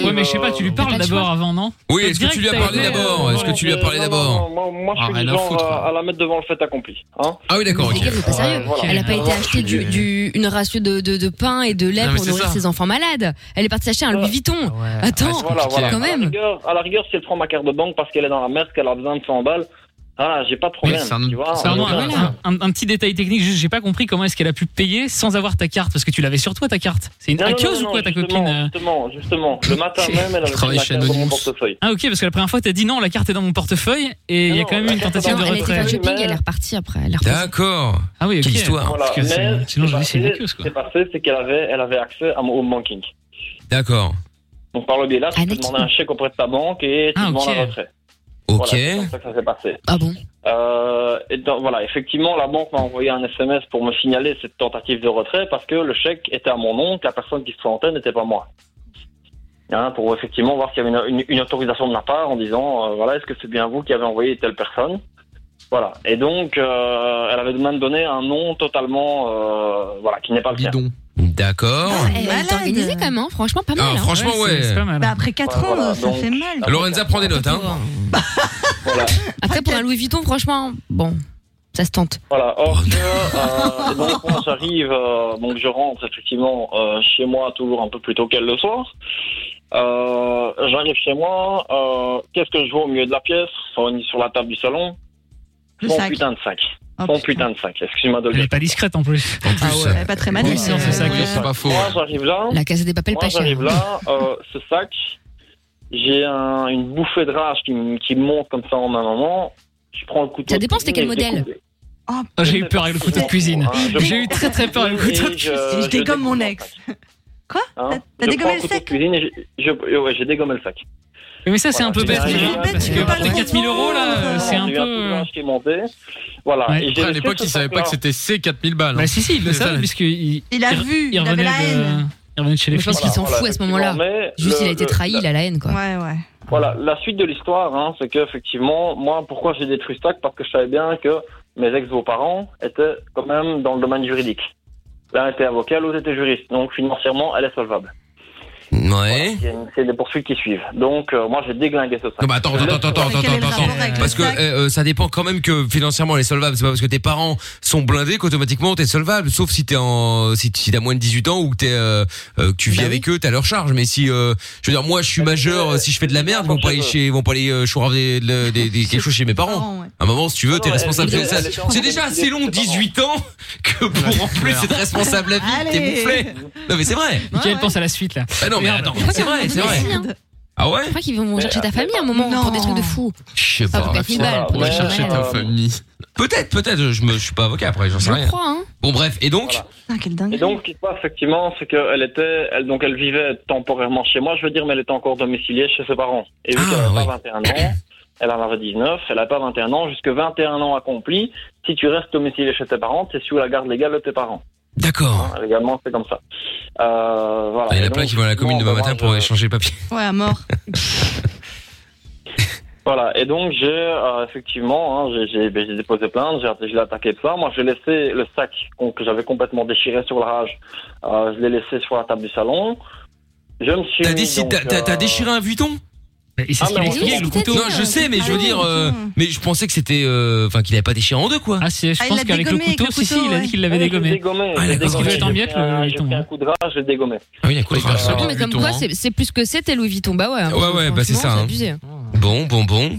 D: Ouais, mais je sais pas, tu lui parles d'abord avant, non
A: Oui,
D: T'as
A: est-ce que
D: direct,
A: tu lui as
D: t'as
A: parlé
D: été,
A: d'abord
D: euh,
A: Est-ce que tu lui as parlé
M: Non, non,
A: d'abord
M: non, Moi, moi,
A: Ah,
M: je suis
A: rien
M: du
A: à
M: genre
A: foutre,
M: euh, à, la mettre devant le fait accompli. Hein
A: Ah oui, d'accord,
B: Les gars, Eh, vous êtes pas sérieux. Elle a pas été acheter du, du- une ratio de, de, de pain et de lait
M: Non, mais
B: pour
M: c'est
B: nourrir
M: ça.
B: ses enfants malades. Elle est partie acheter un Louis Vuitton. Attends,
M: voilà, voilà.
B: quand
M: À la,
B: même.
M: rigueur, à la rigueur, si elle prend ma carte de banque parce qu'elle est dans la merde, qu'elle a besoin de 100 balles, ah, j'ai pas de problème.
F: c'est un-
M: tu vois,
D: C'est vraiment un,
M: Voilà.
D: un- un petit détail technique, juste j'ai pas compris comment est-ce qu'elle a pu payer sans avoir ta carte, parce que tu l'avais sur toi ta carte. C'est une
M: Non, non,
D: hackeuse
M: non,
D: ou quoi ta
M: justement,
D: copine euh
M: Justement, justement, le matin même, elle a
F: travaille
M: la
F: chez
M: carte dans mon
F: Anonymous.
M: portefeuille.
D: Ah ok, parce que la première fois t'as dit non, la carte est dans mon portefeuille, et il y a
M: Non,
D: quand même
M: la
D: eu une
M: carte est
D: tentative de
M: dans-
B: Elle était
D: retrait.
B: faire shopping, elle est repartie après. Elle est repartie.
A: D'accord.
D: Ah oui, ok.
A: Quelle histoire.
M: Voilà,
D: Parce que c'est-
M: mais
D: sinon,
M: ce
D: je vais
M: qui
D: essayer de
M: s'est
D: la queue,
M: passé- Ce qui s'est passé, c'est qu'elle avait, elle avait accès à mon home banking.
A: D'accord.
M: Donc par le biais là, tu peux demander un chèque auprès de ta banque et tu
A: Ah, ok.
M: demandes un retrait.
A: Ok.
M: Voilà, c'est comme ça que ça s'est passé.
B: Ah bon
M: Euh, et donc, voilà, effectivement, la banque m'a envoyé un SMS pour me signaler cette tentative de retrait parce que le chèque était à mon nom, que la personne qui se présentait n'était pas moi. Hein, pour effectivement voir s'il y avait une, une- une autorisation de ma part en disant euh, voilà, est-ce que c'est bien vous qui avez envoyé telle personne Voilà. Et donc, euh, elle avait même donné un nom totalement, euh, voilà, qui n'est pas le mien.
A: D'accord.
B: Elle est organisée quand même, hein. franchement, pas mal.
A: Ah,
B: hein.
A: franchement, ouais.
E: Bah, après 4 ans,
M: Voilà,
E: ça
M: donc-
E: fait mal.
A: Lorenza, prends des notes, hein.
M: [LAUGHS]
B: Après, pour un Louis Vuitton, franchement, bon, ça se tente.
M: Voilà, or que, euh, donc moi j'arrive, euh, donc je rentre effectivement euh, chez moi toujours un peu plus tôt qu'elle le soir. Euh, J'arrive chez moi. euh, Qu'est-ce que je vois au milieu de la pièce On est sur la table du salon.
D: Le
M: Mon
D: sac.
M: putain de sac.
B: Oh,
M: Mon putain de sac. Excuse-moi de le
D: Elle
M: dire.
D: est pas discrète en plus.
M: ouais,
E: pas très manie.
D: Oui, non, c'est ça que-
M: Ouais.
D: c'est pas faux.
M: Moi, j'arrive là.
B: La Casa des Papel
M: Moi,
B: pas hein. cher.
M: j'arrive là, euh, ce sac, j'ai un- une bouffée de rage qui, m- qui monte comme ça en un moment. Je prends le couteau.
B: Ça dépend, c'était quel
M: et je
B: modèle
M: découpe-
D: Ah, j'ai eu peur avec le couteau de cuisine.
M: Ah, je-
D: J'ai eu très très peur avec le couteau de
M: Et je-
D: cuisine.
M: je J'étais comme
E: Mon ex.
M: hein.
E: t'as
M: Je
E: dégommé
M: prends
E: le
M: couteau de
E: sac
M: cuisine et je- je- ouais, j'ai dégommé le sac.
D: Mais ça, c'est
M: Voilà,
D: un peu
M: j'ai
D: bête.
M: un-
D: déjà,
M: j'ai un-
D: Parce que pour tes 4000 euros,
E: Oh,
D: là, euh, c'est un
M: J'ai eu coup de
D: peu.
M: rage qui est monté. Voilà.
D: Ouais.
M: Et j'ai
D: Après, à
M: laissé
D: l'époque,
M: ce
D: il savait pas
M: sac-là.
D: que c'était
F: C'est 4000 balles.
D: Bah si, si, il le savait, puisqu'il.
E: Il a
D: re-
E: vu, il avait
D: revenait
E: la
D: de-
E: haine.
D: Il revenait de chez les
B: Je pense qu'il
D: flics.
B: s'en fout à ce moment-là.
M: mais
B: Juste,
M: le-
B: il a été
M: le-
B: trahi,
M: la-
B: il a la haine, quoi.
E: Ouais, ouais.
M: Voilà, la suite de l'histoire, hein, c'est qu'effectivement, moi, pourquoi j'ai détruit Stack Parce que je savais bien que mes ex-beaux-parents étaient quand même dans le domaine juridique. L'un était avocat, l'autre était juriste. Donc, financièrement, elle est solvable.
A: Ouais.
M: Il y a une- C'est des poursuites qui suivent. Donc, euh, moi, j'ai déglingué ce sac.
A: Non, bah attends, attends, attends, attends, attends, attends, attends. Parce que euh, euh, ça dépend quand même que financièrement elle est solvable. C'est pas parce que tes parents sont blindés qu'automatiquement t'es solvable. Sauf si t'es en, si, si t'as moins de 18 ans ou que t'es, euh, euh, que tu vis avec eux, t'as leur charge. Mais si, euh, je veux dire, moi je suis majeur, euh, si je fais de la merde, ils vont pas aller chez, ils vont pas aller euh, chouraver des, des- des- quelque chose chez mes parents. À un moment, si tu veux, t'es
M: non,
A: responsable.
M: elle-
A: de ça.
M: elle- elle-
A: C'est déjà assez long, 18 ans, que pour en plus être responsable à vie, t'es
D: Allez.
A: boufflé. Non mais c'est vrai.
D: Mickaël pense à la suite, là.
A: Ah non mais
D: Merde.
A: attends, c'est vrai, c'est vrai. Ah ouais
B: Je crois qu'ils vont chercher ta famille à un moment pour des trucs de fou.
A: Je sais
B: Pas
A: pas.
B: pour 4000 balles, pour
A: Ouais,
B: des
A: chercher
B: chambres.
A: ta famille. Peut-être, peut-être. Je me, je suis pas avocat après, j'en sais
B: Je
A: rien.
B: crois, hein.
A: Bon bref, et donc
E: Ah, quelle dingue.
M: Et donc, ce qui se passe, effectivement, c'est qu'elle était, elle, donc elle vivait temporairement chez moi, je veux dire, mais elle était encore domiciliée chez ses parents. Et
A: Ah,
M: vu qu'elle n'avait pas 21 ans, [COUGHS] elle en avait 19, elle n'a pas 21 ans, jusque 21 ans accompli, si tu restes domicilié chez tes parents, t'es sous la garde légale de tes parents.
A: D'accord.
M: légalement, c'est comme ça. Euh, voilà.
A: Oh. il y en
M: Et
A: a plein
M: donc,
A: qui vont à la commune
M: bon,
A: demain
M: bah,
A: matin
M: moi,
A: pour
M: je-
A: échanger papier.
E: Ouais, à mort.
M: Voilà, et donc j'ai euh, effectivement, hein, j'ai- j'ai ben, j'ai déposé plainte, j'ai je l'ai attaqué de ça. Moi, j'ai laissé le sac qu'on- que j'avais complètement déchiré sur la rage, euh, je l'ai laissé sur la table du salon. Je me suis.
A: T'as
M: mis,
A: décidé,
M: donc,
A: t'as- t'as- t'as
M: euh,
A: déchiré un vuitton
D: Et c'est
M: Ah,
D: ce qu'il
M: mais
D: a
M: on Ah,
D: expliqué
M: sait
D: avec le
M: ce qu'il
D: couteau.
A: Non, je sais, mais je veux dire, euh, mais je pensais que c'était, euh, enfin, qu'il avait pas déchiré en deux, quoi.
D: Ah, si,
M: Ah, il pense l'a qu'avec le dégommé avec couteau, le si, si, couteau, il a dit ouais. qu'il l'avait
D: dégommé.
M: dégommé.
A: Ah,
M: j'ai
A: d'accord,
M: dégommé,
A: parce qu'il
M: j'ai
A: mettait
M: fait un- J'ai
D: hein.
M: fait un coup de rage, j'ai dégommé.
A: Ah oui,
D: Oh
A: écoute,
B: Non, mais comme quoi, c'est c'est plus que c'était Louis Vuitton. Bah ouais. hein,
A: Ouais, ouais, hein. bah, c'est
B: franchement,
A: ça, hein.
B: abusé.
A: Bon, bon, bon.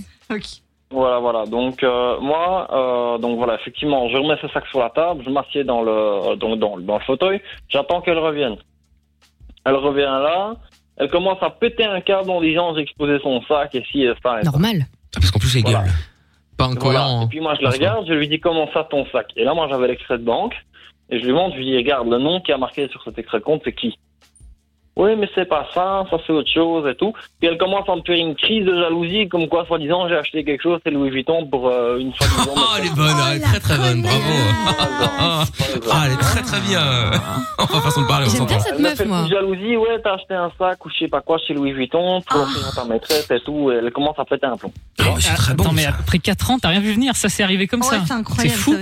M: Voilà, voilà. Donc euh, moi, euh, donc voilà, effectivement, je remets ce sac sur la table, je m'assieds dans le, euh, donc dans, le- dans le fauteuil, j'attends qu'elle revienne. Elle revient là, elle commence à péter un câble en disant j'ai exposé son sac et si et ça. et ça.
B: Normal.
A: Ah, Parce qu'en plus, les gueules.
F: Pas
M: Voilà.
A: hein.
M: Et puis moi, je la regarde, je lui dis comment ça ton sac. Et là, moi, j'avais l'extrait de banque et je lui montre, je lui dis regarde le nom qui a marqué sur cet extrait de compte, c'est qui Oui, mais c'est pas ça, ça c'est autre chose et tout. Puis elle commence à me faire une crise de jalousie, comme quoi soi-disant j'ai acheté quelque chose, c'est Louis Vuitton pour euh, une
A: [LAUGHS]
M: soi-disant.
A: Oh, elle est bonne, elle est très très bonne, bravo. Ah,
M: [LAUGHS]
A: elle est très très bien. [LAUGHS] Enfin, façon de parler, on s'entend.
M: Elle me fait une jalousie, ouais, t'as acheté un sac ou je sais pas quoi chez Louis Vuitton pour l'offrir à ta maîtresse et tout. et elle commence à péter un plomb.
D: Attends, mais après 4 ans, t'as rien vu venir, ça c'est arrivé comme ça. C'est fou.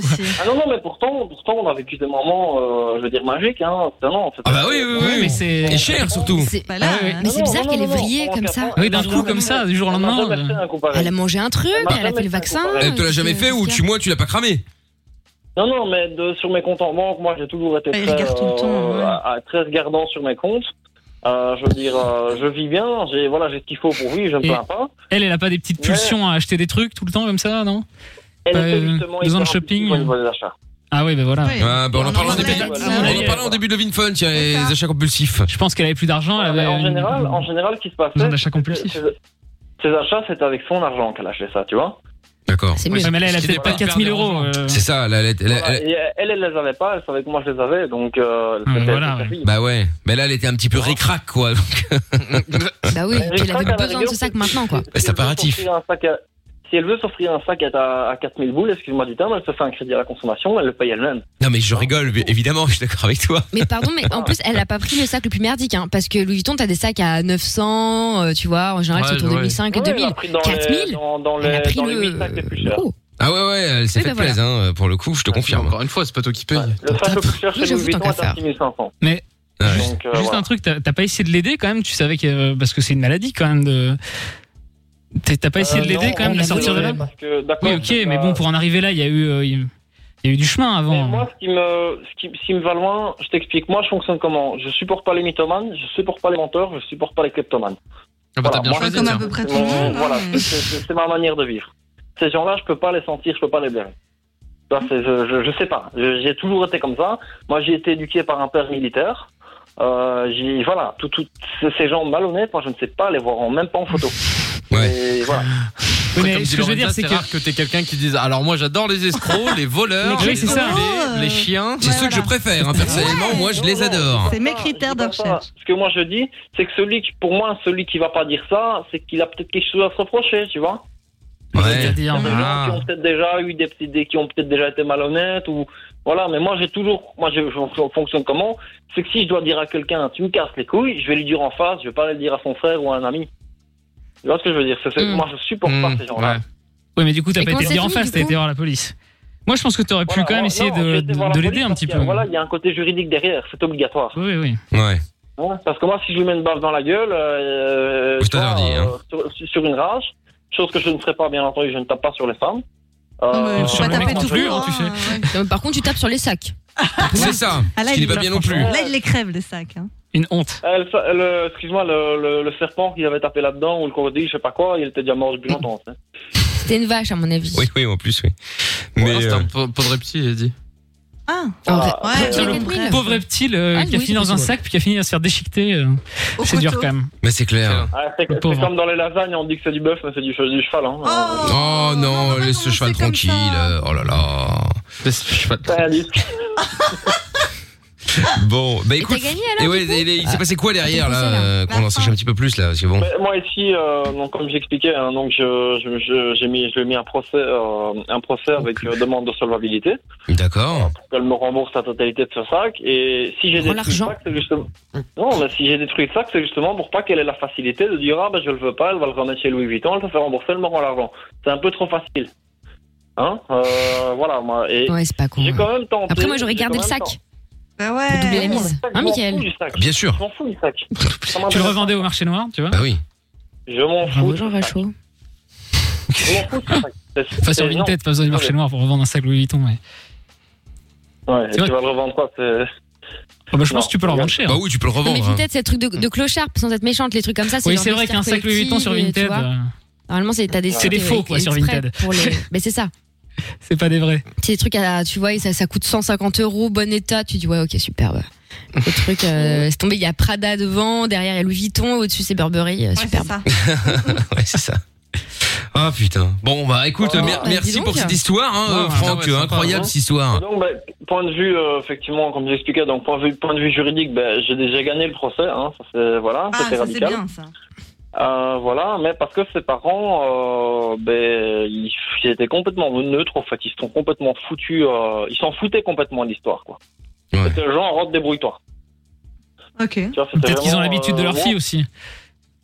M: Ah non, non, mais pourtant, pourtant on a vécu des moments, euh, je veux dire, magiques. Hein. C'est- Non, c'est-
A: Ah bah oui, oui, oui.
D: Mais c'est.
A: Et cher, surtout.
B: C'est-
E: Bah là,
D: Ah ouais.
B: Mais c'est
M: Non,
B: bizarre
M: non,
B: qu'elle ait
M: non, non,
B: vrillé
M: non,
B: comme
M: non,
B: ça.
D: Ah Oui, d'un coup comme ça, du jour au lendemain. euh,
B: Elle a mangé un truc, elle a fait le vaccin.
A: Elle te l'a jamais fait ou tu, moi, tu l'as pas cramé.
M: Non, non, mais de- sur mes comptes en banque, moi j'ai toujours été
E: il
M: très,
E: regarde tout le temps,
M: euh,
E: ouais.
M: à- à- très regardant sur mes comptes. Euh, je veux dire, euh, je vis bien, j'ai voilà, j'ai ce qu'il faut pour vivre, je ne me
D: Et-
M: plains pas.
D: Elle, elle a pas des petites pulsions à acheter des trucs tout le temps comme ça, non
M: Elle
D: Pas,
M: était
D: euh,
M: justement
D: Besoin de
M: hyper impulsive
D: shopping euh.
M: au niveau des achats.
D: Ah oui, ben voilà.
A: Ah, bah, on en
M: en
A: parlait au
M: parlait,
A: début.
M: voilà.
A: On en parlait au début de Levin Fun, tiens, les achats compulsifs.
D: Je pense qu'elle avait plus d'argent, elle
M: Mais
D: avait.
M: en général, en général, ce qui se passe,
D: Besoin d'achat compulsif.
M: ses achats, c'est avec son argent qu'elle achetait ça, tu vois.
A: D'accord.
D: Ouais, mais elle, elle a peut-être pas 4000 euros. euh.
A: C'est ça, la lettre.
M: Voilà, et Elle, elle, les avait pas, elle savait que moi je les avais, donc euh, elle s'était-
D: voilà,
M: elle s'était
A: Bah ouais, mais là elle était un petit peu ricrac quoi. donc.
B: Bah oui,
M: Ouais,
B: puis elle
M: je crois
B: avait
M: qu'à
B: besoin
M: la
B: de
M: rigueur,
B: ce sac maintenant, quoi.
A: C'est
M: Si elle veut s'offrir un sac à- Si elle veut s'offrir un sac à, à 4000 boules, excuse-moi du terme, elle se fait un crédit à la consommation, elle le paye elle-même.
A: Non mais je rigole, mais évidemment, je suis d'accord avec toi.
B: Mais pardon, mais [LAUGHS] en plus, elle a pas pris le sac le plus merdique, hein, parce que Louis Vuitton, t'as des sacs à 900, euh, tu vois, en général,
A: Ouais,
B: c'est autour de
A: ouais.
B: 1005 et
M: Ouais, elle a
B: 2000.
M: pris dans les-
B: 4000
M: dans, dans
B: elle a
M: les,
B: pris
M: dans les
B: le-
M: 8 sacs les plus chers.
D: oh.
A: Ah ouais ouais, elle s'est
B: Oui,
A: fait
B: bah voilà.
A: plaise hein, pour le coup, je te confirme. Encore
F: une fois, c'est pas toi qui paye.
M: Le sac le plus cher
B: Oui,
M: chez
B: j'avoue,
M: Louis Vuitton
B: tant
M: est
B: qu'à
M: à 6500.
D: Mais
M: Donc, euh,
D: Juste
M: voilà.
D: un truc, t'as t'as pas essayé de l'aider quand même Tu savais que. euh, Parce que c'est une maladie quand même de. t'es- T'as pas essayé
M: Euh,
D: de l'aider
M: non,
D: quand même, de la
M: on l'a
D: sortir de
M: dégommé
D: là
M: parce que, d'accord,
D: Oui, ok,
M: c'est
D: mais
M: pas-
D: bon, pour en arriver là, il y a eu. euh, il- Il y a eu du chemin avant.
M: Moi, ce qui me, ce qui, ce qui me va loin, je t'explique. Moi, je fonctionne comment Je supporte pas les mythomanes, je supporte pas les menteurs, je supporte pas les kleptomanes.
A: Ah
F: bah, t'as bien
M: moi,
F: choisi,
M: c'est-
F: Comme à
M: c'est
F: peu près
B: Ah.
M: mon-
F: tout le monde, hein,
M: Voilà,
F: mais-
M: c'est- c'est c'est ma manière de vivre. Ces gens-là, je peux pas les sentir, je peux pas les blairer. Ça, c'est- je, je, je sais pas. Je- J'ai toujours été comme ça. Moi, j'ai été éduqué par un père militaire. Euh, j'ai- voilà, tout, tout, ces- ces gens malhonnêtes, moi, je ne sais pas les voir, en- même pas en photo. Et voilà.
F: Après,
M: mais
F: comme
M: ce
F: dit
M: que je veux
F: Lorenza,
M: dire, c'est que-
F: rare que t'aies quelqu'un qui dise alors moi j'adore les escrocs, les voleurs,
M: Mais oui,
F: les,
M: c'est ça.
F: enculés, les chiens.
A: C'est ceux que je préfère, hein, personnellement,
M: Ouais.
A: moi je les
M: Non, non,
A: adore.
M: c'est mes critères de recherche. Ce que moi je dis, c'est que celui, qui- pour moi, celui qui va pas dire ça, c'est qu'il a peut-être quelque chose à se reprocher, tu vois.
D: C'est-à-dire,
M: Des gens
D: ah.
M: qui ont peut-être déjà eu des petites idées, qui ont peut-être déjà été malhonnêtes ou voilà. Mais moi j'ai toujours, moi je, je- je fonctionne comment C'est que si je dois dire à quelqu'un, tu me casses les couilles, je vais lui dire en face, je vais pas le dire à son frère ou à un ami. Tu vois ce que je veux dire C'est- c'est- Moi je supporte pas ces gens-là.
D: Mmh, Oui, mais du coup, t'as
M: Et
D: pas été
M: comment
D: dire
M: c'est
D: en
M: fini,
D: face,
M: du
D: t'as été
M: coup
D: voir la police. Moi, je pense que t'aurais pu
M: Voilà,
D: quand même
M: moi,
D: essayer
M: non,
D: de,
M: j'ai été voir la
D: de l'aider
M: police
D: un
M: parce
D: petit
M: qu'il y
D: peu.
M: a- Voilà, il y a un côté juridique derrière, c'est obligatoire.
D: Oui, oui.
A: Ouais.
M: Hein, parce que moi, si je lui mets une baffe dans la gueule, euh, tu vois, euh, sur, sur une rage, chose que je ne ferai pas, bien entendu, je ne tape pas sur les femmes. Euh,
B: Sur le mec non plus,
M: hein,
B: tu sais. Non, mais Par contre, tu tapes sur les sacs.
A: C'est ça.
B: Ah, là,
A: Ce qui
B: il
A: n'est pas
B: est
A: bien
B: là,
A: non plus.
B: franchement.
E: Là, il les crève, les sacs. hein.
D: Une honte.
M: elle fa- le- Excuse-moi, le, le- le serpent qu'ils avaient tapé là-dedans, ou le crocodile, je sais pas quoi, il était déjà mort depuis longtemps. hein.
B: C'était une vache, à mon avis.
A: Oui, oui, en plus, oui. Mais euh,
F: c'est un pa- pauvre petit, j'ai dit.
B: Ah,
D: Oh, Putain, le pauvre petit le-
M: Ah,
D: qui a
M: oui,
D: fini
M: c'est
D: dans un
M: possible.
D: sac puis qui a fini à se faire déchiqueter. euh, C'est dur quand même.
A: Mais c'est clair.
M: Ah, c'est c'est
D: pauvre.
M: comme dans les lasagnes, on dit que c'est du bœuf, mais c'est du, che- du cheval. Hein.
A: Oh non, laisse ce cheval tranquille. euh, Oh là là. Laisse le cheval
M: tranquille.
A: [LAUGHS] Bon, bah écoute.
M: t'as gagné,
A: et
M: alors,
A: ouais,
M: du coup
A: et les- il s'est passé quoi derrière
M: Ah,
A: là
M: t'as pensé, là.
A: euh, Qu'on en sache un petit peu plus là, parce que bon.
M: Mais moi ici, euh, donc comme j'expliquais, hein, donc je, je, je- j'ai mis, je lui ai mis un procès, euh, un procès avec euh, demande de solvabilité.
A: D'accord.
M: Pour qu'elle me rembourse la totalité de ce sac. Et si j'ai détruit le sac, c'est justement. Non, mais si j'ai détruit le sac, c'est justement pour pas qu'elle ait la facilité de dire ah ben je le veux pas, elle va le remettre chez Louis Vuitton, elle se fait rembourser, elle me rend l'argent. C'est un peu trop facile. Hein euh, Voilà moi. Et
B: Ouais, c'est pas con.
M: J'ai quand même tenté.
B: Après, moi, j'aurais
M: j'ai
B: gardé
M: quand
B: le
M: même
B: sac.
M: tenté.
B: Bah ouais. Pour doubler la
M: Non,
B: mise.
M: le sac,
B: Hein,
M: Euh, je m'en
B: Michael
M: fous du sac.
A: Bien sûr.
M: Je m'en fous du sac. Ça
D: Tu le
M: m'intéresse
D: revendais au marché noir, tu vois
A: Bah oui.
M: Je m'en
D: fous. [LAUGHS]
M: pas.
D: Enfin, sur
M: C'est- non.
D: Vinted, pas besoin du marché noir pour revendre un sac Louis Vuitton. mais-
M: Ouais, et
D: C'est vrai
M: tu vas le revendre quoi c'est-
D: Ah bah, je pense que tu peux le revendre cher.
A: Bah oui, tu peux le
B: Non, mais Vinted, c'est le truc de, de clochard, sans être méchante, les trucs comme ça.
D: hein. Oui,
B: genre
D: c'est vrai
B: des
D: qu'un
B: stars
D: sac Louis Vuitton sur
B: collectives,
D: Vinted,
B: tu vois.
D: euh,
B: Normalement, c'est t'as des
D: C'est des
B: trucs,
D: faux,
B: euh,
D: quoi, sur
B: exprès
D: Vinted. [LAUGHS]
B: pour les- Mais c'est ça.
D: C'est pas des vrais.
B: C'est des trucs à, tu vois, et ça, ça coûte 150 euros, bon état. Tu dis, ouais, ok, superbe.
A: [LAUGHS]
B: Le truc, euh, c'est tombé, il y a Prada devant, derrière, il y a Louis Vuitton, au-dessus, c'est Burberry, euh, superbe.
A: [LAUGHS] ouais, c'est ça. Ah putain. Bon bah écoute,
M: Oh,
A: mer-
M: bah, dis
A: merci
M: donc.
A: pour cette histoire,
E: Ah,
A: hein, euh,
M: Ouais,
A: Franck,
M: ouais, ouais,
A: incroyable
E: hein.
M: sympa,
A: cette histoire.
M: Donc, bah, point de vue, euh, effectivement, comme j'expliquais, donc point de vue, point de vue juridique, bah, j'ai déjà gagné le procès. Hein, ça, c'est- voilà,
E: Ah,
M: c'était
E: ça, c'est
M: radical.
E: bien, ça.
M: Euh, voilà, mais parce que ses parents, euh, ben, ils, ils étaient complètement neutres, en fait. Ils se sont complètement foutus, euh, ils s'en foutaient complètement de l'histoire, quoi. C'était le genre, rentre, débrouille-toi.
E: Ok.
D: Peut-être qu'ils ont l'habitude de leur fille aussi.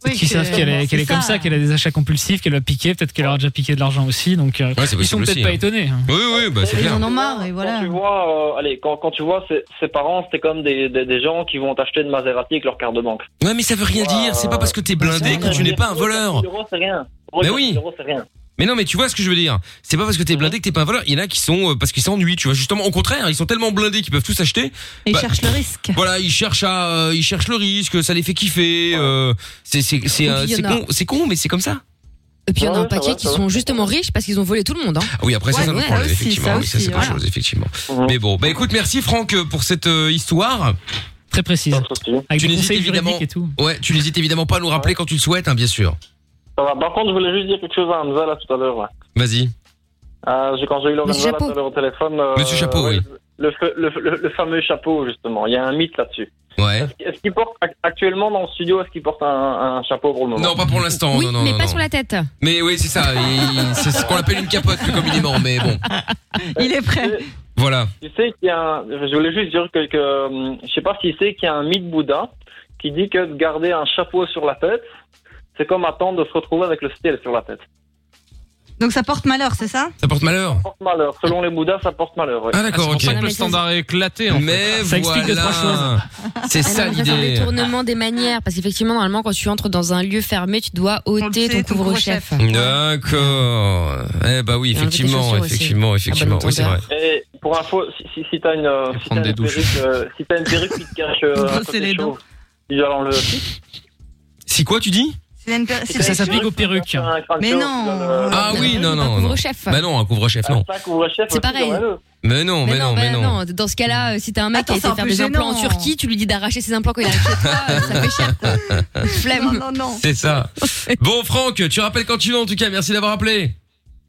D: Peut-être
E: Oui,
D: qu'ils
E: que-
D: savent qu'elle est, qu'elle est
E: c'est
D: comme
E: ça.
D: ça, qu'elle a des achats compulsifs, qu'elle va piquer, peut-être qu'elle aura déjà piqué de l'argent aussi, donc euh,
A: Ouais, c'est
D: ils sont
A: possible
D: peut-être
A: aussi,
D: pas
A: hein.
D: étonnés. hein.
A: Oui, oui, bah c'est clair.
E: en ont marre, et voilà.
M: Quand tu vois, euh, allez, quand, quand tu vois ses, ses parents, c'était comme des, des, des gens qui vont t'acheter de Maserati avec leur carte de banque.
A: Ouais, mais ça veut rien dire. C'est pas parce que t'es
M: Bah,
A: blindé que tu n'es pas un voleur.
M: Euros, c'est rien.
A: Mais oui.
M: Euros, c'est rien.
A: Mais non, mais tu vois ce que je veux dire. C'est pas parce que t'es blindé que t'es pas un voleur. Il y en a qui sont euh, parce qu'ils s'ennuient. Tu vois justement, au contraire, ils sont tellement blindés qu'ils peuvent tout acheter.
E: Ils
A: Bah,
E: cherchent le risque.
A: Voilà, ils cherchent à, euh, ils cherchent le risque. Ça les fait kiffer. euh, c'est c'est c'est
B: Et
A: euh,
B: puis, il y
A: c'est
B: en a-
A: con, c'est con, mais c'est comme ça.
B: Et puis, il y en a
A: Ouais,
B: un
A: ça
B: paquet
A: va,
B: qui
A: ça va.
B: sont justement riches parce qu'ils ont volé tout le monde. hein.
A: Ah Oui, après ça,
B: Ouais,
A: c'est un autre
B: ouais,
A: problème,
B: aussi,
A: effectivement.
B: ça
A: oui, ça,
B: aussi,
A: c'est autre
B: voilà.
A: chose, effectivement. Mais bon, bah écoute, merci Franck euh, pour cette euh, histoire.
D: Très précise. Avec des
A: tu n'hésites
D: conseils
A: évidemment.
D: juridiques et tout.
A: Ouais, tu n'hésites évidemment pas à nous rappeler quand tu le souhaites, hein, bien sûr.
M: Ça va. Par contre, je voulais juste dire quelque chose à Hamza, là, tout à l'heure. ouais.
A: Vas-y.
M: Euh, j'ai- quand j'ai eu Laurent
A: Monsieur
M: Hamza,
A: Chapeau.
M: là, tout à l'heure au téléphone. euh,
A: Monsieur Chapeau, oui.
M: Le, fe- le, le- le fameux chapeau, justement. Il y a un mythe là-dessus.
A: Ouais.
M: Est-ce qu'il porte ac- actuellement dans le studio, est-ce qu'il porte un, un chapeau pour le moment
A: Non, pas pour l'instant.
B: oui,
A: non, non,
B: mais
A: non,
B: pas
A: non.
B: sur la tête.
A: Mais oui, c'est ça. Ah, il- C'est ce qu'on appelle une capote plus communément, mais bon.
E: Il est prêt.
A: Voilà.
M: Tu sais qu'il y a un- Je voulais juste dire que, que, hum, je sais pas si c'est qu'il y a un mythe bouddha qui dit que de garder un chapeau sur la tête, c'est comme attendre de se retrouver avec le style sur la tête.
E: Donc ça porte malheur, c'est ça
A: Ça porte malheur.
M: Ça porte malheur. Selon les bouddhas, ça porte malheur. oui.
A: Ah, d'accord, ok.
F: est éclaté, en
A: Mais
F: fait. Ça explique deux, trois
A: voilà. C'est
B: Ah non,
A: ça
B: mais C'est un
A: l'idée.
B: détournement des manières. Parce qu'effectivement, normalement, quand tu entres dans un lieu fermé, tu dois ôter ton couvre-chef.
A: D'accord. Eh bah
B: Et
A: oui,
B: enlever tes
A: effectivement,
B: chaussures aussi.
A: effectivement,
B: Ah,
A: effectivement.
B: bon
A: Oui, c'est vrai.
M: Et pour info, si, si, si t'as une, euh, si t'as une perruque, euh, si t'as une perruque qui te cache
D: [LAUGHS]
M: euh, un côté chauve, il va dans le.
A: Si quoi tu dis
E: C'est une per- c'est
D: Ça
E: la
D: s'applique
E: chose.
D: aux perruques.
E: Mais non.
A: Ah oui, non, non. non.
B: couvre-chef.
A: Bah non, un couvre-chef, non.
B: C'est pareil.
A: Mais non, mais non, mais
B: Bah
A: non.
B: non, dans ce cas-là, euh, si t'as un mec qui
E: Attends,
B: a été
E: c'est un
B: faire
E: peu
B: des implants en
E: gênant. hein.
B: Turquie, tu lui dis d'arracher ses implants quand il arrive chez toi, euh, ça fait cher, quoi. Flemme. Non, non, non.
A: [LAUGHS] C'est ça. Bon, Franck, tu rappelles quand tu veux, en tout cas. Merci d'avoir appelé.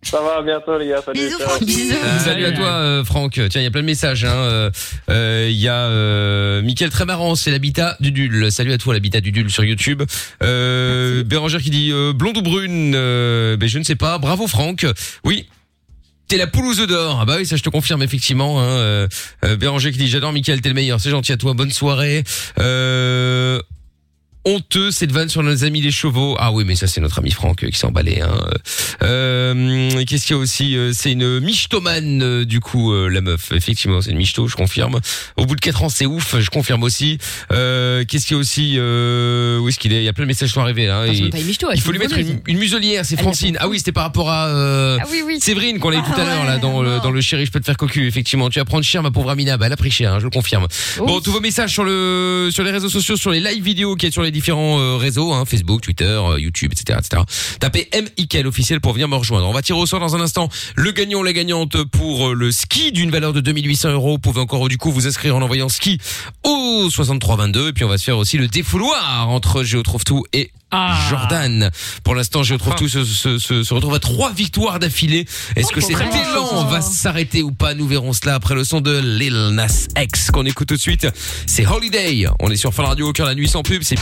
M: Ça va, à bientôt les gars. Salut, ciao.
F: [LAUGHS]
A: Euh, salut à toi, euh, Franck. Tiens, il y a plein de messages. hein. Euh, euh, Il y a euh, Mickaël très marrant, c'est l'habitat du Dul. Salut à toi, l'habitat du Dul sur YouTube. Euh, Bérangère qui dit euh, blonde ou brune. Euh, ben, je ne sais pas. Bravo, Franck. Oui. T'es la poule aux œufs d'or. Ah bah oui, ça je te confirme effectivement. Hein. Euh, euh, Béranger qui dit j'adore Mickaël, t'es le meilleur. C'est gentil à toi. Bonne soirée. Euh, Honteux cette vanne sur nos amis les chevaux. Ah oui, mais ça c'est notre ami Franck euh, qui s'est emballé. Hein. Euh, hum, Qu'est-ce qu'il y a aussi Euh, C'est une michtomane euh, du coup euh, la meuf. Effectivement, c'est une michto, je confirme. Au bout de quatre ans, c'est ouf, je confirme aussi. Euh, Qu'est-ce qu'il y a aussi euh, Où est-ce qu'il est Il y a plein de messages qui sont arrivés. Hein.
B: c'est
A: Et-
B: même pas une michto, elle,
A: il
B: c'est
A: faut lui
B: une
A: mettre
B: vendeuse.
A: une, une muselière, c'est Francine. Ah oui, c'était par rapport à euh,
B: Ah oui, oui.
A: Séverine qu'on a eu tout à l'heure là dans le, dans le chéri, je peux te faire cocu. Effectivement, tu vas prendre cher ma pauvre Amina. Bah, elle a pris cher, hein, je le confirme. Bon, tous vos messages sur le sur les réseaux sociaux, sur les live vidéos qui est sur les différents euh, réseaux, hein, Facebook, Twitter, euh, YouTube, etc., etc. Tapez M Ikel officiel pour venir me rejoindre. On va tirer au sort dans un instant le gagnant, ou la gagnante pour euh, le ski d'une valeur de 2800 euros. Vous pouvez encore du coup vous inscrire en envoyant ski au 6322 et puis on va se faire aussi le défouloir entre Je trouve tout et Jordan. Pour l'instant, Je trouve tout se, se- se- se retrouve à trois victoires d'affilée. Est-ce que
K: Oh,
A: cet
K: vraiment.
A: élan va s'arrêter ou pas Nous verrons cela après le son de Lil Nas X qu'on écoute tout de suite. C'est Holiday. On est sur Fun Radio au cœur de la nuit sans pub. C'est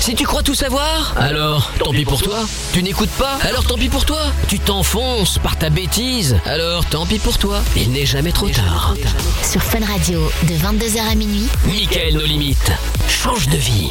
G: Si tu crois tout savoir, alors tant pis pour toi. Tu n'écoutes pas, alors tant pis pour toi. Tu t'enfonces par ta bêtise, alors tant pis pour toi. Il n'est jamais trop tard.
H: Sur Fun Radio, de 22h à minuit.
G: Michael nos limites. Change de vie.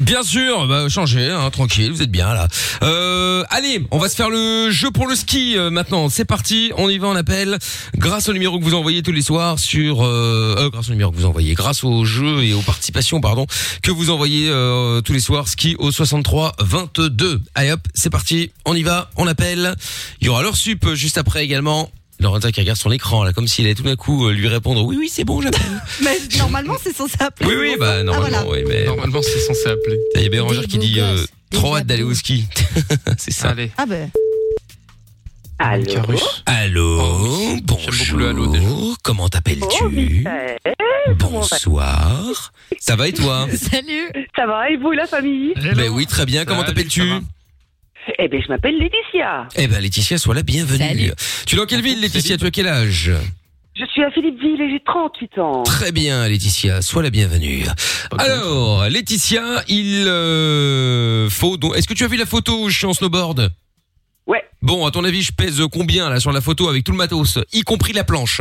A: Bien sûr, bah, changez, hein, tranquille, vous êtes bien là. Euh, allez, on va se faire le jeu pour le ski euh, maintenant. C'est parti, on y va, on appelle. Grâce au numéro que vous envoyez tous les soirs sur, euh, euh, grâce au numéro que vous envoyez, grâce au jeu et aux participations, pardon, que vous envoyez euh, tous les soirs ski au 63 22. Allez hop, c'est parti, on y va, on appelle. Il y aura leur sup euh, juste après également. Laurentin qui regarde son écran là, comme s'il allait tout d'un coup euh, lui répondre oui oui c'est
J: [LAUGHS]
A: bon j'appelle.
E: [LAUGHS] Mais normalement, c'est censé appeler. Ah,
A: Oui, oui,
L: Ah,
A: bah normalement, oui, mais normalement c'est censé appeler. Il y a Bérangère qui dit euh, trop hâte d'aller au ski. [LAUGHS] c'est ça. Allez.
E: Ah ben.
A: Allô. Allô. Bonjour. Comment
J: Oh,
A: t'appelles-tu Bonsoir. Ça va et toi
B: Salut.
J: Ça va et vous la famille
A: Ben oui, très bien. Comment t'appelles-tu
J: Eh ben je m'appelle Laetitia.
A: Eh ben Laetitia, sois la bienvenue. Tu es dans quelle ville, Laetitia Tu as quel âge
J: Je suis à Philippeville et j'ai 38 ans.
A: Très bien, Laetitia. Sois la bienvenue. Alors, Laetitia, il euh, faut. donc- Est-ce que tu as vu la photo où je suis en snowboard
J: Ouais.
A: Bon, à ton avis, je pèse combien là sur la photo avec tout le matos, y compris la planche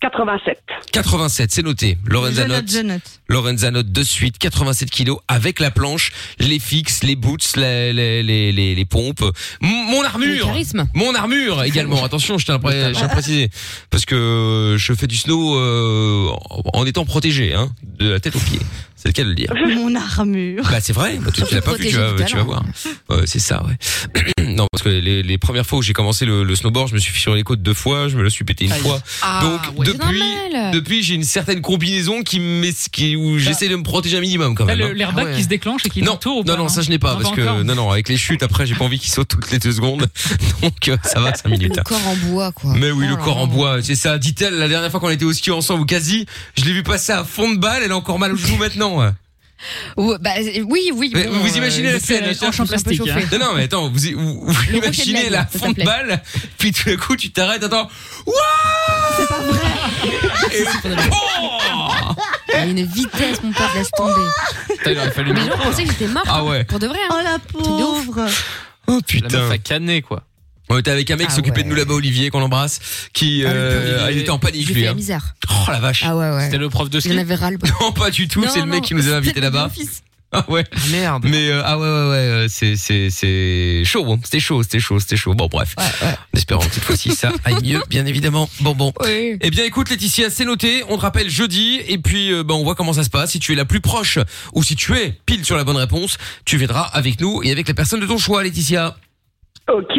J: 87.
A: 87, c'est noté. Lorenza note. Lorenza note de suite 87 kilos avec la planche, les fixes, les boots, les, les, les, les- les pompes, M- mon armure, mon armure également. Attention, je tiens à pré- je tiens à préciser parce que je fais du snow euh, en étant protégé, hein, de la tête aux pieds. C'est le cas de le
L: [LAUGHS]
A: dire.
E: [LAUGHS] Mon armure.
A: Bah c'est vrai, bah, tu, tu l'as pas vu, tu
E: Surtout
A: vas,
E: protéger du
A: tu vas voir. Ouais, c'est ça, ouais. [CLEARS THROAT] non, parce que les, les premières fois où j'ai commencé le, le snowboard, je me suis fait sur les côtes deux fois, je me le suis pété une fois.
B: Ah,
D: Ah,
A: Donc depuis, depuis j'ai une certaine combinaison qui, me met- qui
B: Ah.
A: où j'essaie de me protéger un minimum quand
D: T'as
A: même.
D: le-
A: hein.
D: l'airbag qui se déclenche et qui
A: Non,
D: t'entoure ou
A: non,
D: pas,
A: non,
D: hein
A: ça je n'ai pas
D: Non,
A: parce
D: pas
A: que
D: encore.
A: non, non, avec les chutes après j'ai pas envie qu'ils sautent toutes les deux secondes, [LAUGHS] donc euh, ça va 5 minutes.
B: Le corps en bois, Ah. quoi. Oh
A: Mais oui, le corps en bois, c'est ça. Dit-elle la dernière fois qu'on était au ski ensemble, ou quasi, je l'ai vu passer à fond de balle. Elle a encore mal au genou
B: [LAUGHS]
A: maintenant.
B: Ouais, bah, euh, oui, oui.
A: Mais
B: bon,
A: vous imaginez
B: euh,
A: la
B: je
A: scène
B: suis
A: la
B: un peu chauffée.
A: Non, non, mais attends, vous, vous- [LAUGHS] vous
B: hein. Le rocher de la
A: imaginez
B: vie,
A: la
B: ça
A: fonte
B: s'appelait.
A: balle, puis tout d'un coup tu t'arrêtes, attends. Wouah
E: C'est pas
A: vrai.
E: [LAUGHS]
B: Il y a une vitesse, mon pote, laisse tomber.
F: Putain, il aurait fallu.
B: Les gens pensaient que j'étais morte. hein,
F: Ah ouais.
B: Pour de vrai.
E: Oh la pauvre.
A: Oh putain.
F: La meuf a canné quoi.
A: On était avec un
B: Ah
A: mec qui s'occupait de nous là-bas, Olivier, qu'on embrasse, qui euh, il était en panique
B: J'ai fait
A: lui.
B: la
A: hein.
B: misère.
A: Oh la vache.
B: Ah ouais, ouais.
A: C'était le prof de
B: J'en avais ras le bol.
A: [LAUGHS] Non, pas du tout,
B: Non,
A: c'est le mec
B: non,
A: qui nous
B: [LAUGHS]
A: avait invités
B: c'était
A: là-bas.
B: l'office.
A: Ah ouais. Merde. Mais euh, ah ouais ouais ouais, euh, c'est c'est c'est chaud. Bon, c'était chaud, c'était chaud, c'était chaud. Bon bref. En espérant que cette fois-ci ça aille mieux, bien évidemment. Bon bon. Eh bien écoute Laetitia, c'est noté, on te rappelle jeudi et puis euh, bah, on voit comment ça se passe si tu es la plus proche ou si tu es pile sur la bonne réponse, tu viendras avec nous et avec la personne de ton choix Laetitia.
J: Ok.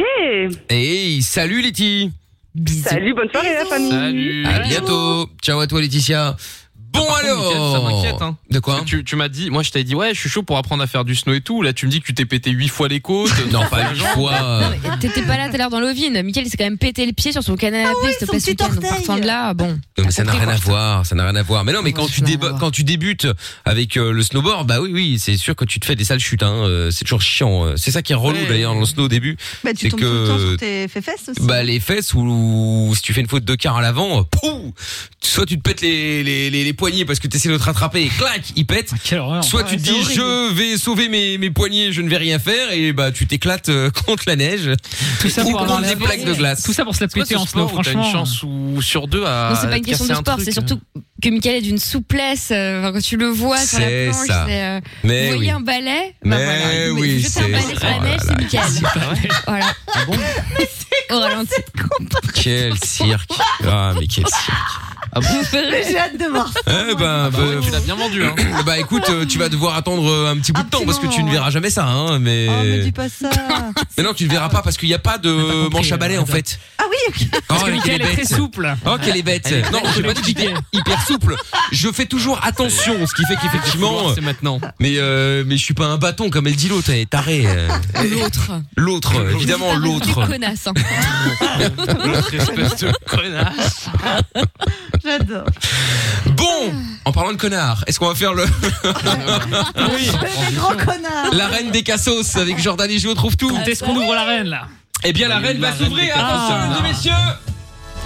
A: Hey, salut Letty.
B: Bisous.
J: Salut, bonne soirée, la famille.
A: Salut. À bientôt. Ciao à toi, Laetitia. Bon
F: alors. Ça m'inquiète. Hein.
A: De quoi
F: Tu, tu m'as dit, moi je t'avais dit ouais, je suis chaud pour apprendre à faire du snow et tout. Là tu me dis que tu t'es pété huit fois les côtes. [LAUGHS]
A: non pas huit fois.
B: Non, mais T'étais pas là tout à l'heure dans l'ovine. Michael il s'est quand même pété le pied sur son canapé.
E: Ah
B: c'était pas super. Donc partant de là, bon.
A: Non, mais ça n'a rien à voir, ça n'a rien à voir. Mais non, mais quand tu déba- quand tu débutes avec euh, le snowboard, bah oui, oui, c'est sûr que tu te fais des sales chutes. Hein. euh, C'est toujours chiant. euh. C'est ça qui est relou d'ailleurs dans le snow au début.
E: Bah, tu
A: c'est
E: tombes tout le temps
A: que
E: sur tes fesses aussi.
A: bah les fesses ou si tu fais une faute de quart à l'avant, euh, pou, soit tu te pètes les les, les, les poignets parce que tu essaies de te rattraper et clac, il
F: Ah,
A: pète. Soit
F: Ouais,
A: tu te dis
F: c'est horrible.
A: je vais sauver mes mes poignets, je ne vais rien faire et bah tu t'éclates euh, [LAUGHS] contre la neige.
D: Tout ça
A: ou
D: pour avoir
A: contre des
D: la-
A: plaques de glace.
D: Tout ça pour se la
A: C'est quoi
D: péter
A: ce
D: en snow,
A: sport où t'as une
D: franchement.
A: chance
F: ou sur deux
A: Euh,
F: à.
B: Non, c'est pas une question de sport, c'est surtout que Michael est d'une souplesse. euh, enfin, quand tu le vois sur la
A: C'est
B: planche,
A: ça.
B: c'est. euh,
A: Mais
B: vous voyez
A: oui.
B: un
A: [LAUGHS]
B: balai Bah
A: Mais oui,
B: Jeter un
A: c'est- Oh
B: balai sur la neige, c'est Michael. Voilà.
A: Ah
B: [LAUGHS] Au ralenti.
A: Quel cirque. Ah, mais quel cirque.
B: [LAUGHS]
A: Ah bon
E: Mais J'ai hâte de voir.
B: Ah
A: Eh ben,
B: bah
A: tu l'as bien vendu. Hein. [COUGHS] bah écoute, euh, tu vas devoir attendre euh, un petit bout de temps parce que tu ne verras jamais ça. Hein, mais...
B: Ah,
E: Dis pas ça.
A: [LAUGHS] mais non, tu ne verras pas parce qu'il n'y a pas de manche à
D: euh,
A: balai en fait.
E: Ah oui, ok.
A: Oh, qu'elle
D: Mickaël est
A: bête.
D: très souple.
A: Oh, qu'elle est bête.
D: Elle est
A: non,
D: très
A: je pas dit que j'étais hyper souple. Je fais toujours attention, ce qui fait qu'effectivement.
F: C'est maintenant.
A: Mais, euh, mais je suis pas un bâton comme elle dit l'autre, elle est tarée. euh.
B: L'autre.
A: L'autre, évidemment, l'autre.
B: Des connasses.
A: [LAUGHS]
B: hein.
A: L'autre espèce de connasse.
E: [LAUGHS] J'adore.
A: Bon, en parlant de connard, est-ce qu'on va faire le.
E: Ah
A: Ah oui.
E: Gros connard.
A: La reine des cassos avec Jordan et Gio trouve tout.
D: Est-ce qu'on ouvre la reine là
A: Eh bien la reine va s'ouvrir, attention mesdames et messieurs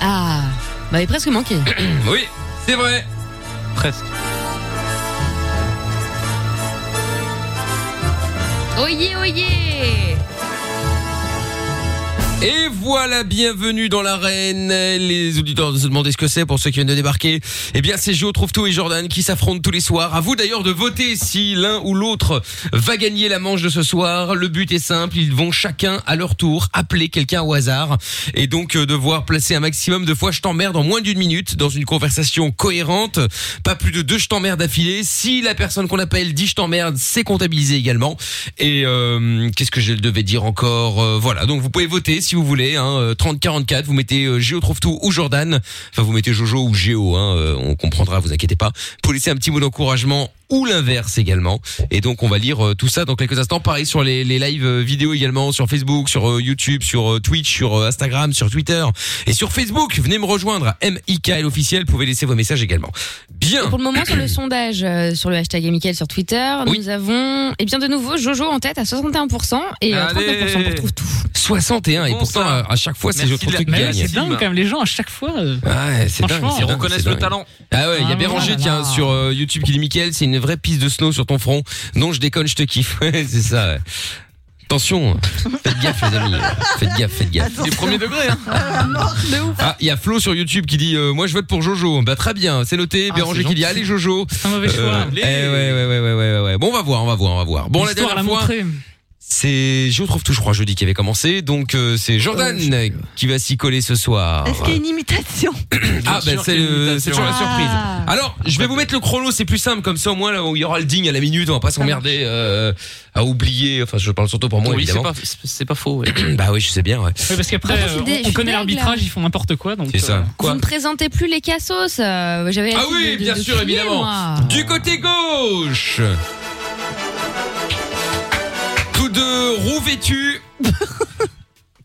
B: Ah, m'avait presque
A: [COUGHS]
B: manqué.
A: Oui, c'est vrai.
F: Presque.
B: Oyez, oyez
A: Et voilà, bienvenue dans l'arène. Les auditeurs se demandent ce que c'est pour ceux qui viennent de débarquer. Eh bien, c'est Jo Trouve-Tout et Jordan qui s'affrontent tous les soirs. À vous d'ailleurs de voter si l'un ou l'autre va gagner la manche de ce soir. Le but est simple, ils vont chacun à leur tour appeler quelqu'un au hasard et donc euh, devoir placer un maximum de fois je t'emmerde en moins d'une minute dans une conversation cohérente. Pas plus de deux je t'emmerde d'affilée. Si la personne qu'on appelle dit je t'emmerde, c'est comptabilisé également. Et euh, qu'est-ce que je devais dire encore Euh, Voilà, donc vous pouvez voter si vous voulez. Hein, euh, 30-44, vous mettez euh, Géo trouve tout ou Jordan. Enfin, vous mettez Jojo ou Géo. Hein, euh, on comprendra, vous inquiétez pas. Vous laisser un petit mot d'encouragement ou l'inverse également. Et donc on va lire euh, tout ça dans quelques instants. Pareil sur les, les lives euh, vidéo également, sur Facebook, sur euh, YouTube, sur euh, Twitch, sur euh, Instagram, sur Twitter et sur Facebook. Venez me rejoindre, MIKL officiel. Vous pouvez laisser vos messages également. Bien.
B: Pour le moment, sur le sondage, euh, sur le hashtag Mickaël sur Twitter, nous avons, eh bien, de nouveau, Jojo en tête à 61% et euh, 39% pour Trouve-Tout.
A: 61 et pourtant à, à chaque fois c'est je trouve tout qui
D: Mais
A: gagne.
D: C'est dingue quand même, les gens à chaque fois. euh,
A: Ouais, c'est dingue.
D: franchement,
A: c'est dingue, c'est dingue. Ah ouais, il y
D: Ah
A: a
D: là
A: Béranger
D: là.
A: tiens sur euh, YouTube qui dit Mickaël, c'est une vraie piste de snow sur ton front. Non, je déconne, je te kiffe. [LAUGHS] Ouais, c'est ça. ouais.
D: [LAUGHS]
A: Attention, faites gaffe les amis. Faites gaffe, faites gaffe.
F: Du premier degré. Hein.
A: Ah, il y a Flo sur YouTube qui dit euh, moi je vote pour Jojo. Bah très bien, c'est noté.
F: Ah,
A: Béranger
F: c'est
A: qui dit
F: gentil.
A: allez Jojo.
F: C'est un mauvais choix.
A: eh, ouais, ouais, ouais, ouais, ouais, ouais, ouais. Bon, on va voir, on va voir, on va voir. Bon, la
D: l'histoire
A: dernière
D: l'a
A: fois,
D: montré.
A: c'est je trouve tout, je crois jeudi qui avait commencé. Donc euh,
D: Ah,
A: c'est Jordan qui va s'y coller ce soir.
E: Est-ce qu'il y a une imitation
A: [COUGHS] Ah ben
E: sûr
A: c'est
E: qu'il y a une
A: euh,
E: imitation.
A: c'est toujours la
E: Ah.
A: surprise. Alors, je vais
D: Bah,
A: vous mettre le chrono, c'est plus simple comme ça au moins là où il y aura le ding à la minute, on va pas s'emmerder euh, à oublier, enfin je parle surtout pour moi
F: Oui, c'est
A: évidemment.
F: pas- c'est- c'est pas faux.
A: [CLEARS THROAT] bah oui, je sais bien ouais.
D: Oui, parce qu'après,
B: Par contre, je suis
D: euh,
B: dé- je
D: on
B: suis
D: connaît
B: deg,
D: l'arbitrage,
B: là.
D: ils font n'importe quoi. donc euh,
A: C'est ça.
B: Vous ne présentez plus les cassos. euh, J'avais
A: Ah
B: l'habitude
A: oui,
B: de- de-
A: bien
B: de
A: sûr
B: crier,
A: évidemment.
B: moi.
A: Du côté gauche. Tous deux roux vêtus.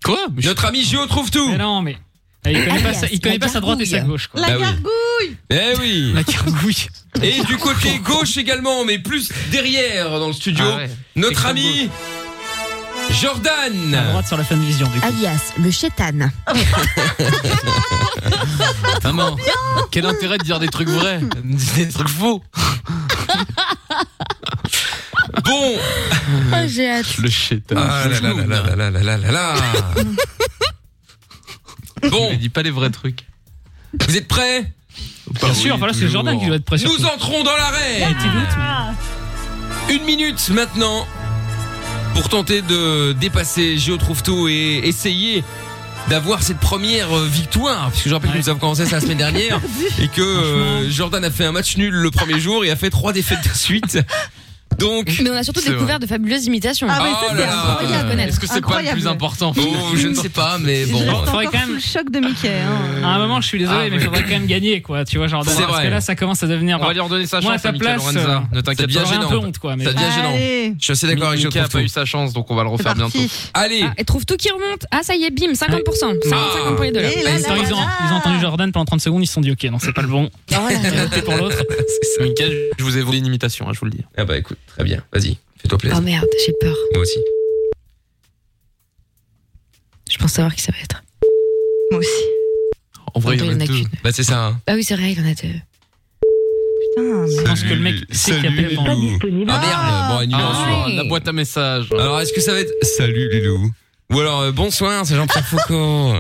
A: Quoi Notre ami Gio trouve tout. Mais
D: non mais Il
E: Ah,
D: connaît pas sa- il connaît pas sa droite et sa gauche. quoi.
A: Bah oui. Eh oui. La
D: gargouille.
A: Et du côté gauche également, mais plus derrière dans le studio,
D: Ah
A: notre ami Jordan.
D: À droite sur la fin de vision du coup.
B: Alias, le chétan.
F: Maman, Ah, quel intérêt de dire des trucs vrais Des trucs [LAUGHS] faux.
B: [LAUGHS]
A: Bon.
B: Oh, j'ai hâte.
F: Le chétan.
A: Ah là là là là là là là là
F: [LAUGHS]
A: là. Bon.
F: Ne dis pas les vrais trucs.
A: Vous êtes prêts
D: Bien sûr, voilà, c'est Jordan qui doit être prêt.
A: Nous entrons dans
E: Ah.
A: l'arène. Une minute maintenant pour tenter de dépasser Géo Trouve-Tout et essayer d'avoir cette première euh, victoire puisque je rappelle que nous avons commencé ça la
D: [LAUGHS]
A: semaine dernière
D: [LAUGHS]
A: et que euh, Jordan a fait un match nul le premier jour et a fait trois défaites de suite Donc.
B: Mais on a surtout
A: C'est
B: découvert de
A: vrai.
B: fabuleuses imitations.
A: Ah, mais ça, Oh c'est là là. incroyable.
B: Faut le reconnaître.
A: Est-ce que c'est pas le
B: Incroyable.
A: plus important Oh, je ne sais pas, mais bon.
D: Je reste
A: Faudrait
D: encore
E: Sous le choc de Mickey. Hein.
D: Euh, À un moment, je suis désolé,
A: Ah,
D: mais
A: oui.
D: il faudrait quand même gagner, quoi. Tu vois, genre,
A: C'est
D: parce
A: vrai.
D: que là, ça commence à devenir.
F: On va lui redonner sa
D: Moi,
F: chance
D: à ta
F: à Michael
D: place,
F: Lorenza.
D: euh,
F: Ne t'inquiète
D: ça
F: pas,
D: devient un
F: gênant.
D: peu honte, quoi. Mais...
F: Ça devient
A: Ah,
F: gênant.
B: Allez.
A: Je suis assez d'accord avec
F: Mickey
A: Jérôme
F: a pas
A: Foucault.
F: eu sa chance, donc on va le refaire
B: C'est
F: bientôt.
A: Allez.
B: Et trouve tout qui remonte. Ah, ça y est, bim, 50%. 50-50
A: Ah.
B: pour les deux. là.
D: Et quand ils, ont, ils ont entendu Jordan pendant 30 secondes, ils se sont dit ok, non, c'est pas le bon.
F: [LAUGHS]
D: C'est pour l'autre.
F: Michael, je vous ai volé une imitation, hein, je vous le dis.
A: Ah bah écoute, très bien. Vas-y, fais-toi plaisir.
B: Oh merde, j'ai peur.
A: Moi aussi.
B: Je pense savoir qui ça va être. Moi aussi.
F: En
A: vrai,
B: il y en a
A: deux. Bah c'est ça. hein.
B: Ah oui, c'est vrai, il y en a deux.
D: Je pense que le mec sait qu'il y a
A: Salut,
D: Pépin.
A: Loulou. Ah merde, bon, une nuance.
F: Ah,
A: oui.
F: La boîte à messages.
A: Alors est-ce que ça va être Salut les loups Ou alors euh, bonsoir, c'est Jean-Pierre Foucault.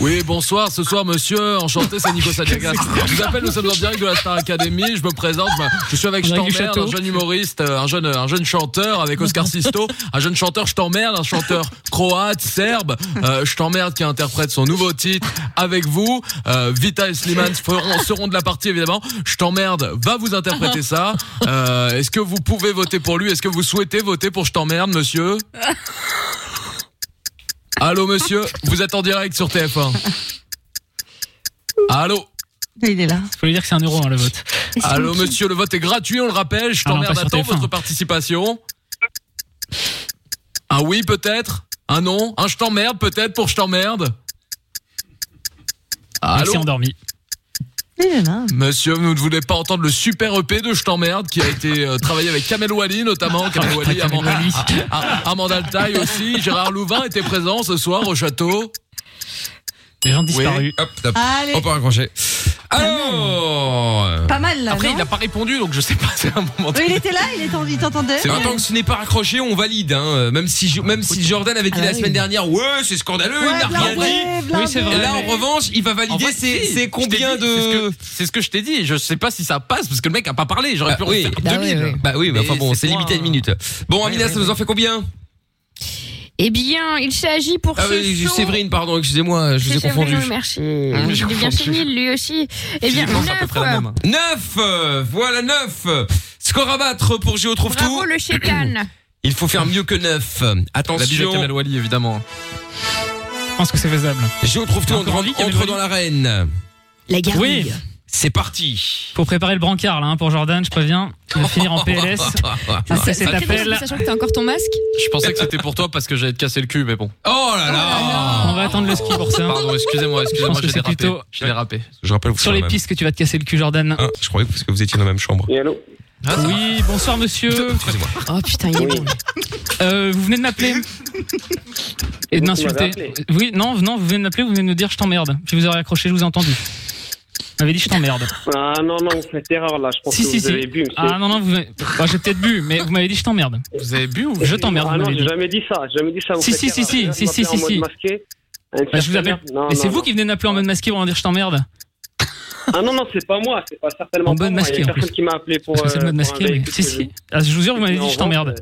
F: Oui, bonsoir, ce soir, monsieur, enchanté, c'est Nico Saliagas. Je vous appelle, nous sommes en direct de la Star Academy, je me présente, bah, [LAUGHS] je suis avec Je
D: Avec du
F: t'emmerde, un
D: château.
F: jeune humoriste, euh, un jeune, un jeune chanteur avec Oscar Sisto, un jeune chanteur Je t'emmerde, un chanteur croate, serbe, euh, Je t'emmerde qui interprète son nouveau titre avec vous, euh, Vita et Slimane feront, seront de la partie évidemment, Je t'emmerde va vous interpréter ça, Euh, est-ce que vous pouvez voter pour lui, est-ce que vous souhaitez voter pour Je t'emmerde monsieur Allô monsieur, vous êtes en direct sur TF1 Allô
E: Il est là.
D: Faut lui dire que c'est un euro hein, le vote.
F: Allô monsieur, le vote est gratuit, on le rappelle, je
D: Ah non,
F: t'emmerde,
D: pas sur
F: attends
D: TF1.
F: votre participation. Un oui peut-être Un non Un je t'emmerde peut-être pour je t'emmerde
D: Il
F: Allô
D: s'est endormi.
E: Il est là.
F: Monsieur, vous ne voulez pas entendre le super EP de Je t'emmerde qui a été euh, travaillé avec Kamel Wally notamment, Kamel Wally,
D: Ah, Kamel
F: Amanda,
D: Wally.
F: Ah, ah, Amanda Altaï
D: [LAUGHS]
F: aussi, Gérard Louvain était présent ce soir au château.
D: Les gens
F: disparus.
A: Hop, hop.
E: Allez.
A: On peut raccrocher. Alors
E: Pas mal, là,
F: Après,
E: non
F: il n'a pas [LAUGHS] répondu, donc je sais pas, c'est un moment
E: Oui, il était là, il est en- il t'entendait.
A: C'est vrai, tant que ce n'est pas raccroché, on valide. Hein. euh, Même si Jo- même si Jordan avait dit
E: Ah
D: bah
A: la
E: oui.
A: semaine dernière, ouais, c'est scandaleux,
E: Ouais,
A: il n'a rien
E: blindé,
A: dit.
E: blindé. Oui, c'est vrai,
A: Là, en
E: mais-
A: revanche, il va
F: En
A: valider.
F: vrai,
A: C'est
F: si,
A: c'est
F: je t'ai
A: combien
F: dit, c'est ce
A: de
F: que- C'est ce que je t'ai dit. Je sais pas si ça passe parce que le mec a pas parlé. J'aurais
A: Bah
F: pu en
A: oui.
F: faire
A: Bah
F: 2000.
A: oui, oui. Bah oui, mais
F: Mais
A: enfin bon, c'est
F: moins-
A: limité à une minute. Bon, Amina, ça nous en fait combien
B: Eh bien, il s'agit pour
A: Ah
B: ce
A: oui,
B: show-
A: Séverine, pardon, excusez-moi, je vous ai
B: C'est
A: confondu.
B: Séverine, merci.
A: Mmh, j'ai
B: Il est bien
A: confondu.
B: fini, lui aussi. Eh bien,
A: Physiquement, c'est à peu
B: neuf.
A: près la même. Neuf, euh, Voilà 9 Score à battre pour Géo Trouve Tout Ah,
B: Bravo le chétan.
A: [CLEARS THROAT] Il faut faire mieux que 9
F: La bise à
A: Attention
F: Kamel Wally, évidemment.
D: Je pense que c'est faisable.
A: Géo Trouve Tout
D: Encore
A: entre,
D: lui, Kamel
A: entre
D: Wally
A: dans l'arène
B: La
D: Oui.
A: C'est parti
D: Faut préparer le brancard là hein, pour Jordan, je préviens. Il va finir en
A: [LAUGHS]
D: PLS.
F: [LAUGHS]
D: Après cet appel,
B: Sachant que t'as encore ton masque.
F: Je pensais que c'était pour toi parce que j'allais te casser le cul, mais bon.
A: Oh là là
D: on va attendre le ski pour ça.
F: Pardon,
D: Je
F: excusez-moi, excusez-moi,
D: pense que
F: j'ai
D: c'est
F: dérapé.
D: plutôt-
F: J'ai dérapé.
A: Je rappelle, vous
D: Sur les pistes que tu vas te casser le cul, Jordan.
F: Euh,
A: je croyais parce que vous étiez dans la même chambre.
D: Oui, bonsoir monsieur.
A: Excusez-moi.
B: Oh putain, il est bon.
D: Euh, vous venez de m'appeler et de m'insulter. Oui, non, non, vous venez de m'appeler, vous venez de nous dire je t'emmerde. Puis vous avez accroché, je vous ai entendu. Vous m'avez dit je t'emmerde.
I: Ah non, non, vous faites erreur là, je pense
D: Si,
I: que
D: si,
I: vous avez
D: si.
I: bu, monsieur. Eh,
D: Ah non, non, vous... Bah, j'ai peut-être bu, mais vous m'avez dit je t'emmerde.
F: Vous avez bu ou
D: Je t'emmerde, vous
I: Ah non,
D: m'avez
I: j'ai
D: dit.
I: jamais dit ça, j'ai jamais dit ça. Vous
D: Si,
I: faites
D: si, si,
I: erreur.
D: si,
I: Vous
D: si, si,
I: m'appelez en
D: si.
I: mode masqué.
D: Bah, je vous appelle.
I: Non,
D: mais c'est
I: non,
D: vous
I: non.
D: qui venez de m'appeler en mode masqué pour me dire je t'emmerde.
I: Ah non, non, c'est pas moi, c'est pas certainement
D: En
I: pas
D: mode
I: moi. Il y
D: masqué,
I: a
D: en
I: personne
D: plus.
I: qui m'a appelé pour.
D: Parce que c'est le
I: euh,
D: mode
I: pour un
D: masqué, mais.
I: véhicule
D: Si,
I: que
D: si. Ah, je vous jure, vous m'avez
I: Non,
D: dit je t'emmerde.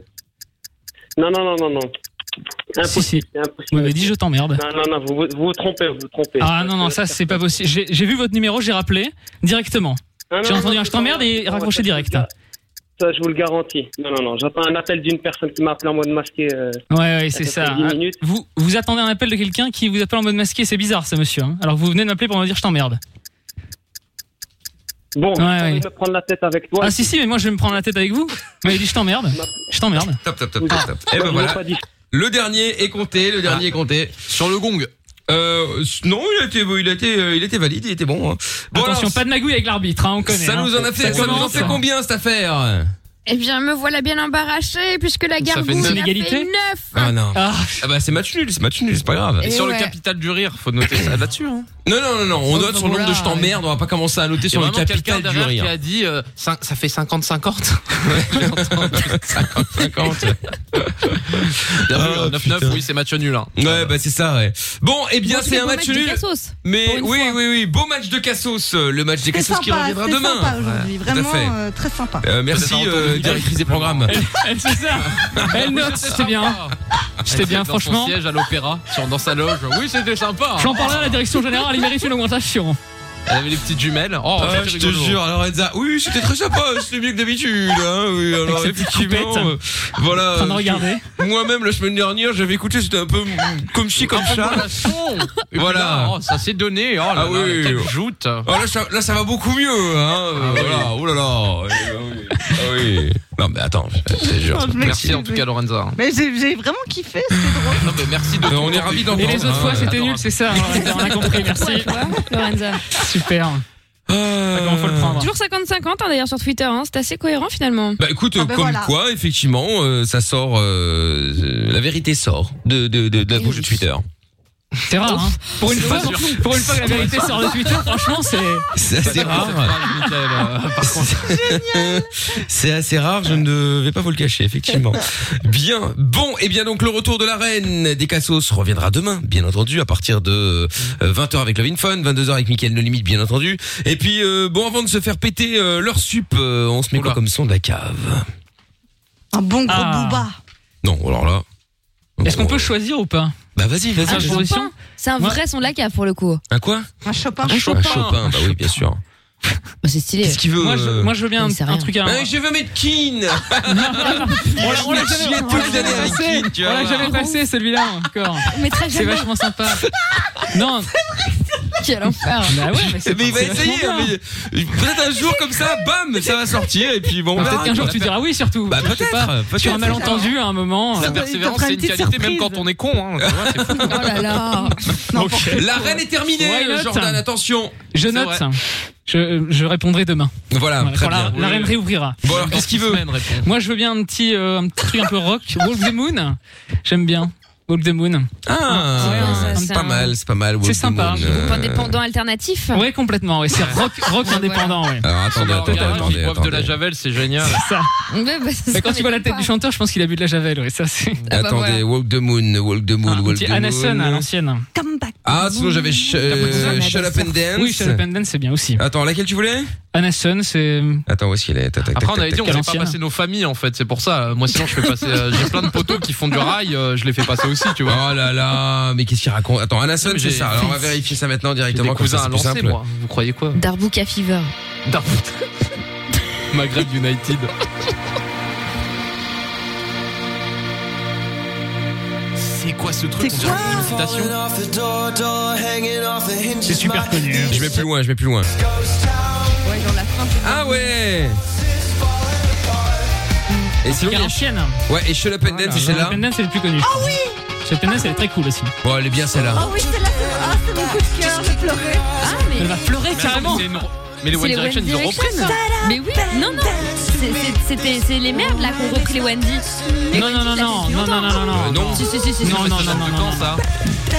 I: Non, non, non, non, non.
D: Si,
I: Impossible.
D: si.
I: c'est impossible.
D: Vous m'avez dit je t'emmerde.
I: Non, non, non, vous vous, vous vous trompez, vous vous trompez.
D: Ah non, non, ça c'est pas possible. J'ai j'ai vu votre numéro, j'ai rappelé directement.
I: Ah, non,
D: J'ai
I: non,
D: entendu
I: non,
D: un je t'emmerde et
I: non,
D: raccroché
I: ça,
D: direct.
I: Ça, je vous le garantis. Non, non, non, j'attends un appel d'une personne qui m'a appelé en mode masqué. euh,
D: Ouais, ouais,
I: à
D: c'est
I: peu près
D: ça. Ah,
I: 10 minutes.
D: Vous, vous attendez un appel de quelqu'un qui vous appelle en mode masqué, c'est bizarre ça, monsieur. hein. Alors que vous venez de m'appeler pour me dire je t'emmerde.
I: Bon,
D: Ouais,
I: je
D: ouais.
I: vais me prendre la tête avec toi.
D: Ah si, si, mais moi je vais me prendre la tête avec vous. Vous m'avez dit je t'emmerde. Je t'emmerde.
A: Top, top,
I: Ah, bah, Vous-
A: top, top, top. Et
I: Moi,
A: ben
I: je
A: voilà.
I: l'ai pas dit.
A: Le dernier est compté, le dernier est compté.
F: Sur le gong.
A: Euh, non, il était, il était, euh, il était valide, il était bon. hein. Bon,
D: Attention,
A: alors,
D: pas de magouille avec l'arbitre, hein, on connaît.
A: ça
D: hein.
A: nous en a fait, ça nous en
D: commence,
A: fait
D: hein.
A: combien cette affaire
B: Eh bien, me voilà bien embarrassée puisque la
F: fait
B: gargouille
F: neuf.
B: a fait
D: L'égalité [LAUGHS]
B: 9.
A: Ah non.
D: Ah,
A: Ah bah c'est match nul, c'est match nul, c'est pas grave.
F: Et sur
B: ouais.
F: le capital du rire, faut noter ça là-dessus. Hein.
A: Non non non non, on note sur le nombre de je t'emmerde, on va pas commencer à noter
F: Il y
A: sur
F: a
A: le
F: vraiment quelqu'un
A: capital du
F: derrière qui
A: rire.
F: a dit euh, cin- ça fait
A: [LAUGHS] 50.
F: 50-50. Bien vu,
A: Ah,
F: hein, 9-9,
A: putain.
F: oui, c'est match nul. Hein.
A: Ouais bah c'est ça ouais. Bon et bien
B: Bon,
A: c'est un
B: beau
A: match
B: de
A: nul.
B: Cassos. Pour
A: Mais
B: une
A: oui
B: fois.
A: oui oui, beau match de Cassos, euh, le match des
E: C'était
A: Cassos qui
E: sympa,
A: reviendra
E: c'était sympa
A: demain.
E: aujourd'hui,
A: tout à fait.
E: vraiment euh, très sympa.
A: Euh, merci
F: Peut-être un retour
A: euh,
F: du-
A: [LAUGHS] directrice des programmes.
D: Elle c'est ça. Elle note, c'était bien. C'était bien,
F: dans
D: franchement.
F: Son siège à l'opéra, sur- dans sa loge. Oh, Oui, c'était sympa.
D: J'en parlerai à la direction générale, il mérite une augmentation.
F: Elle avait les petites jumelles. Oh,
A: Ah, je te jure, Lorenza. Oui, c'était très sympa, c'était mieux que d'habitude. hein. Oui, alors
F: sa petite
A: effectivement,
F: coupette.
A: euh, voilà.
F: En train de
A: je-
F: regarder.
A: Moi-même la semaine dernière, j'avais écouté, c'était un peu mm, comme ci comme
F: Un peu
A: ça.
F: mollasson. Ah, Et
A: Voilà.
F: puis là, oh, ça s'est donné. Oh là
A: Ah
F: là,
A: oui.
F: la tête joute. Ah
A: Ah, là, ça, là, ça va beaucoup mieux. Hein. Euh, voilà. Oh là là. Eh, ah oui. Ah oui. Non mais attends, je te jure.
E: Oh, je
F: Merci
E: m'excuse,
F: en tout cas, Lorenza.
E: Mais j'ai j'ai vraiment kiffé.
F: Non, mais merci de
A: Mais Euh, on
F: tout.
A: est ravis d'entendre. hein.
D: Et les autres fois, c'était nul, c'est ça. Lorenza, On a
E: [LAUGHS]
D: compris, merci.
B: Lorenza.
D: Super.
A: Comment
D: faut le prendre
B: Toujours 50-50 hein, d'ailleurs sur Twitter, hein. c'est assez cohérent finalement.
A: Bah écoute,
B: Ah, bah,
A: comme
B: voilà.
A: quoi, effectivement, euh, ça sort, euh, euh, la vérité sort de, de, de, de la bouche de Twitter.
D: C'est rare, hein. Pour une,
A: C'est
D: fois,
A: pas sûr.
D: pour une fois que la vérité sort de Twitter, franchement, c'est.
A: C'est assez rare. [LAUGHS] C'est assez rare, je ne vais pas vous le cacher, effectivement. Bien, bon, et bien donc le retour de la reine des Cassos reviendra demain, bien entendu, à partir de 20h avec Love in Fun, 22h avec Mickaël No Limite, bien entendu. Et puis, euh, bon, avant de se faire péter euh, leur sup, euh, on se met quoi comme son de la cave
E: Un bon gros
D: Ah.
E: booba.
A: Non, alors là... Oh.
D: Est-ce qu'on peut choisir ou pas
A: Bah vas-y, vas-y.
D: Ah,
A: vas-y.
D: je-
B: Chopin, C'est un vrai son de la cave pour le coup.
A: Un quoi
E: Un Chopin.
B: Un Chopin.
A: Un Chopin, bah oui, bien sûr.
B: c'est stylé.
A: Qu'est-ce qu'il veut
D: Moi, je-
A: euh
D: moi, je veux bien
A: Il sait
D: un
A: rien.
D: truc à-
A: Ouais, je veux mettre [LAUGHS] Keane.
D: On l'a- on l'a
A: Je me
D: jamais-
A: chiais
D: on
A: toute
D: l'a jamais
A: l'année avec
D: passé.
A: Keane, tu vas
D: On l'a
A: voir.
D: jamais passé celui-là encore. C'est
B: jamais.
D: vachement sympa. [LAUGHS] Non.
B: [LAUGHS] Quel enfer.
D: Bah ouais, mais c'est-
A: Ah, Mais il va
D: c'est
A: essayer.
D: vachement bien.
A: mais Peut-être un jour comme ça, bam, ça va sortir et puis bon. on
D: Peut-être
A: verra,
D: qu'un jour
A: quoi.
D: tu diras oui surtout.
A: Bah,
D: Je sais
A: peut-être,
D: pas.
A: peut-être.
D: Sur un malentendu à un moment.
F: La
D: euh,
F: persévérance, c'est une qualité même quand on est con. Hein. Tu vois, c'est fou.
B: Oh là
A: [LAUGHS]
B: là.
D: Ok.
A: La reine est terminée,
D: Why not hein.
A: Jordan. Attention.
D: Je
A: C'est
D: note.
A: vrai.
D: Je, Euh, je répondrai demain.
A: Voilà,
D: Voilà,
A: très
D: quand la-
A: bien.
D: la reine réouvrira.
A: Bon alors, qu'est-ce qu'il veut
D: Moi, je veux bien un petit, euh, un petit truc un peu rock. Wolf the Moon. J'aime bien. Wolf the Moon.
A: Ah,
D: Ouais,
A: c'est
D: c'est
A: pas
D: un-
A: mal, c'est pas mal. Walk
D: C'est
A: the
D: sympa.
A: Moon, euh,
B: Indépendant alternatif.
D: Ouais, complètement. Ouais, c'est rock, rock indépendant. Ouais.
A: Alors attendez,
F: Alors,
A: attendez,
F: regarde,
A: attendez,
F: ils boivent de la
A: attendez.
F: javel, c'est génial.
D: C'est ça.
B: Ouais, bah, ça
D: Mais quand
B: serait
D: tu vois la tête
B: pas. Ah, bah,
D: du chanteur, je pense qu'il a bu de la javel. Ouais, ça c'est.
A: Ah, Attendez, Walk the Moon, Walk the Moon, Walk
D: Petit
A: the
D: Anasson à
A: Moon.
D: l'ancienne.
A: Ah, sinon j'avais sh- euh, Shut Up and Dance.
D: Oui, Shut Up and Dance, c'est bien aussi.
A: Attends, laquelle tu voulais
D: Anasson, Ah, c'est.
A: Attends, où est-ce qu'il est Tac, tac,
F: Après,
A: tac,
F: on avait
A: tac,
F: dit, on
A: tac.
F: faisait pas passer nos familles, en fait. C'est pour ça. Moi, sinon, je fais passer. euh, J'ai plein de poteaux qui font du rail. euh, Je les fais passer aussi, tu vois.
A: Oh là là, mais qu'est-ce qu'il raconte Attends, Anasson,
F: Non, mais
A: c'est
F: j'ai-
A: ça. Alors on va vérifier ça maintenant directement.
F: J'ai des
A: comme ça,
F: cousins à
A: c'est plus
F: lancer,
A: simple.
F: moi. Vous croyez quoi
B: Darbuka Fever.
F: Darfoot. Maghreb United. C'est quoi ce truc On dirait une citation.
A: C'est super connu.
D: hein.
A: Je vais plus loin, je vais plus loin.
E: Ouais, dans la fin.
A: Ah ouais Et sinon,
D: Il y a l'ancienne.
A: il y a- ouais, et Shut Up and Dance, c'est
D: hein. Shut Up
A: celle-là.
D: and Dance, c'est le plus connu. Ah oui Shut Up and Dance, elle est très cool aussi.
A: Bon, elle est bien celle-là.
E: Oh oui, celle-là, c'est ah, c'est mon coup de cœur, j'ai pleuré.
B: Ah, mais.
D: Elle va pleurer
F: Mais attends,
D: carrément.
F: mais c'est une- Mais les
B: C'est
F: One
B: les
F: Direction, ils ont repris ça.
B: Mais oui, non, non. c'est- c'est- C'était c'est les merdes là qu'ont repris les Wendy. Les
D: Non,
B: Wendy,
D: non, non,
B: ça
D: non,
B: fait
D: non,
B: longtemps.
D: non, non, non.
A: non.
B: Si, si, si, si, si.
D: Non,
F: Mais
D: non,
F: ça
D: non,
F: date de
D: non,
F: quand,
D: non.
F: ça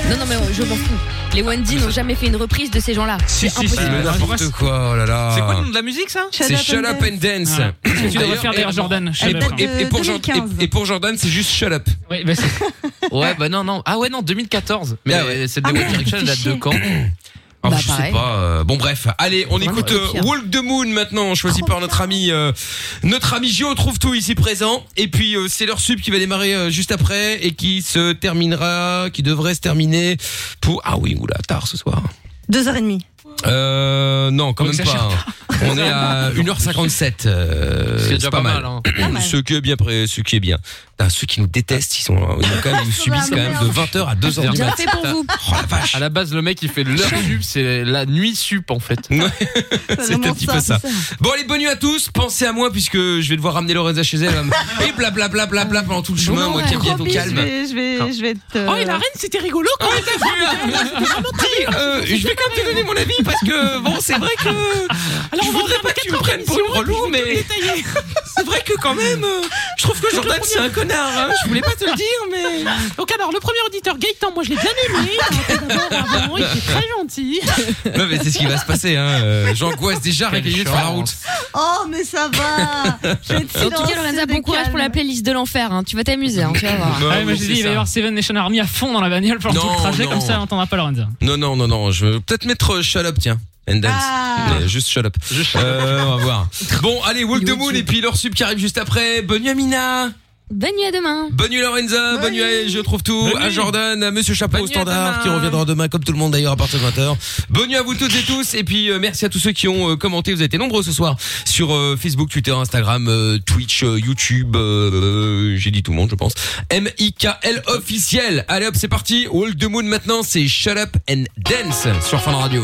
B: Non, non, mais euh, je m'en fous. Les Wendy n'ont jamais fait une reprise de ces gens-là.
A: Si, si, si,
D: impossible.
A: mais n'importe quoi, oh là
F: C'est quoi le
A: là.
F: nom de la musique, ça
A: C'est Shut Up and Dance.
D: Voilà. Ce que tu devrais
A: D'ailleurs,
D: faire d'ailleurs,
A: et-
D: Jordan. Shut
A: Et,
D: Up.
A: pour- et- et pour
E: De
A: Jordan-
E: 2015.
A: et- et pour Jordan, c'est juste Shut Up.
D: Ouais, bah, c'est-
A: [LAUGHS]
F: Ouais, bah non, non. Ah ouais, non, 2014. Mais
A: Ah ouais.
F: euh, cette des
B: Ah
F: One
B: merde,
F: Direction, elle date
B: fichier.
F: de quand
A: Alors,
B: Bah,
A: je sais
B: pareil.
A: pas. euh, bon bref, allez, on
B: Ouais,
A: écoute
B: ouais,
A: euh,
B: pire.
A: Walk the Moon maintenant, choisi par notre ami euh, notre ami Gio trouve tout ici présent et puis euh, c'est leur sub qui va démarrer euh, juste après et qui se terminera, qui devrait se terminer pour ah oui, oula, tard ce soir.
E: Deux heures et demie.
A: Euh non, quand
D: On
A: même pas.
D: exagère
A: hein. On est
F: [LAUGHS]
A: à 1h57. euh,
F: C'est déjà pas mal. hein.
E: Pas mal.
A: Ce qui est bien près, ce qui est bien. Putain, ceux qui nous détestent, ils sont ils ont quand même ils subissent quand même de 20h à 2h du
B: Bien
A: matin.
B: fait pour vous.
A: Oh la vache.
F: À la base, le mec, il fait l'heure sup, c'est la nuit sup, en fait.
A: [LAUGHS] C'est un
E: vraiment
A: petit peu ça.
E: c'est
A: Bon allez, bonne nuit à tous. Pensez à moi puisque je vais devoir ramener Lorenza chez elle. hein. Et blablabla pendant tout le chemin, moi qui
E: Gros
A: reviens au
E: bisous,
A: calme.
E: Je vais, je vais, je vais te.
F: Oh, et la reine, c'était rigolo quand même.
A: Dis, euh, je vais quand même te donner mon avis parce que bon, c'est vrai que je voudrais pas que tu me prennes pour une relou, mais [LAUGHS] c'est vrai que quand même, euh, je trouve que Jordan c'est un connard.
K: Ah,
A: hein. Je voulais pas te le dire, mais
K: Donc alors, le premier auditeur, Gaëtan, moi je l'ai bien aimé. Il était d'abord un bon, il était
A: [LAUGHS]
K: très gentil.
A: non mais c'est ce qui va se passer. hein, euh, J'angoisse déjà
F: Quelle
A: réveillé sur la route.
E: Oh, mais ça va.
A: [LAUGHS]
E: Je vais te
B: En tout cas, Lorenza,
E: silencer,
B: bon courage pour la
E: décale.
B: playlist de l'enfer. hein. Tu vas t'amuser, hein, tu
D: [LAUGHS]
B: vas voir.
D: Ah ouais, moi j'ai dit, il va y avoir Seven Nation Army à fond dans la bagnole pendant tout
A: Non,
D: le trajet,
A: non.
D: comme ça on n'entendra pas Lorenza.
A: Non non non non, je vais peut-être mettre euh, Shut Up tiens. And dance.
E: Ah.
A: Mais juste shut up. Euh, on va voir. Bon, allez, Walk the Moon et puis leur sub qui arrive juste après. Bonne nuit, Amina.
B: Bonne nuit à demain.
A: Bonne nuit Lorenza, bonne nuit à Je trouve tout, à Jordan, à Monsieur Chapeau au standard qui reviendra demain comme tout le monde d'ailleurs à partir de 20h. Bonne nuit à vous toutes et tous et puis euh, merci à tous ceux qui ont euh, commenté, vous avez été nombreux ce soir sur euh, Facebook, Twitter, Instagram, euh, Twitch, euh, YouTube, euh, euh, j'ai dit tout le monde je pense. M I K L officiel. Allez hop, c'est parti. All the moon maintenant, c'est Shut up and dance sur Fun Radio.